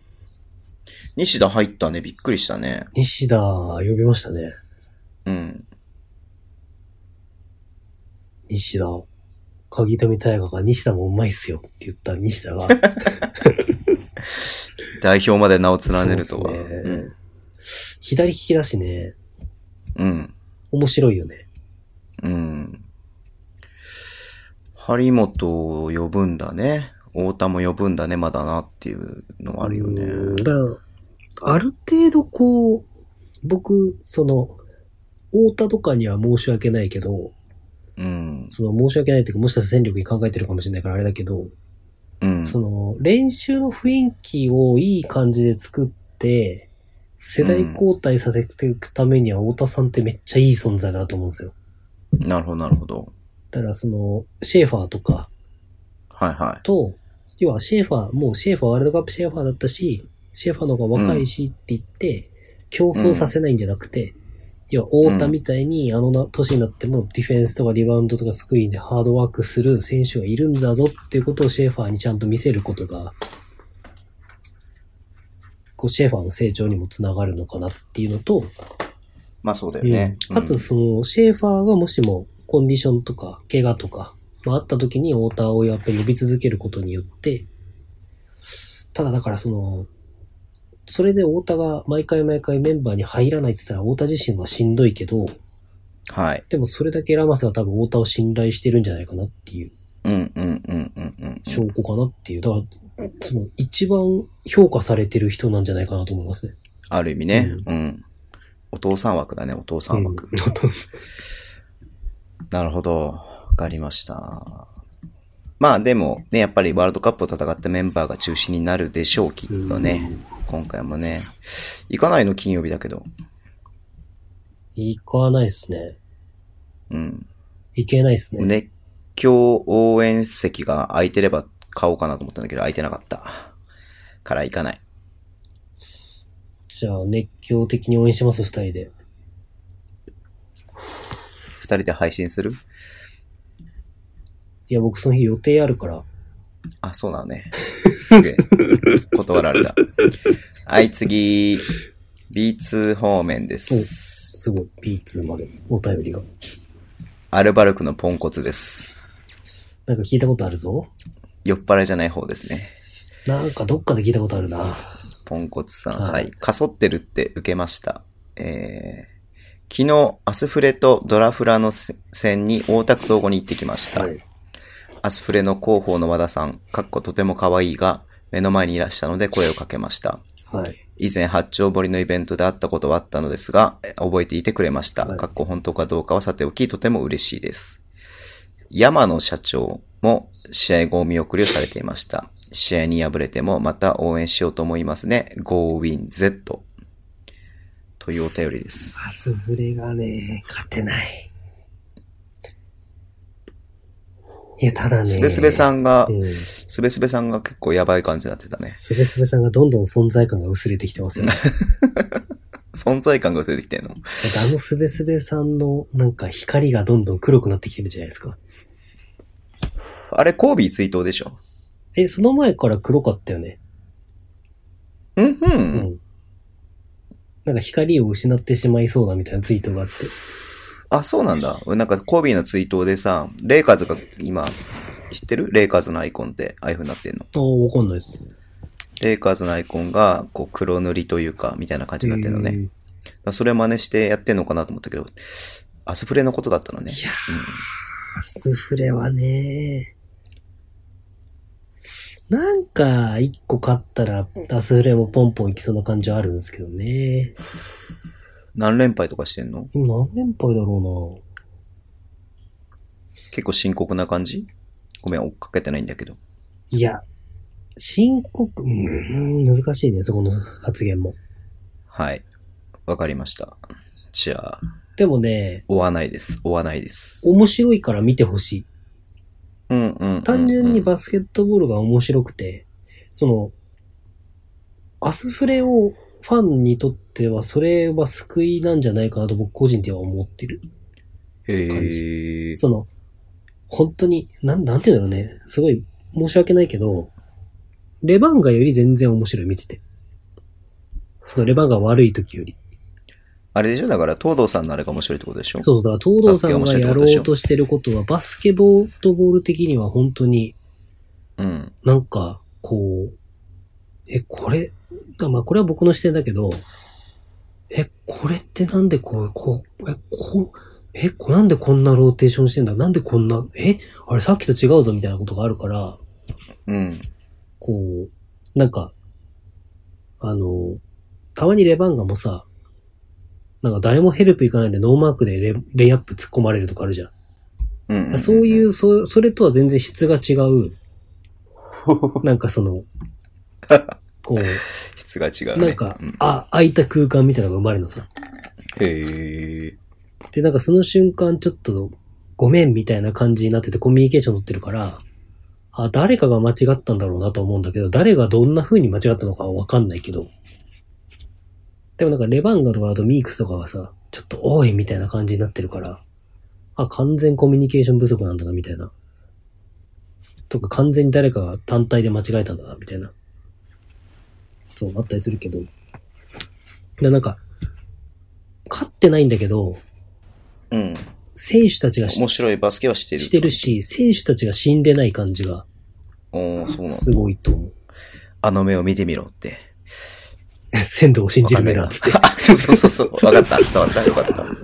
Speaker 2: 西田入ったね。びっくりしたね。
Speaker 3: 西田、呼びましたね。
Speaker 2: うん。
Speaker 3: 西田。鍵富大河が西田もうまいっすよって言った西 田が、
Speaker 2: 代表まで名を連ねるとは。
Speaker 3: そうっすね
Speaker 2: うん
Speaker 3: 左利きだしね、
Speaker 2: うん。
Speaker 3: 面白いよね。
Speaker 2: うん。張本を呼ぶんだね。太田も呼ぶんだね、まだなっていうのはあるよね。
Speaker 3: うんだからある程度こう、僕、その、太田とかには申し訳ないけど、
Speaker 2: うん。
Speaker 3: その申し訳ないっていうか、もしかしたら戦力に考えてるかもしれないからあれだけど、
Speaker 2: うん。
Speaker 3: その、練習の雰囲気をいい感じで作って、世代交代させていくためには太田さんってめっちゃいい存在だと思うんですよ。
Speaker 2: なるほど、なるほど。
Speaker 3: だからその、シェーファーとか
Speaker 2: はいは
Speaker 3: と、要はシェーファー、もうシェーファー、ワールドカップシェーファーだったし、シェーファーの方が若いしって言って、競争させないんじゃなくて、要は太田みたいにあのな年になってもディフェンスとかリバウンドとかスクリーンでハードワークする選手がいるんだぞっていうことをシェーファーにちゃんと見せることが、こうシェーファーの成長にもつながるのかなっていうのと、
Speaker 2: い。まあそうだよね。
Speaker 3: うん、あとその、シェーファーがもしもコンディションとか、怪我とか、まああった時に太田をやっぱり呼び続けることによって、ただだからその、それで太田が毎回毎回メンバーに入らないって言ったら太田自身はしんどいけど、
Speaker 2: はい。
Speaker 3: でもそれだけラマスが多分太田を信頼してるんじゃないかなっていう
Speaker 2: うんうんうんうんうん。
Speaker 3: 証拠かなっていう。だから、その一番評価されてる人なんじゃないかなと思いますね。
Speaker 2: ある意味ね。うん。お父さん枠だね、お父さん枠。
Speaker 3: うんお父さん
Speaker 2: なるほど。わかりました。まあでもね、やっぱりワールドカップを戦ったメンバーが中心になるでしょう、きっとね。今回もね。行かないの金曜日だけど。
Speaker 3: 行かないですね。
Speaker 2: うん。
Speaker 3: 行けないですね。
Speaker 2: 熱狂応援席が空いてれば買おうかなと思ったんだけど、空いてなかった。から行かない。
Speaker 3: じゃあ、熱狂的に応援してます、二人で。
Speaker 2: 二人で配信する
Speaker 3: いや、僕その日予定あるから。
Speaker 2: あ、そうだね。すげえ。断られた。はい、次。B2 方面です。
Speaker 3: すごい、B2 まで、お便りが。
Speaker 2: アルバルクのポンコツです。
Speaker 3: なんか聞いたことあるぞ。
Speaker 2: 酔っ払いじゃない方ですね。
Speaker 3: なんかどっかで聞いたことあるな。
Speaker 2: ポンコツさん。
Speaker 3: はい
Speaker 2: はい。かそってるって受けました。えー、昨日、アスフレとドラフラのせ戦に大田区総合に行ってきました。
Speaker 3: はい。
Speaker 2: アスフレの広報の和田さん、かっことても可愛いが、目の前にいらしたので声をかけました。
Speaker 3: はい。
Speaker 2: 以前、八丁堀のイベントで会ったことはあったのですが、え覚えていてくれました。
Speaker 3: はい
Speaker 2: かっこ本当かどうかはさておき、とても嬉しいです。山野社長も試合後お見送りをされていました。試合に敗れてもまた応援しようと思いますね。GoWinZ。というお便りです。
Speaker 3: アスフレがね、勝てない。いや、ただね。
Speaker 2: すべすべ
Speaker 3: ん。
Speaker 2: さんが、
Speaker 3: うん。
Speaker 2: すべすべさんが結構やばい感じになってたね。
Speaker 3: すべすべさんがどんどん存在感が薄れてきてますよね。 だ
Speaker 2: 存在感が出てきてんの
Speaker 3: ってあのすべすべさんの、なんか光がどんどん黒くなってきてるじゃないですか。
Speaker 2: あれ、コービー追悼でしょ
Speaker 3: え、その前から黒かったよね。
Speaker 2: うんふ。
Speaker 3: うんん。なんか光を失ってしまいそうだみたいなツイートがあって。
Speaker 2: あ、そうなんだ。なんか、コービーの追悼でさ、レイカーズが今、知ってるレイカーズのアイコンって、ああいう風になってんの。
Speaker 3: ああ、わかんないです。
Speaker 2: レイカーズのアイコンが、こう、黒塗りというか、みたいな感じになってるのね。だからそれ真似してやってんのかなと思ったけど、アスプレのことだったのね。
Speaker 3: いやアスフレはね、なんか、一個勝ったら、アスフレもポンポンいきそうな感じはあるんですけどね。
Speaker 2: 何連敗とかしてんの
Speaker 3: 今何連敗だろう
Speaker 2: 結構深刻な感じごめん、追っかけてないんだけど。
Speaker 3: な。いや、深刻、うん、難しいね、そこの発言も。
Speaker 2: はい。わかりました。じゃあ、
Speaker 3: でもね、
Speaker 2: 追わないです。追わないです。
Speaker 3: 面白いから見てほしい。
Speaker 2: うんうんうんうん
Speaker 3: 単純にバスケットボールが面白くて、その、アスフレをファンにとっては、それは救いなんじゃないかなと僕個人では思ってる。
Speaker 2: へ
Speaker 3: 感
Speaker 2: ー
Speaker 3: その、本当に、なん、なんていうんだろうね。すごい申し訳ないけど、レバンガより全然面白い見てて。そのレバンガ悪い時より。
Speaker 2: あれでしょだから、東堂さんのあれが面白いってことでしょ
Speaker 3: そう、だから東堂さんがやろうとしてることは、バスケボートボール的には本当に
Speaker 2: う。うん。
Speaker 3: なんか、こう、え、これ、だまあこれは僕の視点だけど、え、これってなんでこう、こう、え、こう、え、こなんでこんなローテーションしてんだなんでこんな、え、あれさっきと違うぞみたいなことがあるから、
Speaker 2: うん。
Speaker 3: こう、なんか、あの、たまにレバンガもさ、なんか誰もヘルプ行かないでノーマークでレレイアップ突っ込まれるとかあるじゃん。
Speaker 2: うんうんうん。
Speaker 3: そういう、そそれとは全然質が違う、なんかその、こう、
Speaker 2: 質が違う、ね。
Speaker 3: なんか
Speaker 2: う、
Speaker 3: あ、空いた空間みたいなのが生まれるのさ。
Speaker 2: へえ。
Speaker 3: で、なんかその瞬間ちょっと、ごめんみたいな感じになっててコミュニケーション取ってるから、あ、誰かが間違ったんだろうなと思うんだけど、誰がどんな風に間違ったのかはわかんないけど。でもなんかレバンガとかあとミークスとかがさ、ちょっと多いみたいな感じになってるから、あ、完全コミュニケーション不足なんだな、みたいな。とか完全に誰かが単体で間違えたんだな、みたいな。そう、あったりするけど。で、なんか、勝ってないんだけど、
Speaker 2: うん。
Speaker 3: 選手たちがし
Speaker 2: 面白いバスケはしてる。
Speaker 3: してる。し、選手たちが死んでない感じが
Speaker 2: おーそうなんだ
Speaker 3: すごいと思う。
Speaker 2: あの目を見てみろって。
Speaker 3: 仙道を信じる目だっつって。
Speaker 2: わかんないなあそうそうそう そう。わかった。伝わった。よかった。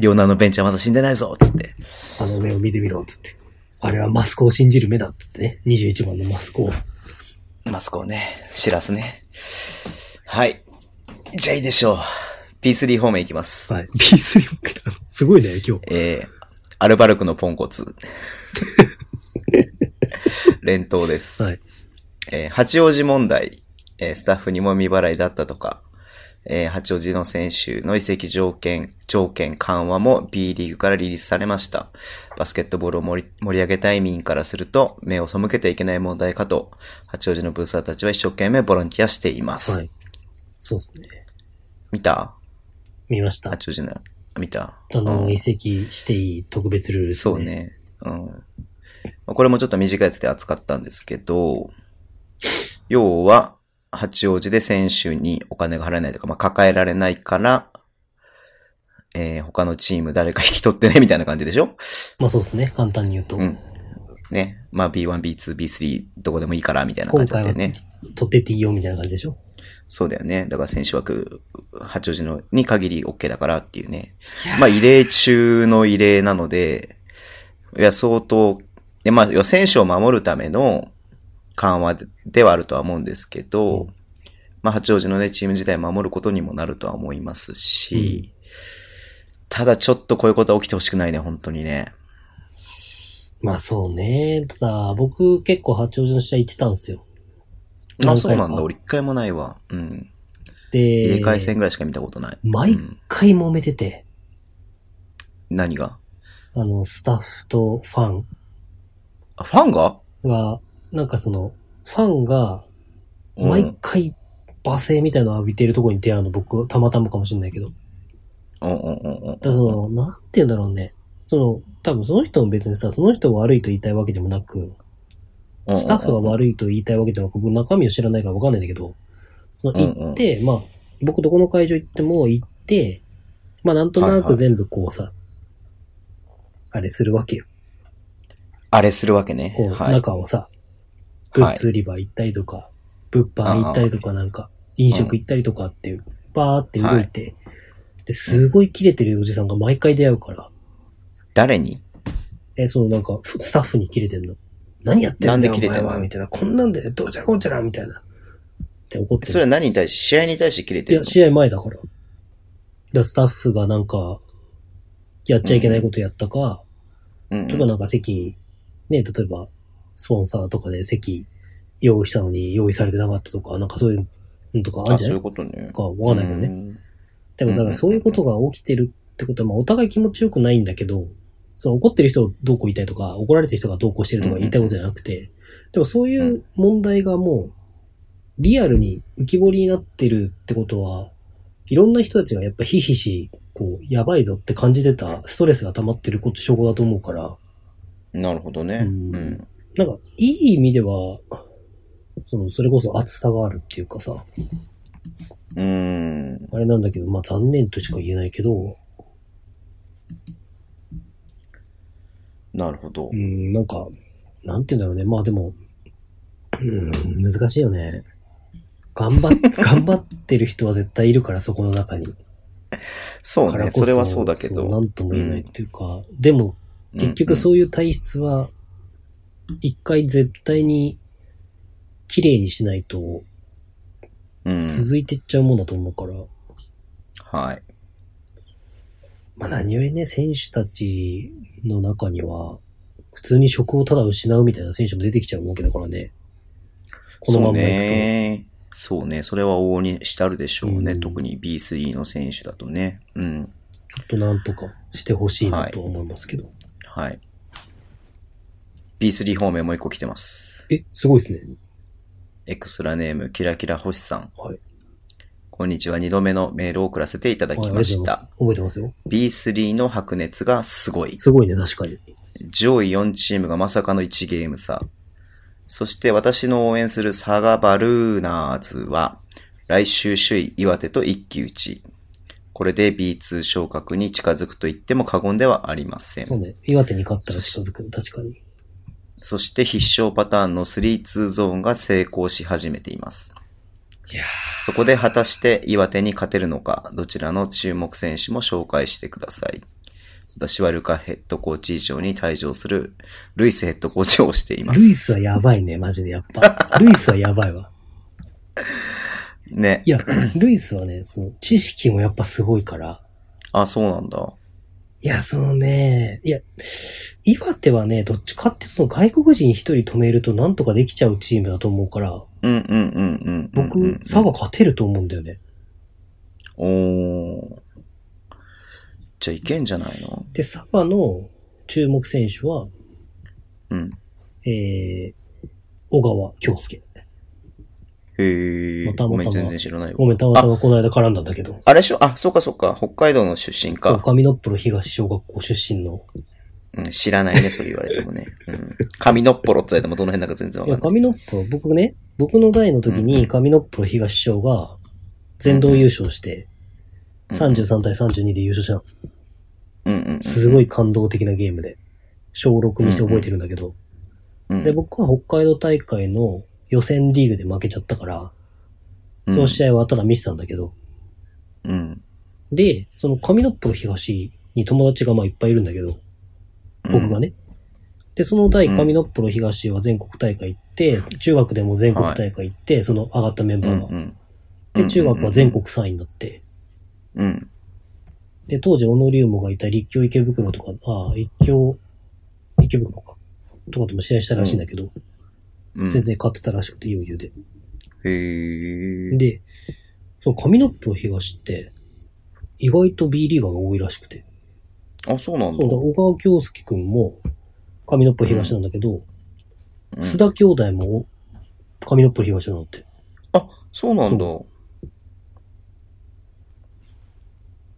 Speaker 2: 両ナのベンチはまだ死んでないぞっつって。
Speaker 3: あの目を見てみろっつって。あれはマスコを信じる目だっつってね。21番のマスコを。
Speaker 2: マスコをね、知らすね。はい。じゃあいいでしょう。P3 方面いきます。
Speaker 3: はい。B3 も来たの。すごいね、今日。
Speaker 2: えー、アルバルクのポンコ ツ。連投です。
Speaker 3: はい。
Speaker 2: えー八王子問題、えースタッフにも未払いだったとか、えー八王子の選手の移籍条件、条件緩和も B リーグからリリースされました。バスケットボールを盛り盛り上げたい民からすると、目を背けてはいけない問題かと、八王子のブーサーたちは一生懸命ボランティアしています。
Speaker 3: はい。そうですね。
Speaker 2: 見た
Speaker 3: 見ました。
Speaker 2: 八王子の、見た
Speaker 3: あの、
Speaker 2: うん
Speaker 3: 移籍していい特別ルールです
Speaker 2: そ
Speaker 3: ね。
Speaker 2: う。ね。うん。まあこれもちょっと短いやつで扱ったんですけど、要は、八王子で選手にお金が払えないとか、まあ、抱えられないから、えー他のチーム誰か引き取ってね、みたいな感じでしょ
Speaker 3: まあそうですね。簡単に言うと。
Speaker 2: うん。ね。まあ、B1、B2、B3、どこでもいいから、みたいな感
Speaker 3: 今
Speaker 2: じだ
Speaker 3: 回
Speaker 2: った
Speaker 3: は
Speaker 2: よね。
Speaker 3: 取ってっていいよみたいな感じでしょ
Speaker 2: そうだよね。だから選手枠、八王子のに限り OK だからっていうね。まあ異例中の異例なので、いや、相当、でまあ、要は選手を守るための緩和ではあるとは思うんですけど、
Speaker 3: うん
Speaker 2: まあ八王子のね、チーム自体守ることにもなるとは思いますし、ただちょっとこういうことは起きてほしくないね、本当にね。
Speaker 3: まあそうね。ただ、僕結構八王子の試合行ってたんですよ。
Speaker 2: あ、
Speaker 3: 何回か
Speaker 2: そうなんだ。俺一回もないわ。うん。
Speaker 3: で、
Speaker 2: 入れ替え戦ぐらいしか見たことない。
Speaker 3: 毎
Speaker 2: うん
Speaker 3: 回揉めてて、
Speaker 2: 何が
Speaker 3: あの、スタッフとファン
Speaker 2: あ、ファンが
Speaker 3: が、なんかその、ファンが、
Speaker 2: うん
Speaker 3: 毎回、罵声みたいなのを浴びてるところに出会うの、僕、たまたまかもしれないけど。だか
Speaker 2: うんうんうんうん。
Speaker 3: らその、なんて言うんだろうね。その、多分その人も別にさ、その人が悪いと言いたいわけでもなく、スタッフが
Speaker 2: い。
Speaker 3: 悪いと言いたいわけでもなく、僕中身を知らないからわかんないんだけど、その、行って、まあ、僕どこの会場行っても行って、まあ、なんとなく全部こうさ、あれするわけよ
Speaker 2: あれするわけね。
Speaker 3: こう、
Speaker 2: はい。
Speaker 3: 中をさ、グッズ売り場行ったりとか、物販行ったりとかなんか、飲食行ったりとかっていう、バーって動いて、で、すごい切れてるおじさんが毎回出会うから、
Speaker 2: 誰に
Speaker 3: え、そのなんか、ふスタッフに切れてんの。何やってるんだよ、
Speaker 2: なんで切れてんの
Speaker 3: お前はみたいな。こんなんで、どうちゃこうちゃら、みたいな。って怒って
Speaker 2: それは
Speaker 3: る。
Speaker 2: 何に対して、試合に対して切れ
Speaker 3: い
Speaker 2: てる
Speaker 3: や、
Speaker 2: の
Speaker 3: 試合前だから。だスタッフがなんか、やっちゃいけないことやったか、
Speaker 2: うん
Speaker 3: 例えばなんか席、ね、例えば、スポンサーとかで席用意したのに用意されてなかったとか、なんかそういうのとかあるん
Speaker 2: あ、
Speaker 3: じ
Speaker 2: そう
Speaker 3: ゃないいう
Speaker 2: ことね。
Speaker 3: かわかんないけどね。
Speaker 2: ね。
Speaker 3: でもだからそういうことが起きてるってことは、まあお互い気持ちよくないんだけど、その怒ってる人をどうこう言いたいとか、怒られてる人がどうこうしてるとか言いたいことじゃなくて、でもそういう問題がもう、リアルに浮き彫りになってるってことは、いろんな人たちがやっぱひひし、こう、やばいぞって感じてたストレスが溜まってること証拠だと思うから、
Speaker 2: なるほどね。う
Speaker 3: うん
Speaker 2: ん。
Speaker 3: なんか、いい意味では、その、それこそ厚さがあるっていうかさ、
Speaker 2: うーん。
Speaker 3: あれなんだけど、まあ残念としか言えないけど、
Speaker 2: なるほど
Speaker 3: う。ん、なんか、なんて言うんだろうね。まあでも、うん、難しいよね。頑張っ、 頑張ってる人は絶対いるから、そこの中に。
Speaker 2: そう
Speaker 3: から
Speaker 2: ね。
Speaker 3: こそ、
Speaker 2: それはそうだけど。
Speaker 3: そうなんとも言えないっていうか、でも、結局
Speaker 2: う
Speaker 3: そういう体質は、一回絶対に、綺麗にしないと、
Speaker 2: ん、うん。うん
Speaker 3: 続いてっちゃうもんだと思うから。
Speaker 2: はい。
Speaker 3: まあ何よりね、選手たちの中には、普通に職をただ失うみたいな選手も出てきちゃうわけだからね。このまんまい
Speaker 2: そう
Speaker 3: く
Speaker 2: ね。そうね。それは往々にしたるでしょうね。
Speaker 3: うん
Speaker 2: 特に B3 の選手だとね。うん。
Speaker 3: と、ちょっとなんとかしてほしいなとは思いますけど。
Speaker 2: はい。B3 方面もう一個来てます。
Speaker 3: え、すごいですね。
Speaker 2: エクストラネーム、キラキラ星さん。
Speaker 3: はい。
Speaker 2: こんにちは。二度目のメールを送らせていただきまし
Speaker 3: はいあ
Speaker 2: た。
Speaker 3: りがとうございます覚えてますよ。
Speaker 2: B3 の白熱がすごい。
Speaker 3: すごいね、確かに。
Speaker 2: 上位4チームがまさかの1ゲーム差。そして私の応援するサガバルーナーズは、来週首位岩手と一騎打ち。これで B2 昇格に近づくと言っても過言ではありません。
Speaker 3: そうね。岩手に勝ったら近づく。確かに。
Speaker 2: そして必勝パターンの3-2ゾーンが成功し始めています。
Speaker 3: いや
Speaker 2: そこで果たして岩手に勝てるのか、どちらの注目選手も紹介してください。私はルカヘッドコーチ以上に退場するルイスヘッドコーチをしていま
Speaker 3: ル
Speaker 2: す。
Speaker 3: イスはやばいね、マジで、やっ ぱ。ルイスはやばいわ。
Speaker 2: ね
Speaker 3: い。や、ルイスはね、その、知識もやっぱすごいから。
Speaker 2: あ、そうなんだ。
Speaker 3: いや、そのね、いや、岩手はね、どっちかっていうとその外国人一人止めるとなんとかできちゃうチームだと思うから、
Speaker 2: うんうんうんうんうん。
Speaker 3: 僕、差が。勝てると思うんだよね。
Speaker 2: おー。じゃあいけんじゃないの
Speaker 3: で、サバの注目選手は、
Speaker 2: うん。
Speaker 3: えー、小川京介。
Speaker 2: へえ。
Speaker 3: またま
Speaker 2: ご
Speaker 3: たま
Speaker 2: めん、全然知らない
Speaker 3: ご
Speaker 2: わ。
Speaker 3: めん、たまたまこの間絡んだんだけど。
Speaker 2: あれでしょあ、そうかそうか。北海道の出身
Speaker 3: そう、
Speaker 2: か。
Speaker 3: 上野プロ東小学校出身の。
Speaker 2: うん、知ら ないね、そう言われてもね。うん。神のっぽろって言われてもどの辺だか全然わ
Speaker 3: いや、
Speaker 2: かんない。
Speaker 3: 上野プロ、僕ね、僕の代の時に上野プロ東小が全道優勝して、
Speaker 2: うん
Speaker 3: 33対32で優勝したの。
Speaker 2: うんうんうん。
Speaker 3: すごい感動的なゲームで、小6にして覚えてるんだけど、
Speaker 2: うん。
Speaker 3: で、僕は北海道大会の予選リーグで負けちゃったから、その試合はただ見てたんだけど、
Speaker 2: うん。
Speaker 3: で、その上野プロ東に友達がまあいっぱいいるんだけど、
Speaker 2: うん。
Speaker 3: 僕がね。で、その代上野プロ東は全国大会行って、中学でも全国大会行って、その上がったメン
Speaker 2: う
Speaker 3: バ
Speaker 2: んうん。
Speaker 3: ー
Speaker 2: う
Speaker 3: が。
Speaker 2: ん。
Speaker 3: で、中学は全国3位になって、
Speaker 2: うん。
Speaker 3: で、当時、小野龍もがいた立教池袋とか、ああ、立教、池袋か。とかとも試合したらしいんだけど、
Speaker 2: うん。
Speaker 3: 全然勝ってたらしくて、余裕で。
Speaker 2: へえ。
Speaker 3: で、その上のプロ東って、意外と B リーガーが多いらしくて。
Speaker 2: あ、そうなんだ。
Speaker 3: そうだ、小川京介くんも、上のプロ東なんだけど、
Speaker 2: うん
Speaker 3: 須田兄弟も、上のプロ東なんだって。っ
Speaker 2: あ、そうなんだ。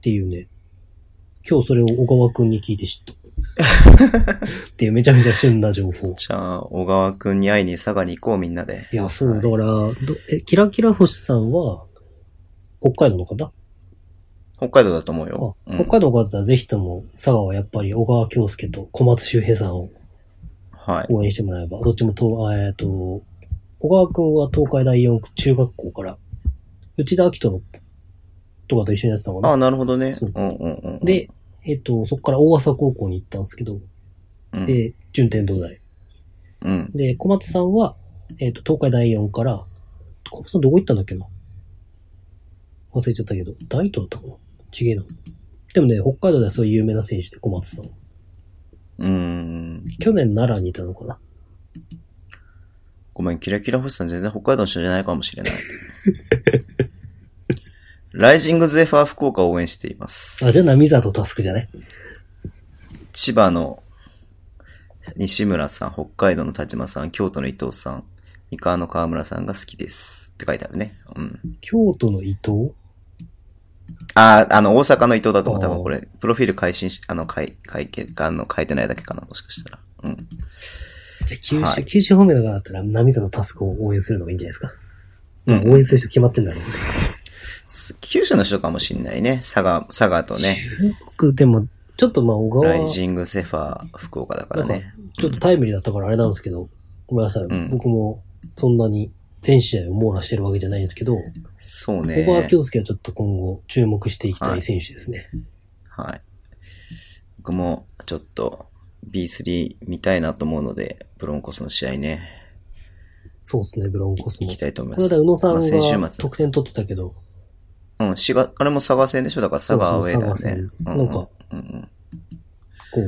Speaker 3: ていうね。今日それを小川くんに聞いて知った。っていうめちゃめちゃ旬な情報。
Speaker 2: じゃあ、小川くんに会いに佐賀に行こう、みんなで。
Speaker 3: いや、そう、だから、どえ、キラキラ星さんは、北海道の方
Speaker 2: 北海道だと思う
Speaker 3: あ
Speaker 2: よ。うん
Speaker 3: 北海道の方だったらぜひとも、佐賀はやっぱり小川京介と小松周平さんを
Speaker 2: はい。
Speaker 3: 応援してもらえば、どっちもと、あえっと、小川くんは東海大四中学校から、内田明人の、とかと一緒にやってたのか
Speaker 2: あ
Speaker 3: な。
Speaker 2: あ、なるほどね。
Speaker 3: そう
Speaker 2: うんうんうん。
Speaker 3: で、えっと、そこから大浅高校に行ったんですけど、
Speaker 2: うん、
Speaker 3: で、順天堂大。
Speaker 2: うん。
Speaker 3: で、小松さんは、えっと、東海大四から、小松さんどこ行ったんだっけな忘れちゃったけど、大東だったかなちげえな。でもね、北海道ではそういう有名な選手で、小松さん。
Speaker 2: うん。
Speaker 3: 去年奈良にいたのかな
Speaker 2: ごめん、キラキラ星さん全然北海道の人じゃないかもしれない。 ライジングゼファー福岡を応援しています。
Speaker 3: あ、じゃあ、波里タスクじゃない
Speaker 2: 千葉の西村さん、北海道の田島さん、京都の伊藤さん、三河の河村さんが好きです。って書いてあるね。うん。
Speaker 3: 京都の伊藤
Speaker 2: ああ、あの、大阪の伊藤だと思う。
Speaker 3: あー
Speaker 2: 多分これ、プロフィール改新し、あの、改、改け、あの、書いてないだけかな、もしかしたら。うん。
Speaker 3: じゃあ、九州、
Speaker 2: はい
Speaker 3: 九州方面だったら、波里タスクを応援するのがいいんじゃないですか。
Speaker 2: う
Speaker 3: まあ、応援する人決まってんだろうね。
Speaker 2: 九州の人かもしんないね。佐賀、佐賀とね、
Speaker 3: 中国でも、ちょっとまあ小川
Speaker 2: ラ、イジングセファー、福岡だからね。
Speaker 3: ちょっとタイムリーだったからあれなんですけど、ごめんなさい。
Speaker 2: ん
Speaker 3: 僕もそんなに全試合を網羅してるわけじゃないんですけど、
Speaker 2: そう
Speaker 3: 小
Speaker 2: ね。
Speaker 3: 川京介はちょっと今後注目していきた
Speaker 2: はいい
Speaker 3: 選手ですね。
Speaker 2: はい。僕もちょっと B3 見たいなと思うので、ブロンコスの試合ね、
Speaker 3: そうですね、ブロンコス
Speaker 2: 行
Speaker 3: も
Speaker 2: き。たいと思い
Speaker 3: こ
Speaker 2: ま
Speaker 3: の
Speaker 2: す。
Speaker 3: 間、宇野さん
Speaker 2: まあ先週
Speaker 3: が
Speaker 2: 末。
Speaker 3: 得点取ってたけど、
Speaker 2: うん、滋賀、あれも佐賀戦でしょだから佐賀アウェイだよ
Speaker 3: そうそう佐
Speaker 2: ね
Speaker 3: 賀戦。
Speaker 2: う
Speaker 3: なんか、
Speaker 2: うんうん。
Speaker 3: こ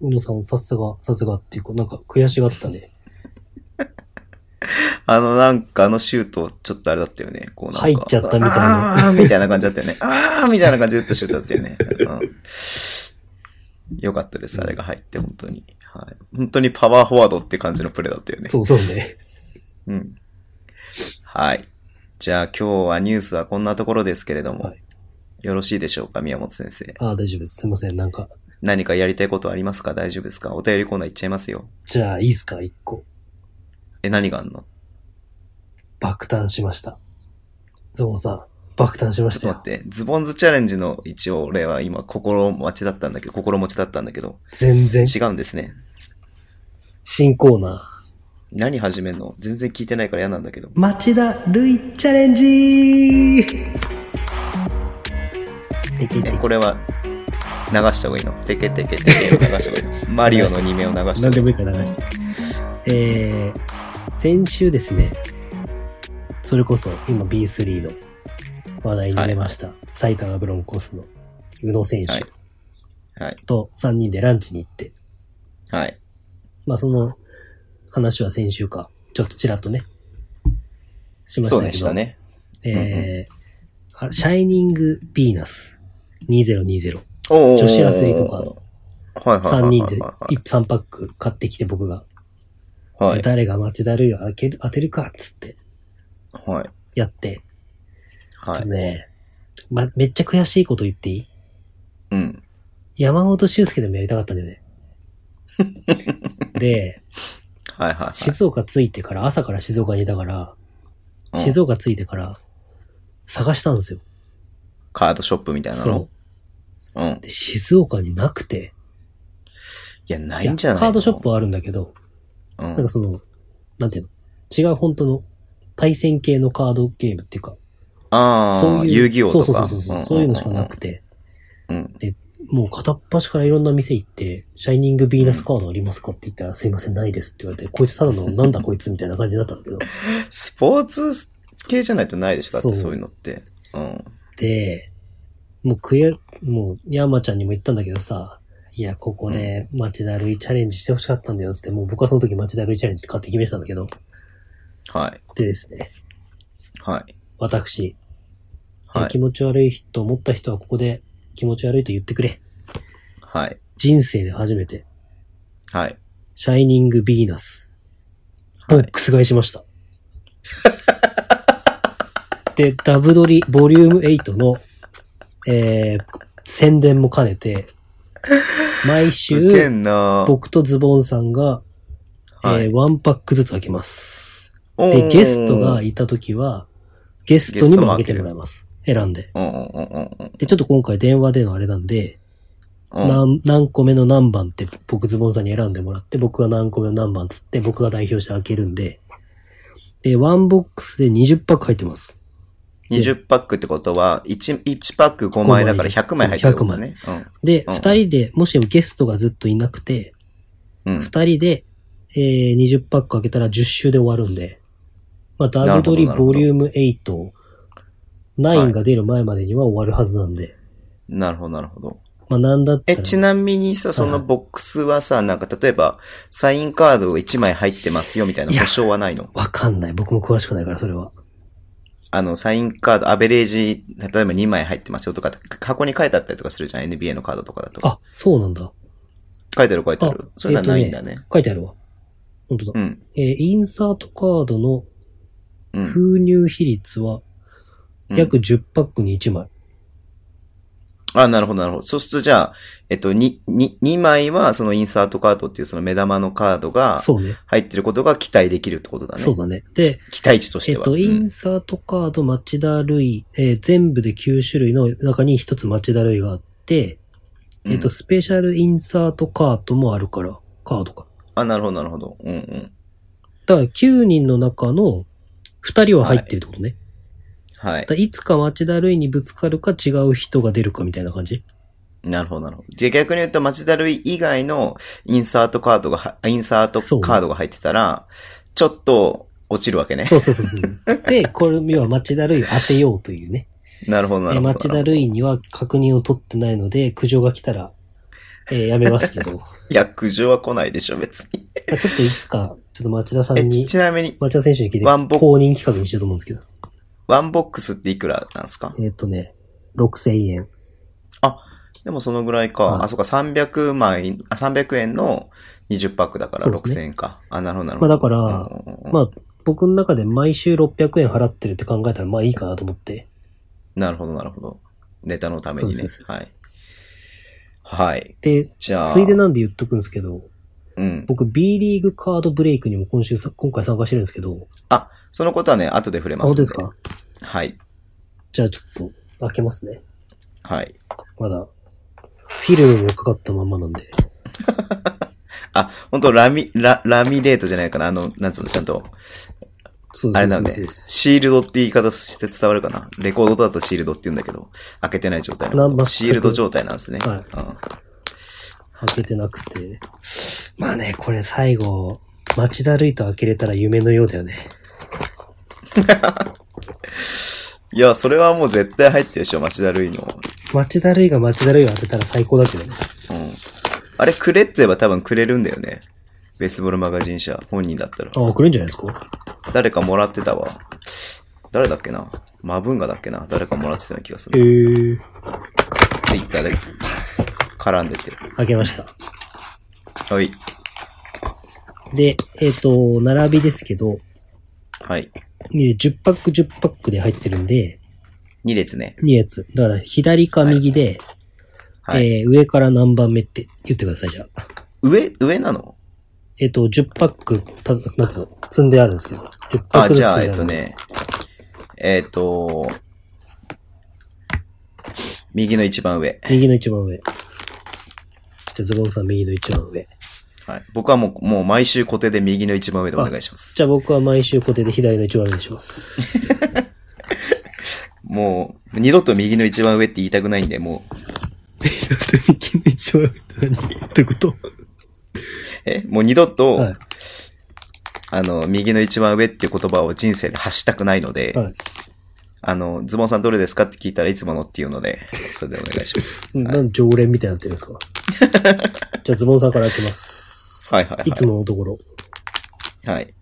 Speaker 3: う、宇野さんさすが、さすがっていうか、なんか悔しがって たね。
Speaker 2: あの、なんかあのシュート、ちょっとあれだったよね。こうなんか。
Speaker 3: 入っちゃったみたいな
Speaker 2: あーみたいな感じだったよね。 あーみたいな感じで打ったシュートだったよね。うん。よかったです、あれが入って、本当に。はい。本当にパワーフォワードって感じのプレーだったよね。
Speaker 3: そうそうね。
Speaker 2: うん。はい。じゃあ今日はニュースはこんなところですけれども、
Speaker 3: はい
Speaker 2: よろしいでしょうか、宮本先生。
Speaker 3: ああ、大丈夫です。すいません。なんか、
Speaker 2: 何かやりたいことありますか大丈夫ですかお便りコーナー行っちゃいますよ。
Speaker 3: じゃあいいっすか、一個。
Speaker 2: え、何があんの
Speaker 3: 爆誕しました。ゾウさん、爆誕しま
Speaker 2: ちょ
Speaker 3: し
Speaker 2: っと
Speaker 3: た
Speaker 2: 待っ
Speaker 3: よ。
Speaker 2: て、ズボンズチャレンジの一応俺は今心待ちだったんだけど、心持ちだったんだけど、
Speaker 3: 全然、
Speaker 2: 違うんですね。
Speaker 3: 新コーナ
Speaker 2: 何始めんの全然聞いてないから嫌なんだけど。
Speaker 3: ー。町田るいチャレンジでき
Speaker 2: え
Speaker 3: ない、
Speaker 2: これは流した方がいいのテケテケテケを流した方がいいのマリオの2面を流した方が
Speaker 3: 何で
Speaker 2: いい
Speaker 3: もいいから流して。えー、先週ですね、それこそ今 B3 の話題に出ました、埼玉ブロンコスの宇野選
Speaker 2: はい
Speaker 3: 手
Speaker 2: はい。
Speaker 3: と3人でランチに行って、
Speaker 2: はい。
Speaker 3: まあその話は先週か、ちょっとちらっとね、しましたけど。
Speaker 2: そうでした。ね。
Speaker 3: えーあシャイニングヴィーナス2020。
Speaker 2: 女
Speaker 3: 女子アスリートが
Speaker 2: はいはいはいはいはい。
Speaker 3: 3人で3パック買ってきて僕が、
Speaker 2: はい。
Speaker 3: 誰が町だるいを当てる当てるかっつって
Speaker 2: はい。
Speaker 3: やって、
Speaker 2: は
Speaker 3: ちょっと
Speaker 2: い。
Speaker 3: ね、ま、めっちゃ悔しいこと言っていい
Speaker 2: うん。
Speaker 3: 山本修介でもやりたかったんだよ ね。で、
Speaker 2: はいはいはい。
Speaker 3: 静岡着いてから、朝から静岡にいたから、
Speaker 2: うん
Speaker 3: 静岡着いてから探したんですよ。
Speaker 2: カードショップみたいな
Speaker 3: そ
Speaker 2: の
Speaker 3: う。
Speaker 2: うん。
Speaker 3: で静岡になくて、
Speaker 2: いや、ないんじゃない
Speaker 3: カードショップはあるんだけど、
Speaker 2: う
Speaker 3: なん
Speaker 2: ん
Speaker 3: か。その、なんていうの違う本当の対戦系のカードゲームっていうか、
Speaker 2: あ
Speaker 3: そ
Speaker 2: あ、
Speaker 3: ういう。
Speaker 2: 遊戯王とか。
Speaker 3: そうそうそうそう、そういうのしかなく
Speaker 2: て。
Speaker 3: て、
Speaker 2: うん。
Speaker 3: もう片っ端からいろんな店行って、シャイニングヴィーナスカードありますかって言ったら、すいません、ないですって言われて、こいつただの、なんだこいつみたいな感じだったん だけど。
Speaker 2: スポーツ系じゃないとないでしょだっ
Speaker 3: そう
Speaker 2: てそういうのって。うん。
Speaker 3: で、もうくや、もう、山ちゃんにも言ったんだけどさ、いや、ここで町田るいチャレンジしてほしかったんだよつって、もう僕はその時町田るいチャレンジって買って決めてたんだけど、
Speaker 2: はい。
Speaker 3: でですね、
Speaker 2: はい。
Speaker 3: 私、
Speaker 2: は
Speaker 3: 気
Speaker 2: い。
Speaker 3: 持ち悪いと思った人はここで気持ち悪いと言ってくれ。
Speaker 2: はい。
Speaker 3: 人生で初めて、
Speaker 2: はい。
Speaker 3: シャイニングビーナス、ボックス買いしました。で、ダブドリボリューム8の、えー、宣伝も兼ねて、毎週、
Speaker 2: 受けんな
Speaker 3: 僕とズボンさんが、
Speaker 2: はい
Speaker 3: えーワンパックずつ開けます。
Speaker 2: おー
Speaker 3: で、ゲストがいたときは、ゲストにも開けてもらいます。選んで。
Speaker 2: うんうんうんうん
Speaker 3: で、ちょっと今回電話でのあれなんで、
Speaker 2: うん。うん
Speaker 3: 何何個目の何番って僕ズボンさんに選んでもらって、僕が何個目の何番つって僕が代表して開けるんで、で、ワンボックスで20パック入ってます。
Speaker 2: 20パックってことは、1, 1パック5枚だから100枚入ってることだね。
Speaker 3: で、
Speaker 2: うん
Speaker 3: 二、人で、もしゲストがずっといなくて、
Speaker 2: うん。うん。
Speaker 3: 二人で、えー、20パック開けたら10周で終わるんで、まあ、ダ
Speaker 2: な
Speaker 3: ブ
Speaker 2: る
Speaker 3: ド
Speaker 2: ほど
Speaker 3: リ
Speaker 2: なるほど
Speaker 3: ボリューム8、9が出る前までには終わるはずなんで、
Speaker 2: なるほど、なるほど。
Speaker 3: まあ、なんだった
Speaker 2: え、
Speaker 3: ら、
Speaker 2: ちなみにさ、そ
Speaker 3: はい
Speaker 2: の
Speaker 3: はい
Speaker 2: ボックスはさ、なんか例えば、サインカードが1枚入ってますよみたいない
Speaker 3: や
Speaker 2: 保証はないの
Speaker 3: わかんない。僕も詳しくないから、それは。
Speaker 2: あの、サインカード、アベレージ、例えば2枚入ってますよとかって、箱に書いてあったりとかするじゃん、NBA のカードとかだと。
Speaker 3: あ、そうなんだ。
Speaker 2: 書いてある書いてある。そういうのはないんだね。
Speaker 3: 書いてあるわ。本当だ。
Speaker 2: うん。
Speaker 3: えーインサートカードの
Speaker 2: うん。
Speaker 3: 封入比率は
Speaker 2: うん
Speaker 3: 約10パックに1枚。
Speaker 2: あ、なるほど、なるほど。そうすると、じゃあ、えっと、に、に、2枚は、そのインサートカードっていう、その目玉のカードが、
Speaker 3: そうね。
Speaker 2: 入ってることが期待できるってことだね。
Speaker 3: そうだね。で、
Speaker 2: 期待値とし
Speaker 3: えって
Speaker 2: は。
Speaker 3: と、イ
Speaker 2: うん
Speaker 3: ンサートカード、町田類、えー全部で9種類の中に1つ町田類があって、えっ、
Speaker 2: う
Speaker 3: と、
Speaker 2: ん
Speaker 3: スペシャルインサートカードもあるから、カードか。
Speaker 2: あ、なるほど、なるほど。うんうん。
Speaker 3: だから9人の中の2人は入ってるってことね。い、
Speaker 2: はい
Speaker 3: だか。らいつか町田類にぶつかるか違う人が出るかみたいな感じ
Speaker 2: なるほど、なるほど。じゃあ逆に言うと、町田類以外のインサートカードがは、インサートカードが入ってたら、ちょっと落ちるわけね。
Speaker 3: そうそうそうそう。 で、これ、要は町田類当てようというね。
Speaker 2: なるほど、な
Speaker 3: え
Speaker 2: る
Speaker 3: ー
Speaker 2: ほど。
Speaker 3: 町田類には確認を取ってないので、苦情が来たら、えーやめます けど。ま
Speaker 2: いや、苦情は来ないでしょ、別に。
Speaker 3: あちょっといつか、ちょっと町田さ
Speaker 2: え、
Speaker 3: んに
Speaker 2: ち、ちなみに、
Speaker 3: 町田選手に聞いて、
Speaker 2: ワンボ
Speaker 3: 公認企画にしようと思うんですけど。
Speaker 2: ワンボックスっていくらなんですか
Speaker 3: えっ、とね、6000円。
Speaker 2: でもそのぐらいか。
Speaker 3: はい
Speaker 2: あ、そうか、300枚、あ、300円の20パックだから
Speaker 3: そうです
Speaker 2: 6000
Speaker 3: ね
Speaker 2: 円か。あ、なるほど、なるほど。
Speaker 3: まあだから
Speaker 2: うんうんうん
Speaker 3: まあ、僕の中で毎週600円払ってるって考えたら、まあいいかなと思って。
Speaker 2: なるほど、なるほど。ネタのために
Speaker 3: そ
Speaker 2: ね
Speaker 3: うそう。そう
Speaker 2: はい。はい。
Speaker 3: で、
Speaker 2: じゃあ、
Speaker 3: ついでなんで言っとくんですけど、
Speaker 2: うん。
Speaker 3: 僕 B リーグカードブレイクにも今週さ、今回参加してるんですけど、
Speaker 2: あ、そのことはね、後で触れ
Speaker 3: あ、
Speaker 2: ます
Speaker 3: 本
Speaker 2: ん
Speaker 3: 当ですか
Speaker 2: はい。
Speaker 3: じゃあちょっと開けますね。
Speaker 2: はい。
Speaker 3: まだ、フィルムもかかったままなんで。
Speaker 2: あ、本当ラミ、ラ、ラミレートじゃないかな。あの、なんつうの、ちゃんと。
Speaker 3: そうです
Speaker 2: あれなんで、
Speaker 3: そうです
Speaker 2: シールドって言い方して伝わるかな。レコードだとシールドって言うんだけど、開けてない状態のこと
Speaker 3: な全く
Speaker 2: シールド状態なんですね。
Speaker 3: はい
Speaker 2: うん
Speaker 3: 開けてなくて。まあね、これ最後、町だるいと開けれたら夢のようだよね。
Speaker 2: いや、それはもう絶対入ってるでしょ、町田瑠唯の。
Speaker 3: 町だるいが町だるいを当てたら最高だけどね。
Speaker 2: うん。あれ、くれって言えば多分くれるんだよね。ベースボールマガジン社、本人だったら。
Speaker 3: あ、送るんじゃないですか
Speaker 2: 誰かもらってたわ。誰だっけなマブンガだっけな誰かもらってたような気がす
Speaker 3: へ
Speaker 2: る。
Speaker 3: ー。
Speaker 2: ツイッターで絡んでて。
Speaker 3: 開けました。
Speaker 2: はい。
Speaker 3: で、えっ、と、並びですけど、
Speaker 2: はい。
Speaker 3: ね10パック10パックで入ってるんで、
Speaker 2: 2列ね。
Speaker 3: 2やつ。だから、左か右で、
Speaker 2: はい。
Speaker 3: えー上から何番目って言ってください、じゃあ。
Speaker 2: 上、上なの
Speaker 3: えっ、と、10パック、た、なんつうの、積んであるんですけど、10パッ
Speaker 2: あ、
Speaker 3: クずつ
Speaker 2: じゃあ、
Speaker 3: 積
Speaker 2: えっ
Speaker 3: んであ
Speaker 2: と
Speaker 3: る。
Speaker 2: ね。えっと、右の一番上。
Speaker 3: 右の一番上。じゃあ、ズボンさん右の一番上。
Speaker 2: はい。僕はもう、もう毎週固定で右の一番上でお願いします。
Speaker 3: じゃあ僕は毎週固定で左の一番上にします。
Speaker 2: もう、二度と右の一番上って言いたくないんで、もう、
Speaker 3: 右の一番上ってこと
Speaker 2: え、もう二度と、
Speaker 3: は
Speaker 2: あの、右の一番上っていう言葉を人生で発したくないので、
Speaker 3: い。はい。
Speaker 2: あの、ズボンさんどれですかって聞いたらいつものっていうの で、それでお願いします。
Speaker 3: なんで常連みたいになってるんですかじゃあズボンさんから開けます。
Speaker 2: はいはいはい
Speaker 3: いつものところ。
Speaker 2: はい。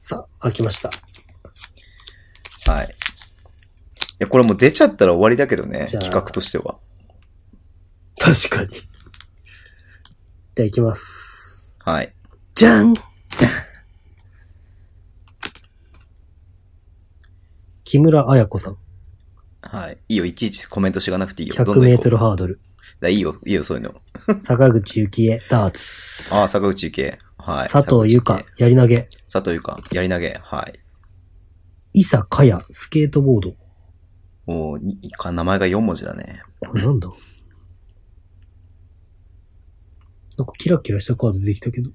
Speaker 3: さあ、開きました。
Speaker 2: はい。いや、これもう出ちゃったら終わりだけどね、
Speaker 3: じゃあ
Speaker 2: 企画としては。
Speaker 3: 確かに。じゃあ行きます。
Speaker 2: はい。
Speaker 3: じゃん木村彩子さん、
Speaker 2: はい。いいよ、いちいちコメントしがなくていいよ。どん
Speaker 3: 100
Speaker 2: どん
Speaker 3: メ
Speaker 2: 行
Speaker 3: ー
Speaker 2: こ
Speaker 3: ト
Speaker 2: う
Speaker 3: ルハードル、
Speaker 2: だいいよ、いいよ、そういうの。
Speaker 3: 坂口幸恵、ダーツ、
Speaker 2: ああ、坂口ゆけ。はい。
Speaker 3: 佐藤優
Speaker 2: 香
Speaker 3: 香、やり投げ、
Speaker 2: 佐藤ゆか。やり投げ。はい。
Speaker 3: 伊佐かや、スケートボード。
Speaker 2: もう、にか名前が4文字だね。
Speaker 3: これなんだなんかキラキラしたカード出てきたけど。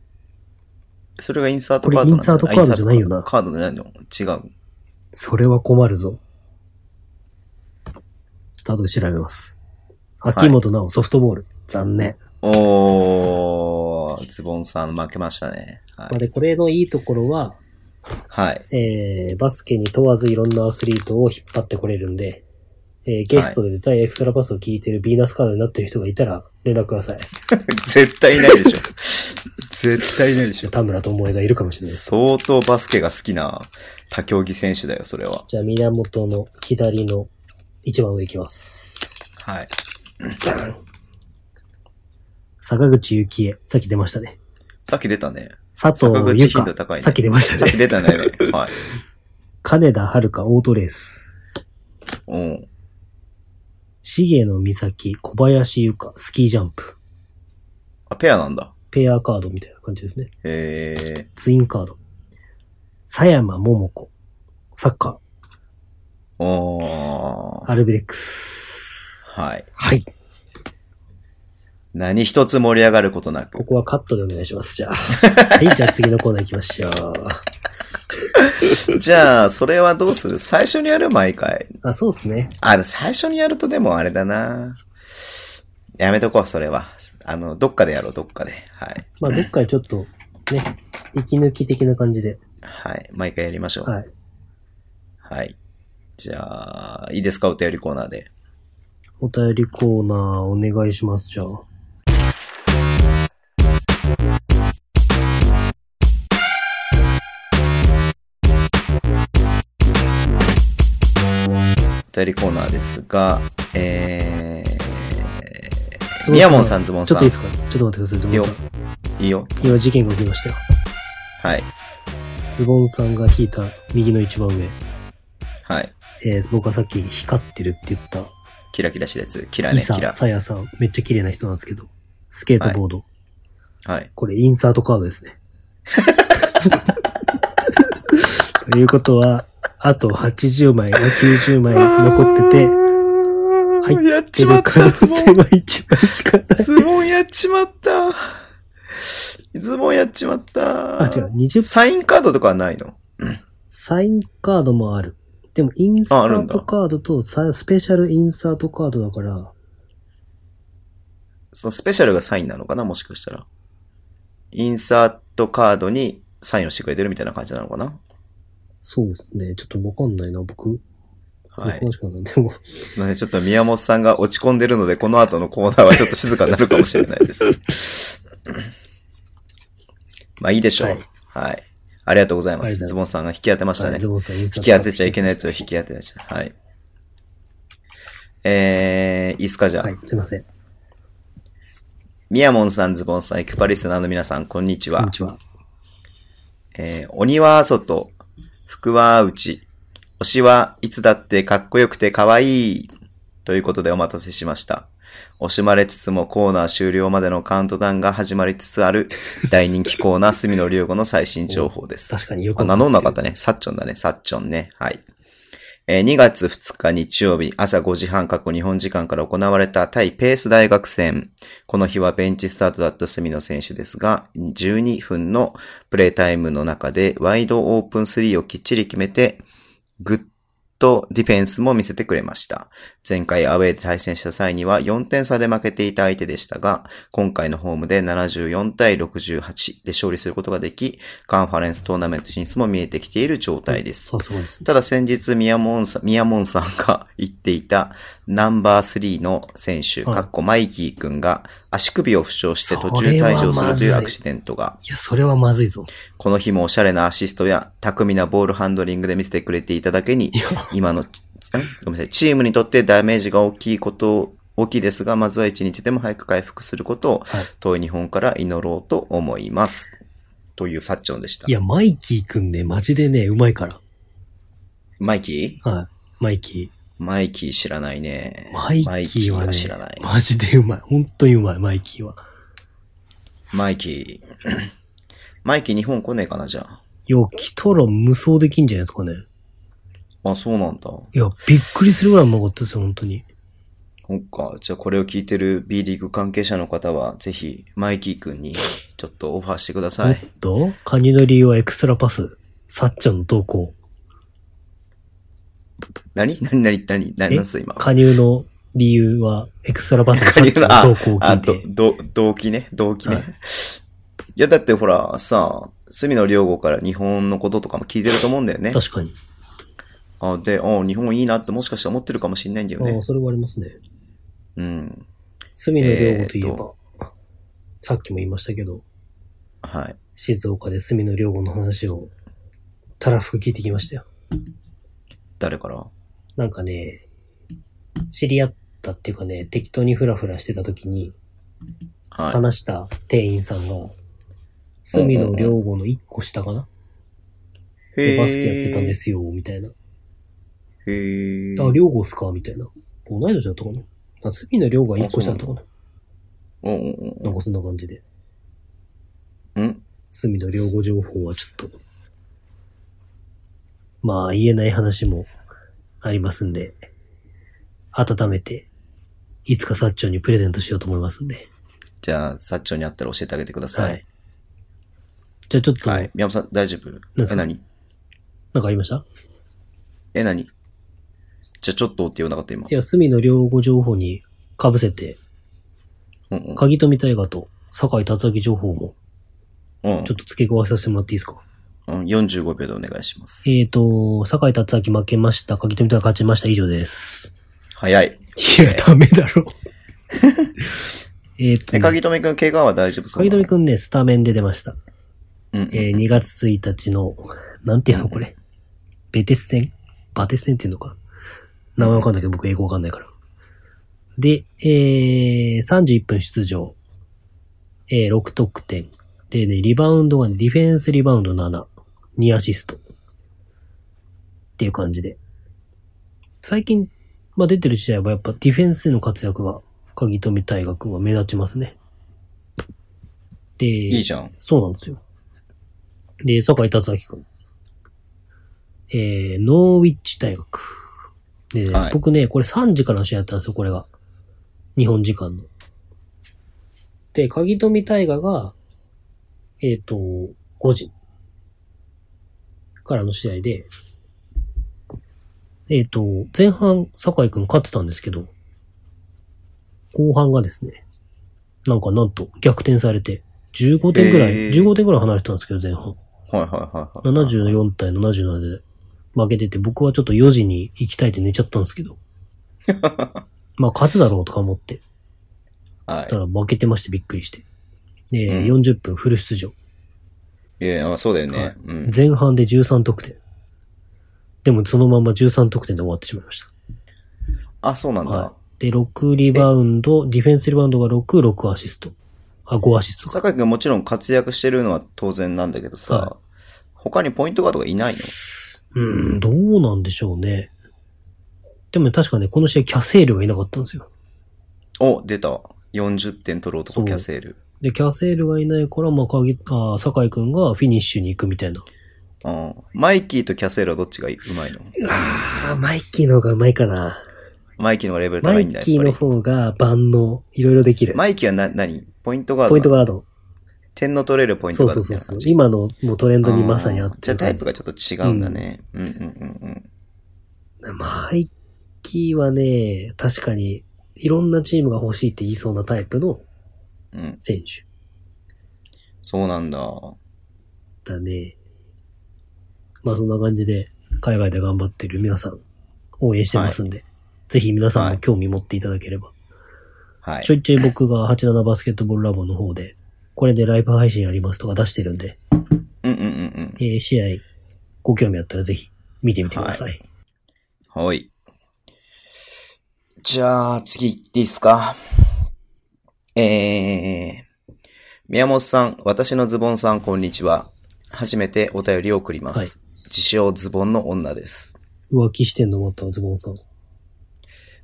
Speaker 2: それがインサートカードなんじゃない
Speaker 3: これインサートカードじゃないよな
Speaker 2: あインサートカードじゃないの違う。
Speaker 3: それは困るぞ。ちょっと後で調べます。
Speaker 2: い
Speaker 3: 秋元直、ソフトボール。残念。
Speaker 2: おー、ズボンさん負けましたね。は
Speaker 3: まあ
Speaker 2: い。
Speaker 3: で、これのいいところは、
Speaker 2: はい。
Speaker 3: えー、バスケに問わずいろんなアスリートを引っ張ってこれるんで、えー、ゲストで出たいエクストラパスを聞いてるビーナスカードになってる人がいたら連絡ください。
Speaker 2: 絶対いないでしょ。 絶対いないでしょ。
Speaker 3: 田村智恵がいるかもしれないです。
Speaker 2: 相当バスケが好きな他競技選手だよ、それは。
Speaker 3: じゃあ、源の左の一番上いきます。
Speaker 2: はい。
Speaker 3: 坂口幸恵。さっき出ましたね。
Speaker 2: さっき出たね。
Speaker 3: 佐
Speaker 2: 坂
Speaker 3: 藤
Speaker 2: 口
Speaker 3: 優
Speaker 2: 頻
Speaker 3: 香。
Speaker 2: 度高いね。
Speaker 3: さっき出まし
Speaker 2: さ
Speaker 3: た
Speaker 2: っ
Speaker 3: ね
Speaker 2: き。出たね。はい。
Speaker 3: 金田遥香オートレース。
Speaker 2: うん。
Speaker 3: 重野美咲、小林優香、スキージャンプ。
Speaker 2: あ、ペアなんだ。
Speaker 3: ペアカードみたいな感じですね。
Speaker 2: へえ。
Speaker 3: ツインカード。佐山桃子。サッカ
Speaker 2: お
Speaker 3: ー。
Speaker 2: ー。
Speaker 3: アルビレックス。
Speaker 2: はい。
Speaker 3: はい。
Speaker 2: 何一つ盛り上がることなく
Speaker 3: こ。こはカットでお願いします。じゃあ。はい。じゃあ次のコーナー行きましょう。
Speaker 2: じゃあ、それはどうする最初にやる毎回。
Speaker 3: あ、そうですね。
Speaker 2: あ、でも最初にやるとでもあれだな。やめとこう、それは。あの、どっかでやろう、どっかで。はい。
Speaker 3: まあ、どっかでちょっと、ね、息抜き的な感じで。
Speaker 2: はい。毎回やりましょう。はい。
Speaker 3: はい。
Speaker 2: じゃあ、いいですかお便りコーナーで。
Speaker 3: お便りコーナーお願いします。じゃあ。
Speaker 2: お便りコーナーですが、え
Speaker 3: ズ
Speaker 2: ー、
Speaker 3: ボンさ
Speaker 2: 宮門さ
Speaker 3: ん
Speaker 2: ん、ズボン
Speaker 3: ちょ
Speaker 2: さん。
Speaker 3: っといい
Speaker 2: い
Speaker 3: ですかちょっと待ってください。ズボンさん。
Speaker 2: いよ。
Speaker 3: 今事件が起きましたよ。
Speaker 2: はい。
Speaker 3: ズボンさんが引いた右の一番上。
Speaker 2: はい。
Speaker 3: えー、僕はさっき光ってるって言った
Speaker 2: キラキラし列。キラ
Speaker 3: イ
Speaker 2: ね、
Speaker 3: サ
Speaker 2: キラ。
Speaker 3: サヤさん、めっちゃ綺麗な人なんですけど、スケートボード。
Speaker 2: はい。
Speaker 3: これ、インサートカードですね。ということは、あと80枚、90枚残ってて、入って
Speaker 2: て、やっ
Speaker 3: 出
Speaker 2: ちま
Speaker 3: る
Speaker 2: っ
Speaker 3: 可能
Speaker 2: た、
Speaker 3: 性
Speaker 2: ズボン。
Speaker 3: は一番しかない。
Speaker 2: ズボンやっちまった。ズボンやっちまった。
Speaker 3: あ、違う、20、
Speaker 2: サインカードとかはないの
Speaker 3: サインカードもある。でも、インサ
Speaker 2: あある
Speaker 3: ー
Speaker 2: ん
Speaker 3: ト
Speaker 2: だ
Speaker 3: カードとさスペシャルインサートカードだから、
Speaker 2: そのスペシャルがサインなのかなもしかしたら。インサートカードにサインをしてくれてるみたいな感じなのかな
Speaker 3: そうですね。ちょっとわかんないな、僕。
Speaker 2: はい
Speaker 3: 詳。しくはない。でも、
Speaker 2: すみません。ちょっと宮本さんが落ち込んでるので、この後のコーナーはちょっと静かになるかもしれない です。まあいいでしょう。
Speaker 3: は
Speaker 2: はいい。ありがとうございま
Speaker 3: あり
Speaker 2: す。
Speaker 3: がと
Speaker 2: ズ
Speaker 3: う
Speaker 2: ボ
Speaker 3: ございます
Speaker 2: ンさんが引き当てました
Speaker 3: はい
Speaker 2: ね
Speaker 3: ズ。ボンさん、引
Speaker 2: 引き当てちゃいけないやつを引き当てちゃう。はい。えー、いいっすかじゃあ。
Speaker 3: はい、すいません。
Speaker 2: みやもんさん、ズボンさん、エクパリスナーの皆さん、こんにち
Speaker 3: こん
Speaker 2: は
Speaker 3: に。ちは。
Speaker 2: えー、鬼は外、福は内、推しはいつだってかっこよくて可愛い。ということでお待たせしました。惜しまれつつもコーナー終了までのカウントダウンが始まりつつある大人気コーナー、隅野龍吾の最新情報です。
Speaker 3: 確かによく
Speaker 2: あ、名乗んなかったね。サッチョンだね。サッチョンね。はい。えー2月2日日曜日朝5時半過去日本時間から行われた対ペース大学戦。この日はベンチスタートだった隅野選手ですが、12分のプレータイムの中でワイドオープン3をきっちり決めて、グッとディフェンスも見せてくれました。前回アウェイで対戦した際には4点差で負けていた相手でしたが、今回のホームで74対68で勝利することができ、カンファレンストーナメント進出も見えてきている状態です。
Speaker 3: さすがですね。
Speaker 2: ただ先日、宮門さん、宮門さんが言っていたナンバー3の選手、
Speaker 3: はい
Speaker 2: かっこマイキー君が足首を負傷して途
Speaker 3: そ
Speaker 2: 中
Speaker 3: れは
Speaker 2: 退場するとい
Speaker 3: まずいう
Speaker 2: アクシデントが、
Speaker 3: いや、それはまずいぞ。
Speaker 2: この日もおしゃれなアシストや巧みなボールハンドリングで見せてくれていただけに
Speaker 3: い、や、
Speaker 2: 今のち、んごめんなさい、チームにとってダメージが大きいこと、大きいですが、まずは一日でも早く回復することを
Speaker 3: はい、
Speaker 2: 遠い日本から祈ろうと思います。というサッチョンでした
Speaker 3: い。やマイキーくんね、マジでね、うまいから。
Speaker 2: マイキ
Speaker 3: はい。マイキ
Speaker 2: ーマイキー知らないね
Speaker 3: ー。。マイキーはね、
Speaker 2: 知らない。
Speaker 3: マジでうまい。本当にうまい、マイキーは。
Speaker 2: マイキー。マイキー日本来ねえかな、じゃあ。
Speaker 3: よ、来たら無双できんじゃないですかね。
Speaker 2: あ、そうなんだ。
Speaker 3: いや、びっくりするぐらいうまかったですよ、本当に。
Speaker 2: そっか。じゃあこれを聞いてる B リーグ関係者の方は、ぜひ、マイキーくんにちょっとオファーしてください。
Speaker 3: おっとカニの理由はエクストラパス。サッチャンの投稿。
Speaker 2: 何何何何何何す今。
Speaker 3: 加入の理由はエクストラパスのサ
Speaker 2: 加入
Speaker 3: ッ
Speaker 2: の
Speaker 3: チャンの投稿を聞
Speaker 2: あ、
Speaker 3: い
Speaker 2: ど
Speaker 3: て、。
Speaker 2: ど、動機ね。動機ね。
Speaker 3: はい
Speaker 2: い、や、だってほら、さ、隅野良吾から日本のこととかも聞いてると思うんだよね。
Speaker 3: 確かに。
Speaker 2: あで、あ日本いいなってもしかしたら思ってるかもしれないんだよ
Speaker 3: あ
Speaker 2: ね
Speaker 3: あ、。それはありますね。
Speaker 2: うん。
Speaker 3: 隅野良吾といえば、
Speaker 2: えーと
Speaker 3: さっきも言いましたけど、
Speaker 2: はい。
Speaker 3: 静岡で隅野良吾の話を、たらふく聞いてきましたよ。
Speaker 2: 誰から
Speaker 3: なんかね、知り合ったっていうかね、適当にフラフラしてた時に、
Speaker 2: はい。
Speaker 3: 話した店員さんが、隅野良吾の一個下かな、でバスケやってたんですよ、みたいな。
Speaker 2: へえ。
Speaker 3: あ、両号っすかみたいな。同い年だったかな夏日の両が1個下だったかな
Speaker 2: うんうん
Speaker 3: なんかそんな感じで。
Speaker 2: うん。うん
Speaker 3: 隅の両語情報はちょっと、まあ言えない話もありますんで、温めて、いつかサッチョンにプレゼントしようと思いますんで。
Speaker 2: じゃあ、サッチョンに会ったら教えてあげてください。はい。。
Speaker 3: じゃあちょっと、
Speaker 2: 宮本さん、大丈夫
Speaker 3: ですか
Speaker 2: え、何
Speaker 3: なんかありました
Speaker 2: え、何じゃあ、ちょっとって言わなかった、今
Speaker 3: い。や、隅の両語情報に被せて、
Speaker 2: うんうん。
Speaker 3: 鍵富大河と酒井達明情報も
Speaker 2: うん
Speaker 3: ちょっと付け加えさせてもらっていいですか
Speaker 2: うん、45秒でお願いします。
Speaker 3: えーと、酒井達明負けました。鍵富大河勝ちました。以上です。
Speaker 2: 早い。
Speaker 3: いや、ダメだろ。 えっと
Speaker 2: え、、かぎとめくん、怪我は大丈夫そう
Speaker 3: 鍵
Speaker 2: なの
Speaker 3: 富くんね、スタメンで出ました。
Speaker 2: うんうん。
Speaker 3: えー2月1日の、なんていうのこれ。ベテス戦バテス戦っていうのか。名前わかんないけど、僕英語わかんないから。で、えー、31分出場。えー、6得点。でね、リバウンドがね、ディフェンスリバウンド7。2アシスト。っていう感じで。最近、まあ、出てる試合はやっぱディフェンスの活躍が、鍵富大学は目立ちますね。で、
Speaker 2: いいじゃん。
Speaker 3: そうなんですよ。で、坂井達明くん。えー、ノーウィッチ大学。でね、
Speaker 2: はい
Speaker 3: 僕ね、これ3時からの試合だったんですよ、これが。日本時間の。で、鍵富大河が、えっ、と、5時からの試合で、えっ、と、前半、坂井くん勝ってたんですけど、後半がですね、なんかなんと逆転されて、15点ぐらい、
Speaker 2: えー
Speaker 3: 15点ぐらい離れてたんですけど、前半。
Speaker 2: はいはいはいはい。
Speaker 3: 74対77で負けてて、僕はちょっと4時に行きたいって寝ちゃったんですけど。まあ勝つだろうとか思って。
Speaker 2: はい
Speaker 3: た。ら負けてましてびっくりして。で、
Speaker 2: うん
Speaker 3: 40分フル出場。
Speaker 2: えー、あそうだよね。
Speaker 3: はい
Speaker 2: うん。
Speaker 3: 前半で13得点。でもそのまま13得点で終わってしまいました。
Speaker 2: あ、そうなんだ。
Speaker 3: はいで、6リバウンド、ディフェンスリバウンドが6、6アシスト。あ、5アシストか。
Speaker 2: 酒井君もちろん活躍してるのは当然なんだけどさ、
Speaker 3: はい
Speaker 2: 他にポイントガードがいないの
Speaker 3: うーん、どうなんでしょうね。でも確かね、この試合キャセールがいなかったんですよ。
Speaker 2: お、出た。40点取る男
Speaker 3: そう
Speaker 2: キャセール。
Speaker 3: で、キャセールがいないから、まあ、かぎ、あー酒井くんがフィニッシュに行くみたいな。
Speaker 2: うん。マイキーとキャセールはどっちがうまいの
Speaker 3: ああ、マイキーの方がうまいかな。
Speaker 2: マイキーの方がレベル
Speaker 3: マ
Speaker 2: 高い
Speaker 3: イ
Speaker 2: んだ
Speaker 3: キー
Speaker 2: や
Speaker 3: の
Speaker 2: っぱ
Speaker 3: 方が万能。いろいろでき
Speaker 2: り
Speaker 3: る。
Speaker 2: マイキーはな、何ポイントガードなの
Speaker 3: ポイントガード。
Speaker 2: 点の取れるポイン
Speaker 3: そ
Speaker 2: ト
Speaker 3: う
Speaker 2: ガー
Speaker 3: そ
Speaker 2: ド
Speaker 3: う
Speaker 2: みた
Speaker 3: そ
Speaker 2: いうな
Speaker 3: そう
Speaker 2: 感。じ。
Speaker 3: 今のもうトレンドにまさに合
Speaker 2: あ
Speaker 3: っ
Speaker 2: ー
Speaker 3: て
Speaker 2: じゃあ
Speaker 3: る
Speaker 2: タ
Speaker 3: 感
Speaker 2: イ
Speaker 3: じ。
Speaker 2: プがちょっと違うんだね。うんうんうんうん。
Speaker 3: マイキーはね、確かに、いろんなチームが欲しいって言いそうなタイプの
Speaker 2: うん、
Speaker 3: 選手
Speaker 2: そうなんだ。
Speaker 3: だね。まあ、そんな感じで、海外で頑張ってる皆さん、応援してますんで、ぜひ皆さんも興味持っていただければ。
Speaker 2: はい
Speaker 3: ちょ。いちょい僕が87バスケットボールラボの方で、これでライブ配信やりますとか出してるんで、
Speaker 2: うんうんうん
Speaker 3: えー試合、ご興味あったらぜひ見てみてください。
Speaker 2: うん。はい。じゃあ、次行っていいですか。えー、宮本さん、私のズボンさん、こんにちは。初めてお便りを送ります。
Speaker 3: はい
Speaker 2: 自称ズボンの女です。
Speaker 3: 浮気してんのまたズボンさん。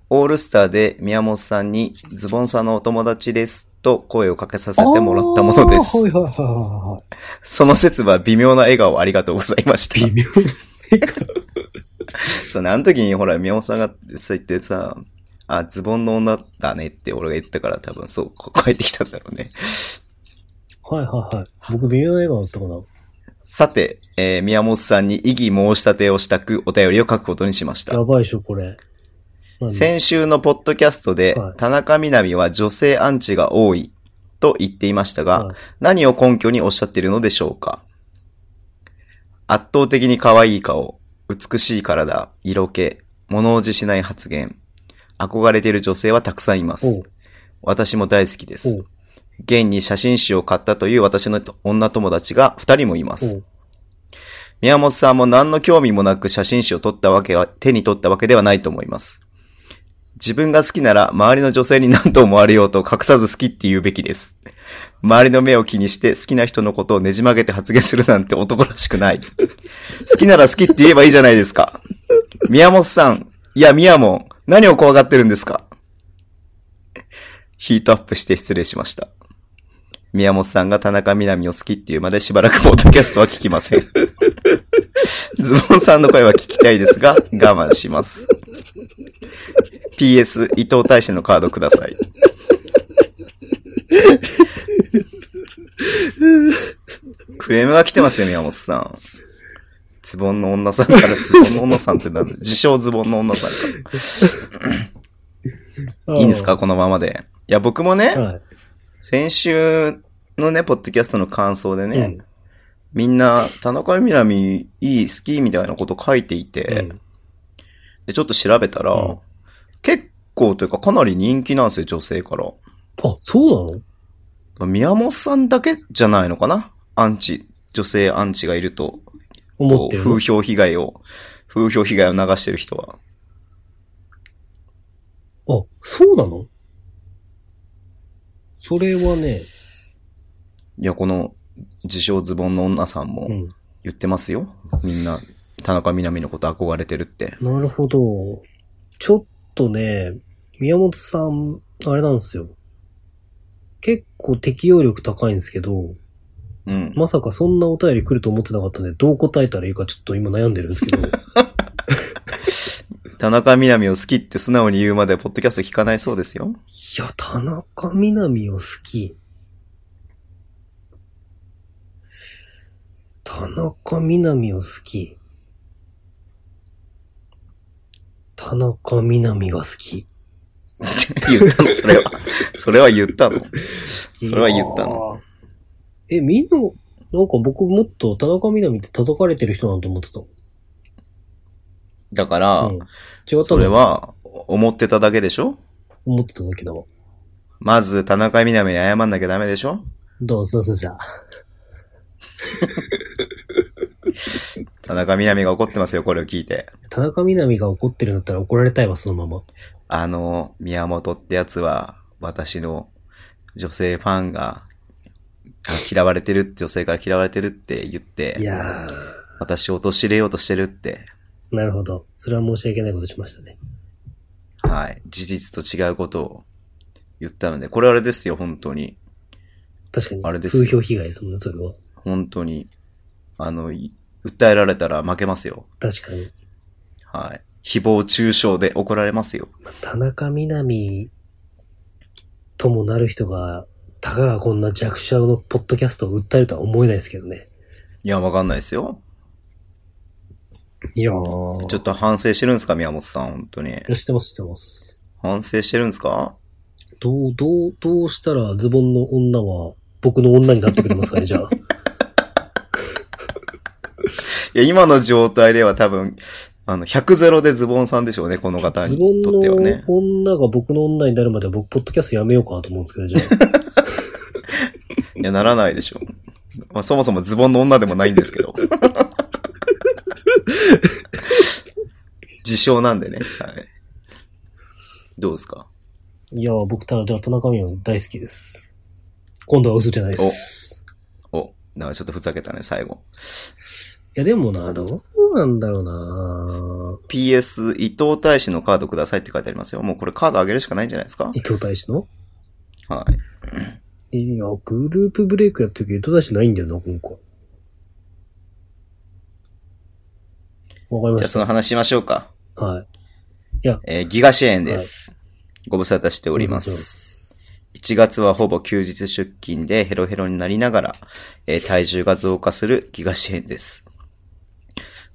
Speaker 2: オールスターで宮本さんに、ズボンさんのお友達です、と声をかけさせてもらったものです。
Speaker 3: はいはいはいは
Speaker 2: その説は微妙な笑顔ありがとうございました。
Speaker 3: いはい。微妙。
Speaker 2: そうね、あの時にほら、宮本さんがそう言ってさ、あ、ズボンの女だねって俺が言ったから多分そう、こ帰ってきたんだろうね。
Speaker 3: はいはいはい。僕微妙な笑顔だった かな。
Speaker 2: さて、えー宮本さんに異議申し立てをしたくお便りを書くことにしました
Speaker 3: や。ばいでしょ、これ。なんで
Speaker 2: 先週のポッドキャストで、
Speaker 3: はい
Speaker 2: 田中みな実は女性アンチが多いと言っていましたが、
Speaker 3: はい
Speaker 2: 何を根拠におっしゃっているのでしょうか圧倒的に可愛い顔、美しい体、色気、物おじしない発言。憧れている女性はたくさんいま
Speaker 3: おう
Speaker 2: す。私も大好きで
Speaker 3: お
Speaker 2: す
Speaker 3: う。
Speaker 2: 現に写真集を買ったという私の女友達が2人もいま
Speaker 3: お
Speaker 2: す。
Speaker 3: う
Speaker 2: 宮本さんも何の興味もなく写真集を撮ったわけは、手に取ったわけではないと思います。自分が好きなら周りの女性に何と思われようと隠さず好きって言うべきです。周りの目を気にして好きな人のことをねじ曲げて発言するなんて男らしくない。好きなら好きって言えばいいじゃないですか。宮本さん。いや、宮本。何を怖がってるんですかヒートアップして失礼しました。宮本さんが田中みな実を好きっていうまでしばらくポッドキャストは聞きません。ズボンさんの声は聞きたいですが、我慢します。PS、伊藤大使のカードください。クレームが来てますよ、宮本さん。ズボンの女さんから、ズボンの女さんってなんだ自称ズボンの女さんか
Speaker 3: あ
Speaker 2: ら。
Speaker 3: ー
Speaker 2: いいんですかこのままで。いや、僕もね、
Speaker 3: はい。
Speaker 2: 先週のね、ポッドキャストの感想でね、
Speaker 3: うん
Speaker 2: みんな、田中みな実いい、好きみたいなこと書いていて、
Speaker 3: うん
Speaker 2: で、ちょっと調べたら、
Speaker 3: うん
Speaker 2: 結構というかかなり人気なんですよ、女性から。
Speaker 3: あ、そうなの
Speaker 2: 宮本さんだけじゃないのかなアンチ、女性アンチがいると、
Speaker 3: 思ってるの
Speaker 2: 風評被害を、風評被害を流してる人は。
Speaker 3: あ、そうなのそれはね、
Speaker 2: いや、この、自称ズボンの女さん
Speaker 3: う
Speaker 2: も
Speaker 3: ん。
Speaker 2: 言ってますよ。みんな、田中みな実のこと憧れてるって。
Speaker 3: なるほど。ちょっとね、宮本さん、あれなんですよ。結構適応力高いんですけど、
Speaker 2: うん。
Speaker 3: まさかそんなお便り来ると思ってなかったんで、どう答えたらいいかちょっと今悩んでるんですけど。
Speaker 2: 田中みな実を好きって素直に言うまで、ポッドキャスト聞かないそうですよ。
Speaker 3: いや、田中みな実を好き。田中みな実を好き。田中みな実が好き。
Speaker 2: 言ったのそれは。それは言った のそれは言った
Speaker 3: の。え、みんな、なんか僕もっと田中みな実って叩かれてる人なんて思ってた。
Speaker 2: だから、
Speaker 3: うん、違った
Speaker 2: それ
Speaker 3: の
Speaker 2: は、思ってただけでしょ
Speaker 3: 思ってただけだわ。
Speaker 2: まず、田中みな実に謝んなきゃダメでしょ
Speaker 3: どうぞどうぞじゃあ。
Speaker 2: 田中みな実が怒ってますよ、これを聞いて。
Speaker 3: 田中みな実が怒ってるんだったら怒られたいわ、そのまま。
Speaker 2: あの、宮本ってやつは、私の女性ファンが、嫌われてる、女性から嫌われてるって言っ
Speaker 3: い
Speaker 2: て、
Speaker 3: やー。
Speaker 2: 私を陥れようとしてるって、
Speaker 3: なるほど。それは申し訳ないことしましたね。
Speaker 2: はい、事実と違うことを言ったので、これあれですよ、本当に。
Speaker 3: 確かに。
Speaker 2: あれですよ
Speaker 3: 風評被害ですもんね、それは。
Speaker 2: 本当に。あの、い訴えられたら負けますよ。
Speaker 3: 確かに。
Speaker 2: はい。誹謗中傷で怒られますよ。
Speaker 3: まあ田中みな実ともなる人が、たかがこんな弱者のポッドキャストを訴えるとは思えないですけどね。
Speaker 2: いや、わかんないですよ。
Speaker 3: いやー。
Speaker 2: ちょっと反省してるんですか、宮本さん、本当に。
Speaker 3: と。してます、してます。
Speaker 2: 反省してるんですか
Speaker 3: どう、どう、どうしたらズボンの女は僕の女になってくれますかね、じゃ あ。
Speaker 2: いや、今の状態では多分、あの、100ゼロでズボンさんでしょうね、この方
Speaker 3: ズボン
Speaker 2: にとってはね。
Speaker 3: の女が僕の女になるまでは僕、ポッドキャストやめようかなと思うんですけど、じゃあ。
Speaker 2: いや、ならないでしょう。まあ、そもそもズボンの女でもないんですけ ど。自称なんでね。はい。どうですか
Speaker 3: いやー、僕、ただ、じゃあ、田中みな実大好きです。今度は嘘じゃないです。
Speaker 2: お、なんかちょっとふざけたね、最後。
Speaker 3: いや、でもな、どうなんだろうな
Speaker 2: PS、伊藤大使のカードくださいって書いてありますよ。もうこれカードあげるしかないんじゃないですか
Speaker 3: 伊藤大使の
Speaker 2: はい。
Speaker 3: いや、グループブレイクやってるけど、伊藤大使ないんだよな、今回。わか
Speaker 2: じゃ
Speaker 3: りま
Speaker 2: あそ
Speaker 3: し
Speaker 2: の話しましょうか。
Speaker 3: た。はい。
Speaker 2: えーギガ支援です。ご無沙汰しておりま
Speaker 3: ご無
Speaker 2: す。1月はほぼ休日出勤でヘロヘロになりながら、えー体重が増加するギガ支援です。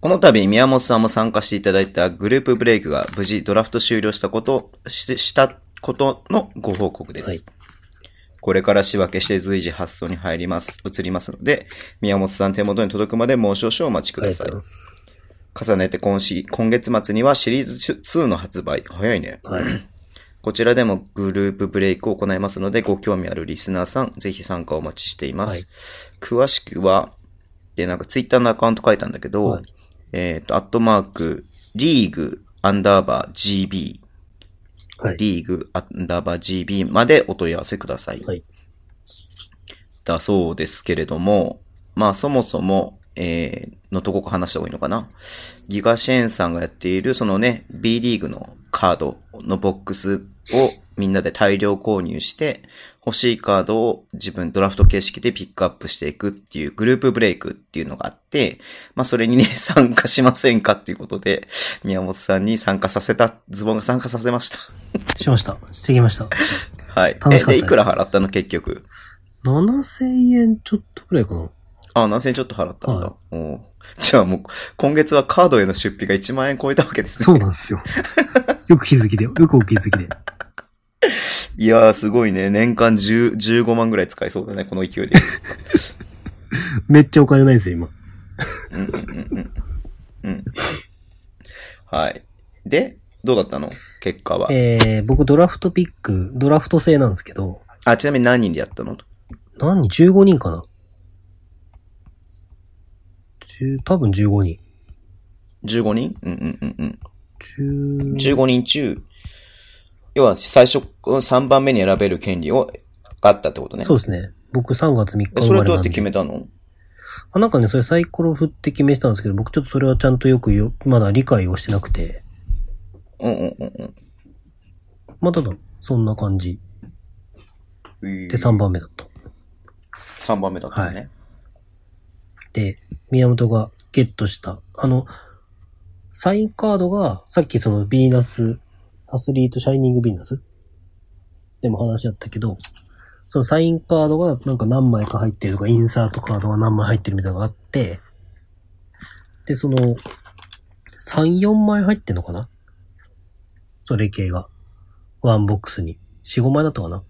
Speaker 2: この度、宮本さんも参加していただいたグループブレイクが無事ドラフト終了したこと、ししたことのご報告です。
Speaker 3: はい
Speaker 2: これから仕分けして随時発送に入ります、移りますので、宮本さん手元に届くまでもう少々お待ちく
Speaker 3: あり
Speaker 2: だ
Speaker 3: が
Speaker 2: さい
Speaker 3: とうござい。ます。
Speaker 2: 重ねて今し、今月末にはシリーズ2の発売。早いね。
Speaker 3: はい。
Speaker 2: こちらでもグループブレイクを行いますので、ご興味あるリスナーさん、ぜひ参加お待ちしています。
Speaker 3: はい
Speaker 2: 詳しくは、で、なんかツイッターのアカウント書いたんだけど、
Speaker 3: はい
Speaker 2: えっ、と、アットマーク、リーグ、アンダーバー GB、
Speaker 3: はい。
Speaker 2: リーグ、アンダーバー GB までお問い合わせください。
Speaker 3: はい。
Speaker 2: だそうですけれども、まあそもそも、えーのとこ話した方がいいのかな。ギガシェーンさんがやっている、そのね、B リーグのカードのボックスをみんなで大量購入して、欲しいカードを自分ドラフト形式でピックアップしていくっていうグループブレイクっていうのがあって、まあそれにね、 参加しませんかっていうことで、宮本さんに参加させた、ズボンが参加させました。
Speaker 3: しました。してきました。
Speaker 2: はい。
Speaker 3: 楽しかった
Speaker 2: え、
Speaker 3: で
Speaker 2: で、
Speaker 3: す
Speaker 2: いくら払ったの結局。
Speaker 3: 7000円ちょっとくらいかな。
Speaker 2: あ、何千円ちょっと払ったんだ。
Speaker 3: は
Speaker 2: おうじゃあもう、今月はカードへの出費が1万円超えたわけですね。
Speaker 3: そうなんです よ。よく気づきで、よくお気づきで。
Speaker 2: いやー、すごいね。年間10、15万ぐらい使えそうだね、この勢いで。
Speaker 3: めっちゃお金ないんですよ、今。
Speaker 2: うんうんうんうん。うん。はい。で、どうだったの結果は。
Speaker 3: えー、僕ドラフトピック、ドラフト制なんですけど、
Speaker 2: あ、ちなみに何人でやったの
Speaker 3: 何人 ?15 人かな10多分15人。
Speaker 2: ?15 人うんうんうんうん。
Speaker 3: 10
Speaker 2: 15人中、要は最初、この3番目に選べる権利を、があったってことね。
Speaker 3: そう
Speaker 2: う
Speaker 3: ですね。僕3月3日
Speaker 2: それ
Speaker 3: 生ま
Speaker 2: を
Speaker 3: れ
Speaker 2: どう
Speaker 3: な
Speaker 2: やっ
Speaker 3: ん
Speaker 2: て決
Speaker 3: で。
Speaker 2: めたの
Speaker 3: あ、なんかね、それサイコロ振って決めてたんですけど、僕ちょっとそれはちゃんとよくよ、まだ理解をしてなくて。
Speaker 2: うんうんうんうん。
Speaker 3: まあ、ただ、そんな感じ。
Speaker 2: で
Speaker 3: で、3番目だった。
Speaker 2: 3番目だったのね。
Speaker 3: で、宮本がゲットした。あの、サインカードが、さっきそのヴィーナス、アスリート、シャイニングヴィーナスでも話し合ったけど、そのサインカードがなんか何枚か入ってるとか、インサートカードが何枚入ってるみたいなのがあって、で、その、3、4枚入ってんのかなそれ系が。ワンボックスに。4、5枚だったかな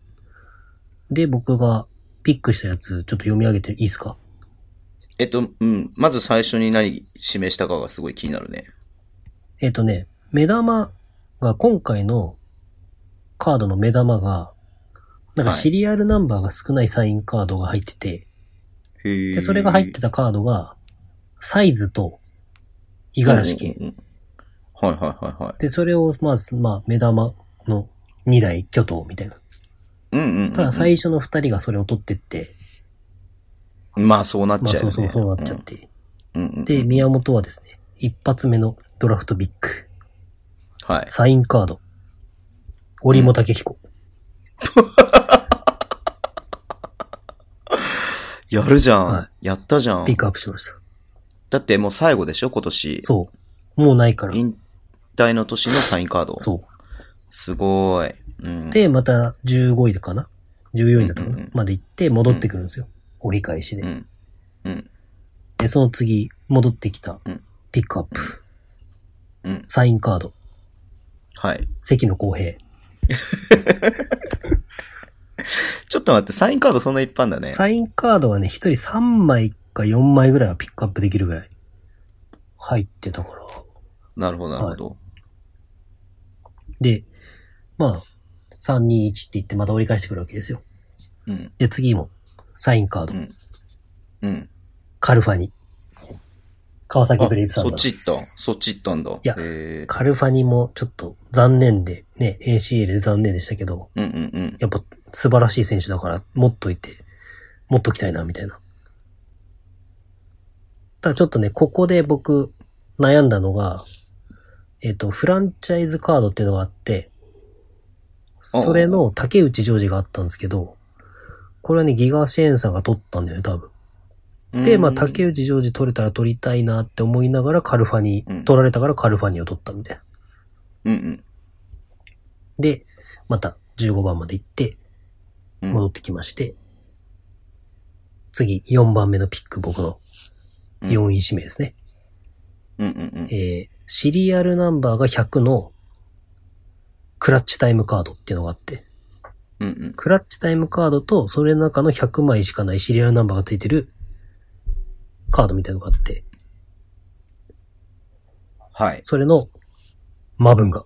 Speaker 3: で、僕がピックしたやつ、ちょっと読み上げていいですか
Speaker 2: えっと、うん。まず最初に何示したかがすごい気になるね。
Speaker 3: えっ、とね、目玉が、今回のカードの目玉が、なんか
Speaker 2: はい
Speaker 3: シリアルナンバーが少ないサインカードが入ってて、
Speaker 2: へ
Speaker 3: で、それが入ってたカードが、サイズと、五十嵐系。
Speaker 2: うんうんうん。はいはいはいはい。
Speaker 3: で、それを、まず、まあ、目玉の2台巨頭みたいな。
Speaker 2: うんうんうんうん。
Speaker 3: ただ、最初の2人がそれを取ってって、
Speaker 2: まあそうなっ
Speaker 3: まあ、
Speaker 2: ちゃうよ
Speaker 3: そう
Speaker 2: ね。
Speaker 3: そう、そうなっちゃって。
Speaker 2: うん。うんうんうん
Speaker 3: で、宮本はですね、一発目のドラフトビッグ、
Speaker 2: はい。
Speaker 3: サインカード、折茂武彦。
Speaker 2: やるじゃん。
Speaker 3: は
Speaker 2: やったじゃん
Speaker 3: ピッ。クアップしました。
Speaker 2: だってもう最後でしょ今年。
Speaker 3: そう。もうないから。
Speaker 2: 引退の年のサインカード。
Speaker 3: そう。
Speaker 2: すごーい。うん。
Speaker 3: で、また15位だかな ?14 位だったかな、
Speaker 2: うんうんうん
Speaker 3: まで行って戻ってくるんですよ。折り返しで、
Speaker 2: うん。うん。
Speaker 3: で、その次、戻ってきた
Speaker 2: うん、
Speaker 3: ピックアップ、
Speaker 2: うん。
Speaker 3: サインカード、
Speaker 2: はい。
Speaker 3: 関野公平。
Speaker 2: ちょっと待って、サインカードそんな一般だね。
Speaker 3: サインカードはね、1人3枚か4枚ぐらいはピックアップできるぐらい入ってたから。
Speaker 2: なるほど、なるほど。
Speaker 3: で、まあ、321って言ってまた折り返してくるわけですよ。
Speaker 2: うん。
Speaker 3: で、次も、サインカード、
Speaker 2: うん。うん。
Speaker 3: カルファニ。川崎ブレイブサン
Speaker 2: そ
Speaker 3: ダー
Speaker 2: っ
Speaker 3: ス。
Speaker 2: ち行った。そっち行ったんだ。
Speaker 3: や
Speaker 2: へー
Speaker 3: カルファニもちょっと残念で、ね、ACL で残念でしたけど、
Speaker 2: うんうんうん。
Speaker 3: やっぱ素晴らしい選手だから、持っといて、持っときたいな、みたいな。ただちょっとね、ここで僕、悩んだのが、えっ、と、フランチャイズカードっていうのがあって、それの竹内ジョージがあったんですけど、これはね、ギガシェーンさんが取ったんだよね、多分。で、まあ、竹内ジョージ取れたら取りたいなって思いながら、カルファニ
Speaker 2: うん、
Speaker 3: 取られたからカルファニを取ったみたいな。
Speaker 2: うんうん
Speaker 3: で、また15番まで行って、
Speaker 2: うん。
Speaker 3: 戻ってきまして、次、4番目のピック、僕の
Speaker 2: うん
Speaker 3: 4位指名ですね。
Speaker 2: うんうんうん。
Speaker 3: えー、シリアルナンバーが100の、クラッチタイムカードっていうのがあって、
Speaker 2: うんうん。
Speaker 3: クラッチタイムカードと、それの中の100枚しかないシリアルナンバーがついてる、カードみたいなのがあって、
Speaker 2: はい。
Speaker 3: それの、マブンが、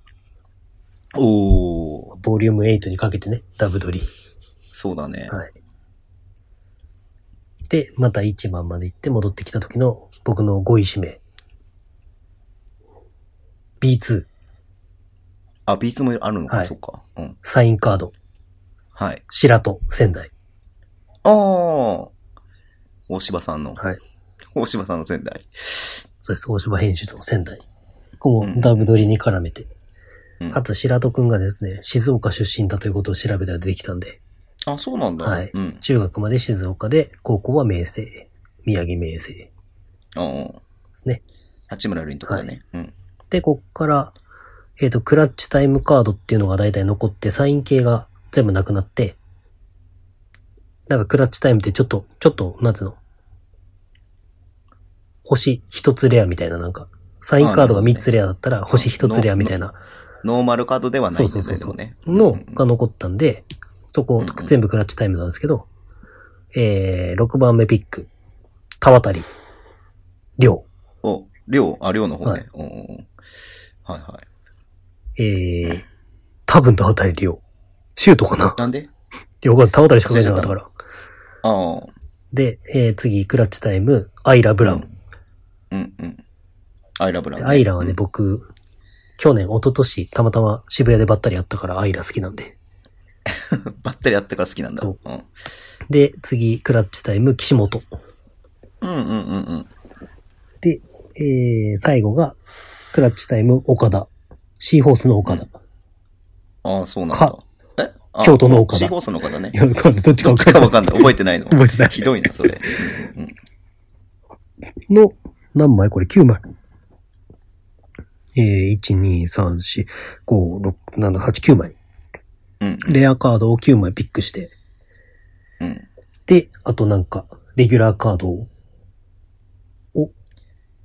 Speaker 2: おー、
Speaker 3: ボリューム8にかけてね、ダブ取り。
Speaker 2: そうだね。
Speaker 3: はい。で、また1番まで行って戻ってきた時の僕の5位指名。B2、
Speaker 2: あ、ビーツもあるのか、
Speaker 3: はい
Speaker 2: そっか。うん。
Speaker 3: サインカード、
Speaker 2: はい。
Speaker 3: 白戸、仙台。
Speaker 2: あー、大柴さんの。
Speaker 3: はい。
Speaker 2: 大島さんの仙台。
Speaker 3: そして大島編集長の仙台。ここ
Speaker 2: うん
Speaker 3: もダブドリに絡めて。
Speaker 2: うん
Speaker 3: かつ白戸くんがですね、静岡出身だということを調べたら出てきたんで、
Speaker 2: あ、そうなんだ。
Speaker 3: はい
Speaker 2: うん。
Speaker 3: 中学まで静岡で、高校は明星、宮城明星で
Speaker 2: ああ、
Speaker 3: すね。
Speaker 2: 八村塁のところだね。うん。
Speaker 3: で、こっから、えっ、と、クラッチタイムカードっていうのが大体残って、サイン系が全部なくなって、なんかクラッチタイムってちょっと、ちょっと、なんつうの、星一つレアみたいな、なんか、サインカードが三つレアだったら、星一つレアみたいな
Speaker 2: ノーマルカードではないんだ
Speaker 3: そう
Speaker 2: け
Speaker 3: そうそ
Speaker 2: ど
Speaker 3: う
Speaker 2: ね。
Speaker 3: の
Speaker 2: うん
Speaker 3: が残ったんで、そこ
Speaker 2: うんうん
Speaker 3: 全部クラッチタイムなんですけど、えー、6番目ピック、田渡り、りょ
Speaker 2: お、量、あ、量の方
Speaker 3: は
Speaker 2: ね
Speaker 3: い。
Speaker 2: おーはいはい。
Speaker 3: う、えー、多分田渡りりょう、シュートかな
Speaker 2: なんで
Speaker 3: りょうが田渡りしか書いてなかったから。
Speaker 2: ああ。
Speaker 3: で、えー、次、クラッチタイム、アイラ・ブラウン。
Speaker 2: うんうん。アイラブラウン
Speaker 3: で
Speaker 2: ね。
Speaker 3: アイラはね、
Speaker 2: うん
Speaker 3: 僕、去年、一昨年たまたま渋谷でばったりやったから、アイラ好きなんで。
Speaker 2: ばったりやったから好きなんだ。
Speaker 3: そうんで、次、クラッチタイム、岸本。
Speaker 2: うんうんうんうん。
Speaker 3: で、えー、最後が、クラッチタイム、岡田。シーホースの岡田。
Speaker 2: ああ、そうなんだ。えあ
Speaker 3: 京都の岡田
Speaker 2: シーホースの方ね
Speaker 3: い。や、わかんない。どっちか
Speaker 2: どっ
Speaker 3: わ
Speaker 2: ち
Speaker 3: かん
Speaker 2: か
Speaker 3: ない
Speaker 2: わかんない。覚えてないの。
Speaker 3: 覚えてない
Speaker 2: ひどいな、それ。うんうん
Speaker 3: の、何枚これ ?9 枚。えー、1、2、3、4、5、6、7、8、9枚。
Speaker 2: うん。
Speaker 3: レアカードを9枚ピックして。
Speaker 2: うん。
Speaker 3: で、あとなんか、レギュラーカードを、を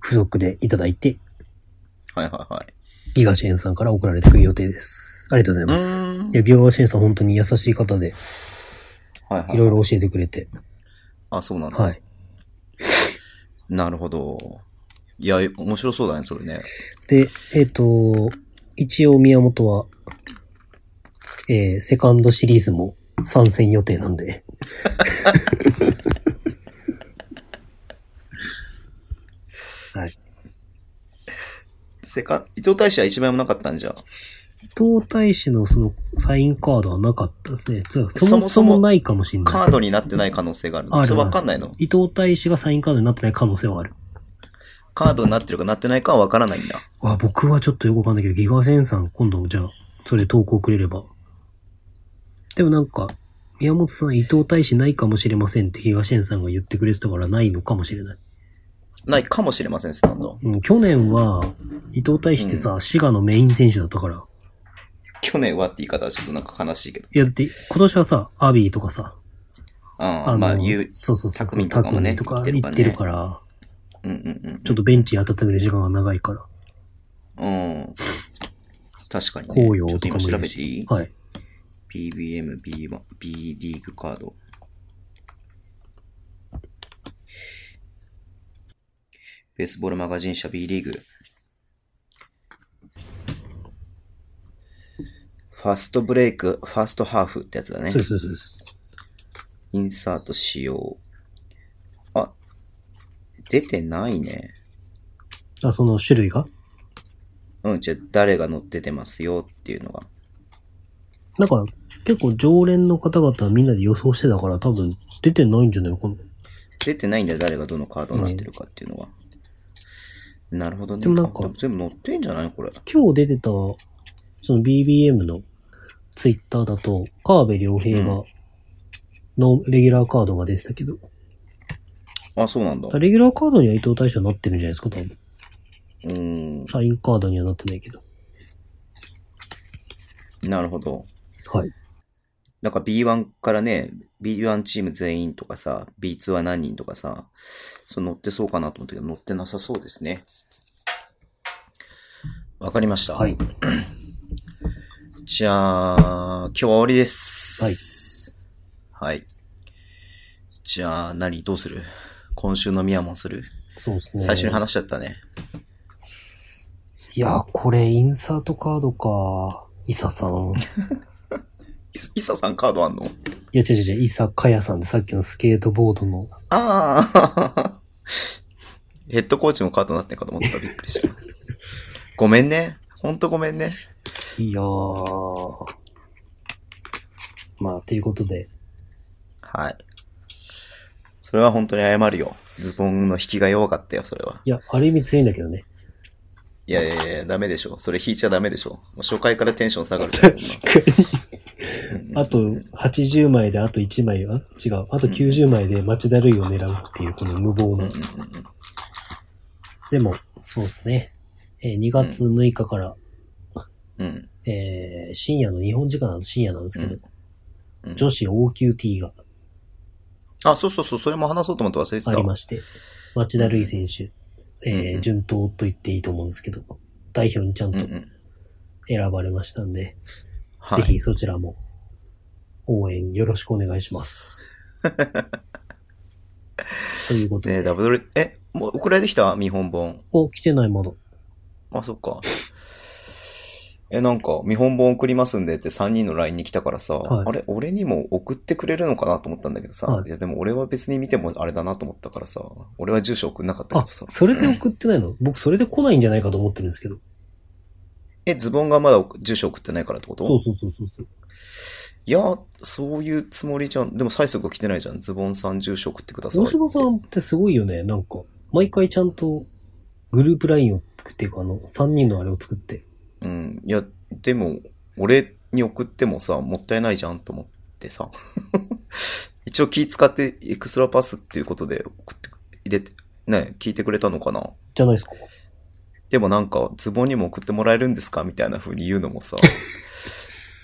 Speaker 3: 付属でいただいて、
Speaker 2: はいはいはい。
Speaker 3: ギガシェンさんから送られてくる予定です。ありがとうございます。
Speaker 2: ーん
Speaker 3: いや、ギガシェンさん本当に優しい方で、
Speaker 2: はいはい。
Speaker 3: いろいろ教えてくれて、
Speaker 2: あ、そうなんだ。
Speaker 3: はい。
Speaker 2: なるほど。いや、面白そうだね、それね。
Speaker 3: で、えっ、と、一応宮本は、えー、セカンドシリーズも参戦予定なんで、はい。
Speaker 2: セカ伊藤大使は一枚もなかったんじゃ。
Speaker 3: 東大使のそのサインカードはなかったですね。そもそ
Speaker 2: そ
Speaker 3: も
Speaker 2: もそも
Speaker 3: ないかもしれ
Speaker 2: カ
Speaker 3: な
Speaker 2: ードになってない可能性がある
Speaker 3: あ
Speaker 2: の。
Speaker 3: る
Speaker 2: それわかんないの
Speaker 3: い。伊藤大使がサインカードになってない可能性はある。
Speaker 2: カードになってるかなってないかはわからないんだ。
Speaker 3: あ、僕はちょっとよくわかんないけど、ギガセンさん今度じゃあ、それ投稿くれれば。でもなんか、宮本さん伊藤大使ないかもしれませんってギガセンさんが言ってくれてたからないのかもしれない。
Speaker 2: ないかもしれません、スタンド。
Speaker 3: うん、去年は、伊藤大使ってさ、滋賀のメイン選手だったから。
Speaker 2: 去年はって言い方はちょっとなんか悲しいけど。
Speaker 3: いや、だって今年はさ、アビーとかさ、
Speaker 2: ああ、まあ言う。
Speaker 3: そうそうそう、
Speaker 2: 匠とかもね
Speaker 3: 匠とか
Speaker 2: 行
Speaker 3: 行
Speaker 2: っ
Speaker 3: ってて
Speaker 2: る
Speaker 3: る
Speaker 2: か
Speaker 3: から、
Speaker 2: うんうんうん。
Speaker 3: ちょっとベンチ温める時間が長いから。
Speaker 2: うん。確かに、ね。
Speaker 3: 紅葉
Speaker 2: ちょっ
Speaker 3: と
Speaker 2: と今
Speaker 3: かもい
Speaker 2: 調
Speaker 3: る
Speaker 2: べてい
Speaker 3: し
Speaker 2: い。
Speaker 3: はい。
Speaker 2: ?PBM、B1、B リーグカード。ベースボールマガジン社 B リーグ。ファストブレイク、ファストハーフってやつだね
Speaker 3: そう。です、そうです。
Speaker 2: インサートしよう。あ、出てないね。
Speaker 3: あ、その種類が
Speaker 2: うん、じゃあ誰が乗っててますよっていうのが。
Speaker 3: だから、結構常連の方々はみんなで予想してたから多分出てないんじゃないのかな。
Speaker 2: 出てないんだよ、誰がどのカードになってるかっていうのは。なるほどね。
Speaker 3: でもなんか
Speaker 2: あ全部載ってんじゃないこれ。
Speaker 3: 今日出てた、その BBM のツイッターだと、河辺良平
Speaker 2: う
Speaker 3: が、のレギュラーカードが出てたけど、
Speaker 2: あ、そうなんだ。う
Speaker 3: レギュラーカードには伊藤大使はなってるんじゃないですか、多分。
Speaker 2: ーん。
Speaker 3: サインカードにはなってないけど。
Speaker 2: なるほど。
Speaker 3: はい。
Speaker 2: なんか B1 からね、B1 チーム全員とかさ、B2 は何人とかさ、そう乗ってそうかなと思ったけど、乗ってなさそうですね。わかりました。
Speaker 3: はい。
Speaker 2: じゃあ、今日は終わりです。はい。はい。じゃあ、何どうする今週の宮もする
Speaker 3: そうですね。
Speaker 2: 最初に話しちゃったね。
Speaker 3: いや、これインサートカードか。イサさん。
Speaker 2: いイサさんカードあんの
Speaker 3: いや、違う違う違う、イサカヤさんでさっきのスケートボードの。
Speaker 2: ああ ヘッドコーチもカードになってんかと思った。びっくり した。ごめんね。ほんとごめんね。
Speaker 3: いやー。まあ、ということで、
Speaker 2: はい。それは本当に謝るよ。ズボンの引きが弱かったよ、それは。
Speaker 3: いや、ある意味強いんだけどね。
Speaker 2: いやいやいや、ダメでしょ。それ引いちゃダメでしょ。もう初回からテンション下がる。
Speaker 3: かに。あと80枚であと1枚は違う。あと90枚で町だるいを狙うっていう、この無謀
Speaker 2: うんう。
Speaker 3: な
Speaker 2: う
Speaker 3: ん
Speaker 2: ん
Speaker 3: でも、そうですね。えー2月6日から、
Speaker 2: うん。うん。
Speaker 3: えー深夜の、日本時間の深夜なんですけど、
Speaker 2: うん
Speaker 3: 女子 OQT が
Speaker 2: あ、そうそうそう、それも話そうと思って忘れてた。
Speaker 3: ありまして、町田瑠唯選手、えー
Speaker 2: うん
Speaker 3: 順当と言っていいと思うんですけど、代表にちゃん
Speaker 2: うんう
Speaker 3: と
Speaker 2: ん。
Speaker 3: 選ばれましたんで、
Speaker 2: はい。
Speaker 3: ぜひそちらも応援よろしくお願いし ます。ということ
Speaker 2: ね
Speaker 3: で、
Speaker 2: ダブル、え、もう送られてきた見本本。
Speaker 3: お、来てないもの。
Speaker 2: あ、そっか。え、なんか、見本本送りますんでって3人の LINE に来たからさ、
Speaker 3: はい
Speaker 2: あれ、俺にも送ってくれるのかなと思ったんだけどさ、
Speaker 3: はい
Speaker 2: い、や、でも俺は別に見てもあれだなと思ったからさ、俺は住所送んなかったけ
Speaker 3: あ、
Speaker 2: どさ、
Speaker 3: それで送って ないの僕それで来ないんじゃないかと思ってるんですけど。
Speaker 2: え、ズボンがまだ住所送ってないからってこと
Speaker 3: そうそうそうそうそう。
Speaker 2: いや、そういうつもりじゃん。でも催促が来てないじゃん。ズボンさん住所送ってくださいっ
Speaker 3: 大
Speaker 2: て。
Speaker 3: 島さんってすごいよね。なんか、毎回ちゃんとグループラインを作っていうか、あの、3人のあれを作って。
Speaker 2: うん。いや、でも、俺に送ってもさ、もったいないじゃんと思って さ。一応気使ってエクストラパスっていうことで送って、入れて、ね、聞いてくれたのかな。
Speaker 3: じゃないですか。
Speaker 2: でもなんか、ズボンにも送ってもらえるんですかみたいな風に言うのも さ、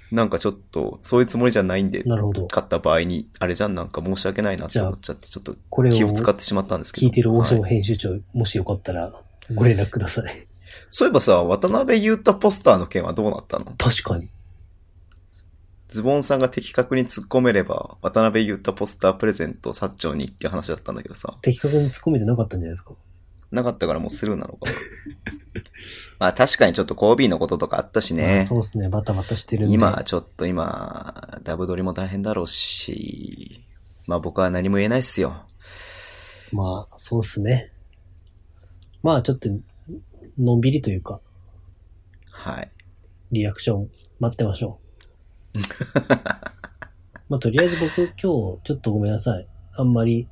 Speaker 2: なんかちょっと、そういうつもりじゃないんで、
Speaker 3: なるほど。
Speaker 2: 買った場合に、あれじゃん、なんか申し訳ないなって思っちゃって、ちょっと
Speaker 3: これを
Speaker 2: 気を使
Speaker 3: 聞
Speaker 2: ってしまったんですけど。
Speaker 3: いてる大
Speaker 2: はい
Speaker 3: 島編集長、もしよかったらご連絡ください。
Speaker 2: そういえばさ、渡辺裕太ポスターの件はどうなったの
Speaker 3: 確かに。
Speaker 2: ズボンさんが的確に突っ込めれば、渡辺裕太ポスタープレゼントを薩長にっていう話だったんだけどさ、
Speaker 3: 的確に突っ込めてなかったんじゃないですか。
Speaker 2: なかったからもうスルーなのか な。まあ確かにちょっとコービーのこととかあったしね。
Speaker 3: そうですね。バタバタしてるんで。
Speaker 2: 今、ちょっと今、ダブ撮りも大変だろうし、まあ僕は何も言えないっすよ。
Speaker 3: まあ、そうですね。まあ、ちょっと、のんびりというか、
Speaker 2: はい。
Speaker 3: リアクション待ってましょう。まあ、とりあえず僕今日、ちょっとごめんなさい。あんまり、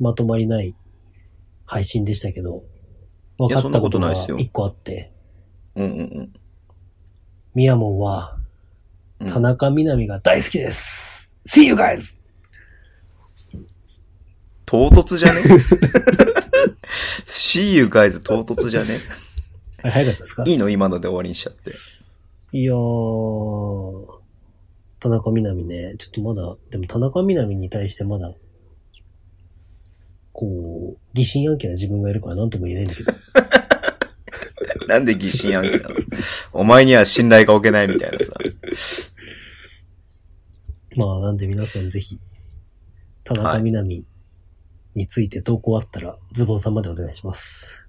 Speaker 3: まとまりない配信でしたけど、分か
Speaker 2: そ
Speaker 3: っ
Speaker 2: ん
Speaker 3: た
Speaker 2: な
Speaker 3: こ
Speaker 2: ことと
Speaker 3: が
Speaker 2: ないですよ
Speaker 3: 一個あって、
Speaker 2: うんうん
Speaker 3: ミヤモンは、
Speaker 2: うん。
Speaker 3: 田中みなみが大好きです、!See you guys!
Speaker 2: 唐突じゃね ?See you guys 唐突じゃ ね
Speaker 3: あれ早かったですか
Speaker 2: いいの今ので終わりにしちゃって。
Speaker 3: いやー、田中みなみね、ちょっとまだ、でも田中みなみに対してまだ、こう、疑心暗鬼な自分がいるから何とも言えないんだけ ど、
Speaker 2: なんで疑心暗鬼なのお前には信頼が置けないみたいなさ。
Speaker 3: まあなんで皆さんぜひ、田中みなみについて投稿あったら、ズボンさんまでお願いします。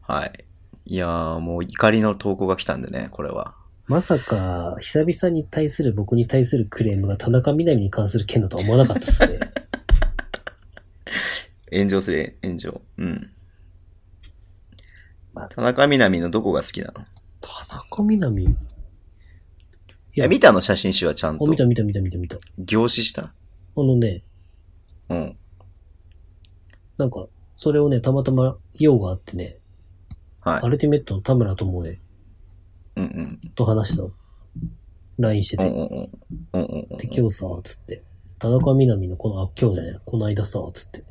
Speaker 2: はい。いやー、もう怒りの投稿が来たんでね、これは。
Speaker 3: まさか、久々に対する僕に対するクレームが田中みなみに関する件だとは思わなかったですね。
Speaker 2: 炎上する、炎上。うん
Speaker 3: まあ。
Speaker 2: 田中みな実のどこが好きなのい
Speaker 3: 田中みなみい
Speaker 2: や、見たの写真集はちゃん
Speaker 3: あ、
Speaker 2: と。
Speaker 3: 見た見た見た見た見た。
Speaker 2: 凝視した
Speaker 3: あのね、
Speaker 2: うん。
Speaker 3: なんか、それをね、たまたま用があってね、
Speaker 2: はい
Speaker 3: ア。ルティメットの田村友で
Speaker 2: うんうん。
Speaker 3: と話したの。LINE して
Speaker 2: うん
Speaker 3: て。
Speaker 2: うんうん。うんうんうん。
Speaker 3: で、今日さ、つって。田中みなみのこの、あ、今日じゃない、この間さ、つって。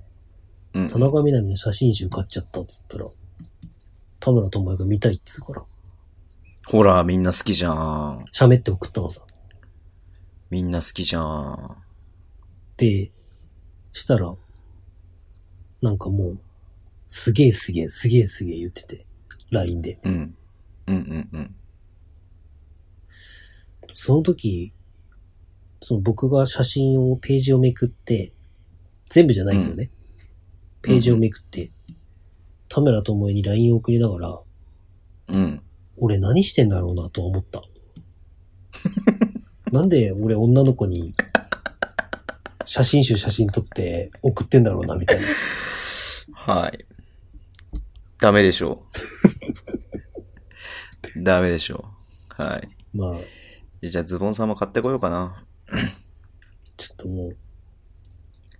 Speaker 2: うん
Speaker 3: 田中みなみの写真集買っちゃった、つったら、田村友が見たいっつうから、
Speaker 2: ほら、みんな好きじゃん。
Speaker 3: 喋って送ったのさ。
Speaker 2: みんな好きじゃん。
Speaker 3: で、したら、なんかもう、すげえすげえ、すげえすげえ言ってて、LINE で。
Speaker 2: うん。うんうんうん。
Speaker 3: その時、その僕が写真を、ページをめくって、全部じゃないけどね、ページをめくって、田村智恵に LINE を送りながら、
Speaker 2: うん。
Speaker 3: 俺何してんだろうなとは思った。なんで俺女の子に、写真集写真撮って送ってんだろうな、みたいな。
Speaker 2: はい。ダメでしょ う。ダメでしょう。はい。
Speaker 3: まあ、
Speaker 2: じゃあ、ズボンさんも買ってこようかな。
Speaker 3: ちょっともう、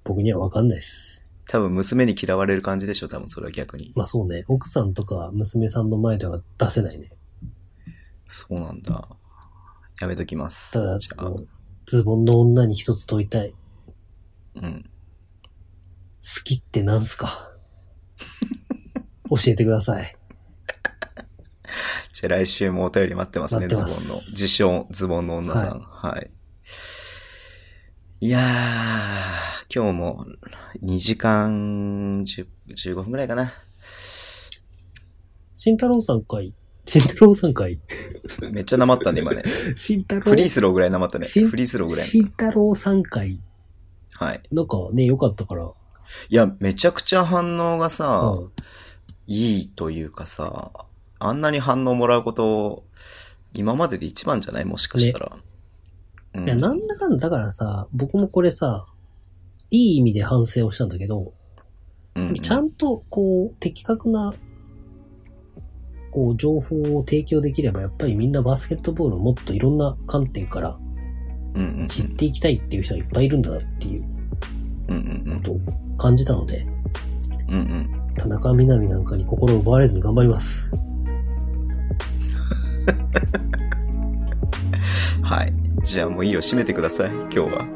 Speaker 3: 僕にはわかんないです。
Speaker 2: 多分娘に嫌われる感じでしょ、多分それは逆に。
Speaker 3: まあそうね、奥さんとか娘さんの前では出せないね。
Speaker 2: そうなんだ。やめときます。
Speaker 3: ただ
Speaker 2: じゃあ
Speaker 3: もうズボンの女に一つ問いたい。
Speaker 2: うん。
Speaker 3: 好きってなんすか教えてください。
Speaker 2: じゃあ来週もお便り待ってますね、
Speaker 3: 待っ
Speaker 2: ズ
Speaker 3: て
Speaker 2: ボン
Speaker 3: ます
Speaker 2: の。自称、ズボンの女さん。はい。い、やー、今日も2時間10 15分くらいかな。
Speaker 3: 慎太郎さんかい慎太郎さんかい
Speaker 2: めっちゃなまったね、今ね。
Speaker 3: 慎太郎
Speaker 2: フリースローぐらいなまったね。
Speaker 3: しん
Speaker 2: フリースローぐらい。
Speaker 3: 慎太郎さんかい
Speaker 2: はい。
Speaker 3: なんかね、良かったから。
Speaker 2: いや、めちゃくちゃ反応がさ、
Speaker 3: うん
Speaker 2: いいというかさ、あんなに反応もらうこと、今までで一番じゃないもしかしたら。うん
Speaker 3: いや、なんだかんだ、だからさ、僕もこれさ、いい意味で反省をしたんだけど、
Speaker 2: うんうん
Speaker 3: ちゃんと、こう、的確な、こう、情報を提供できれば、やっぱりみんなバスケットボールをもっといろんな観点から
Speaker 2: うんうん
Speaker 3: 知っていきたいっていう人がいっぱいいるんだなっていう
Speaker 2: うんう
Speaker 3: こ
Speaker 2: ん
Speaker 3: とを感じたので、
Speaker 2: うんうん
Speaker 3: 田中みなみなんかに心を奪われずに頑張ります。
Speaker 2: うんはい。じゃあもういいよ、閉めてください、今日は。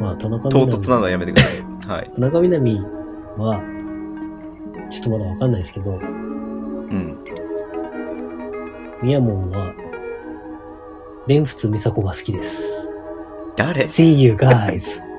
Speaker 3: まあ、田中みな
Speaker 2: 唐
Speaker 3: み。
Speaker 2: 突なのはやめてください。はい。
Speaker 3: 田中みなみは、ちょっとまだわかんないですけど、
Speaker 2: うん。
Speaker 3: みやもんは、蓮仏美佐子が好きです。
Speaker 2: 誰
Speaker 3: See you guys!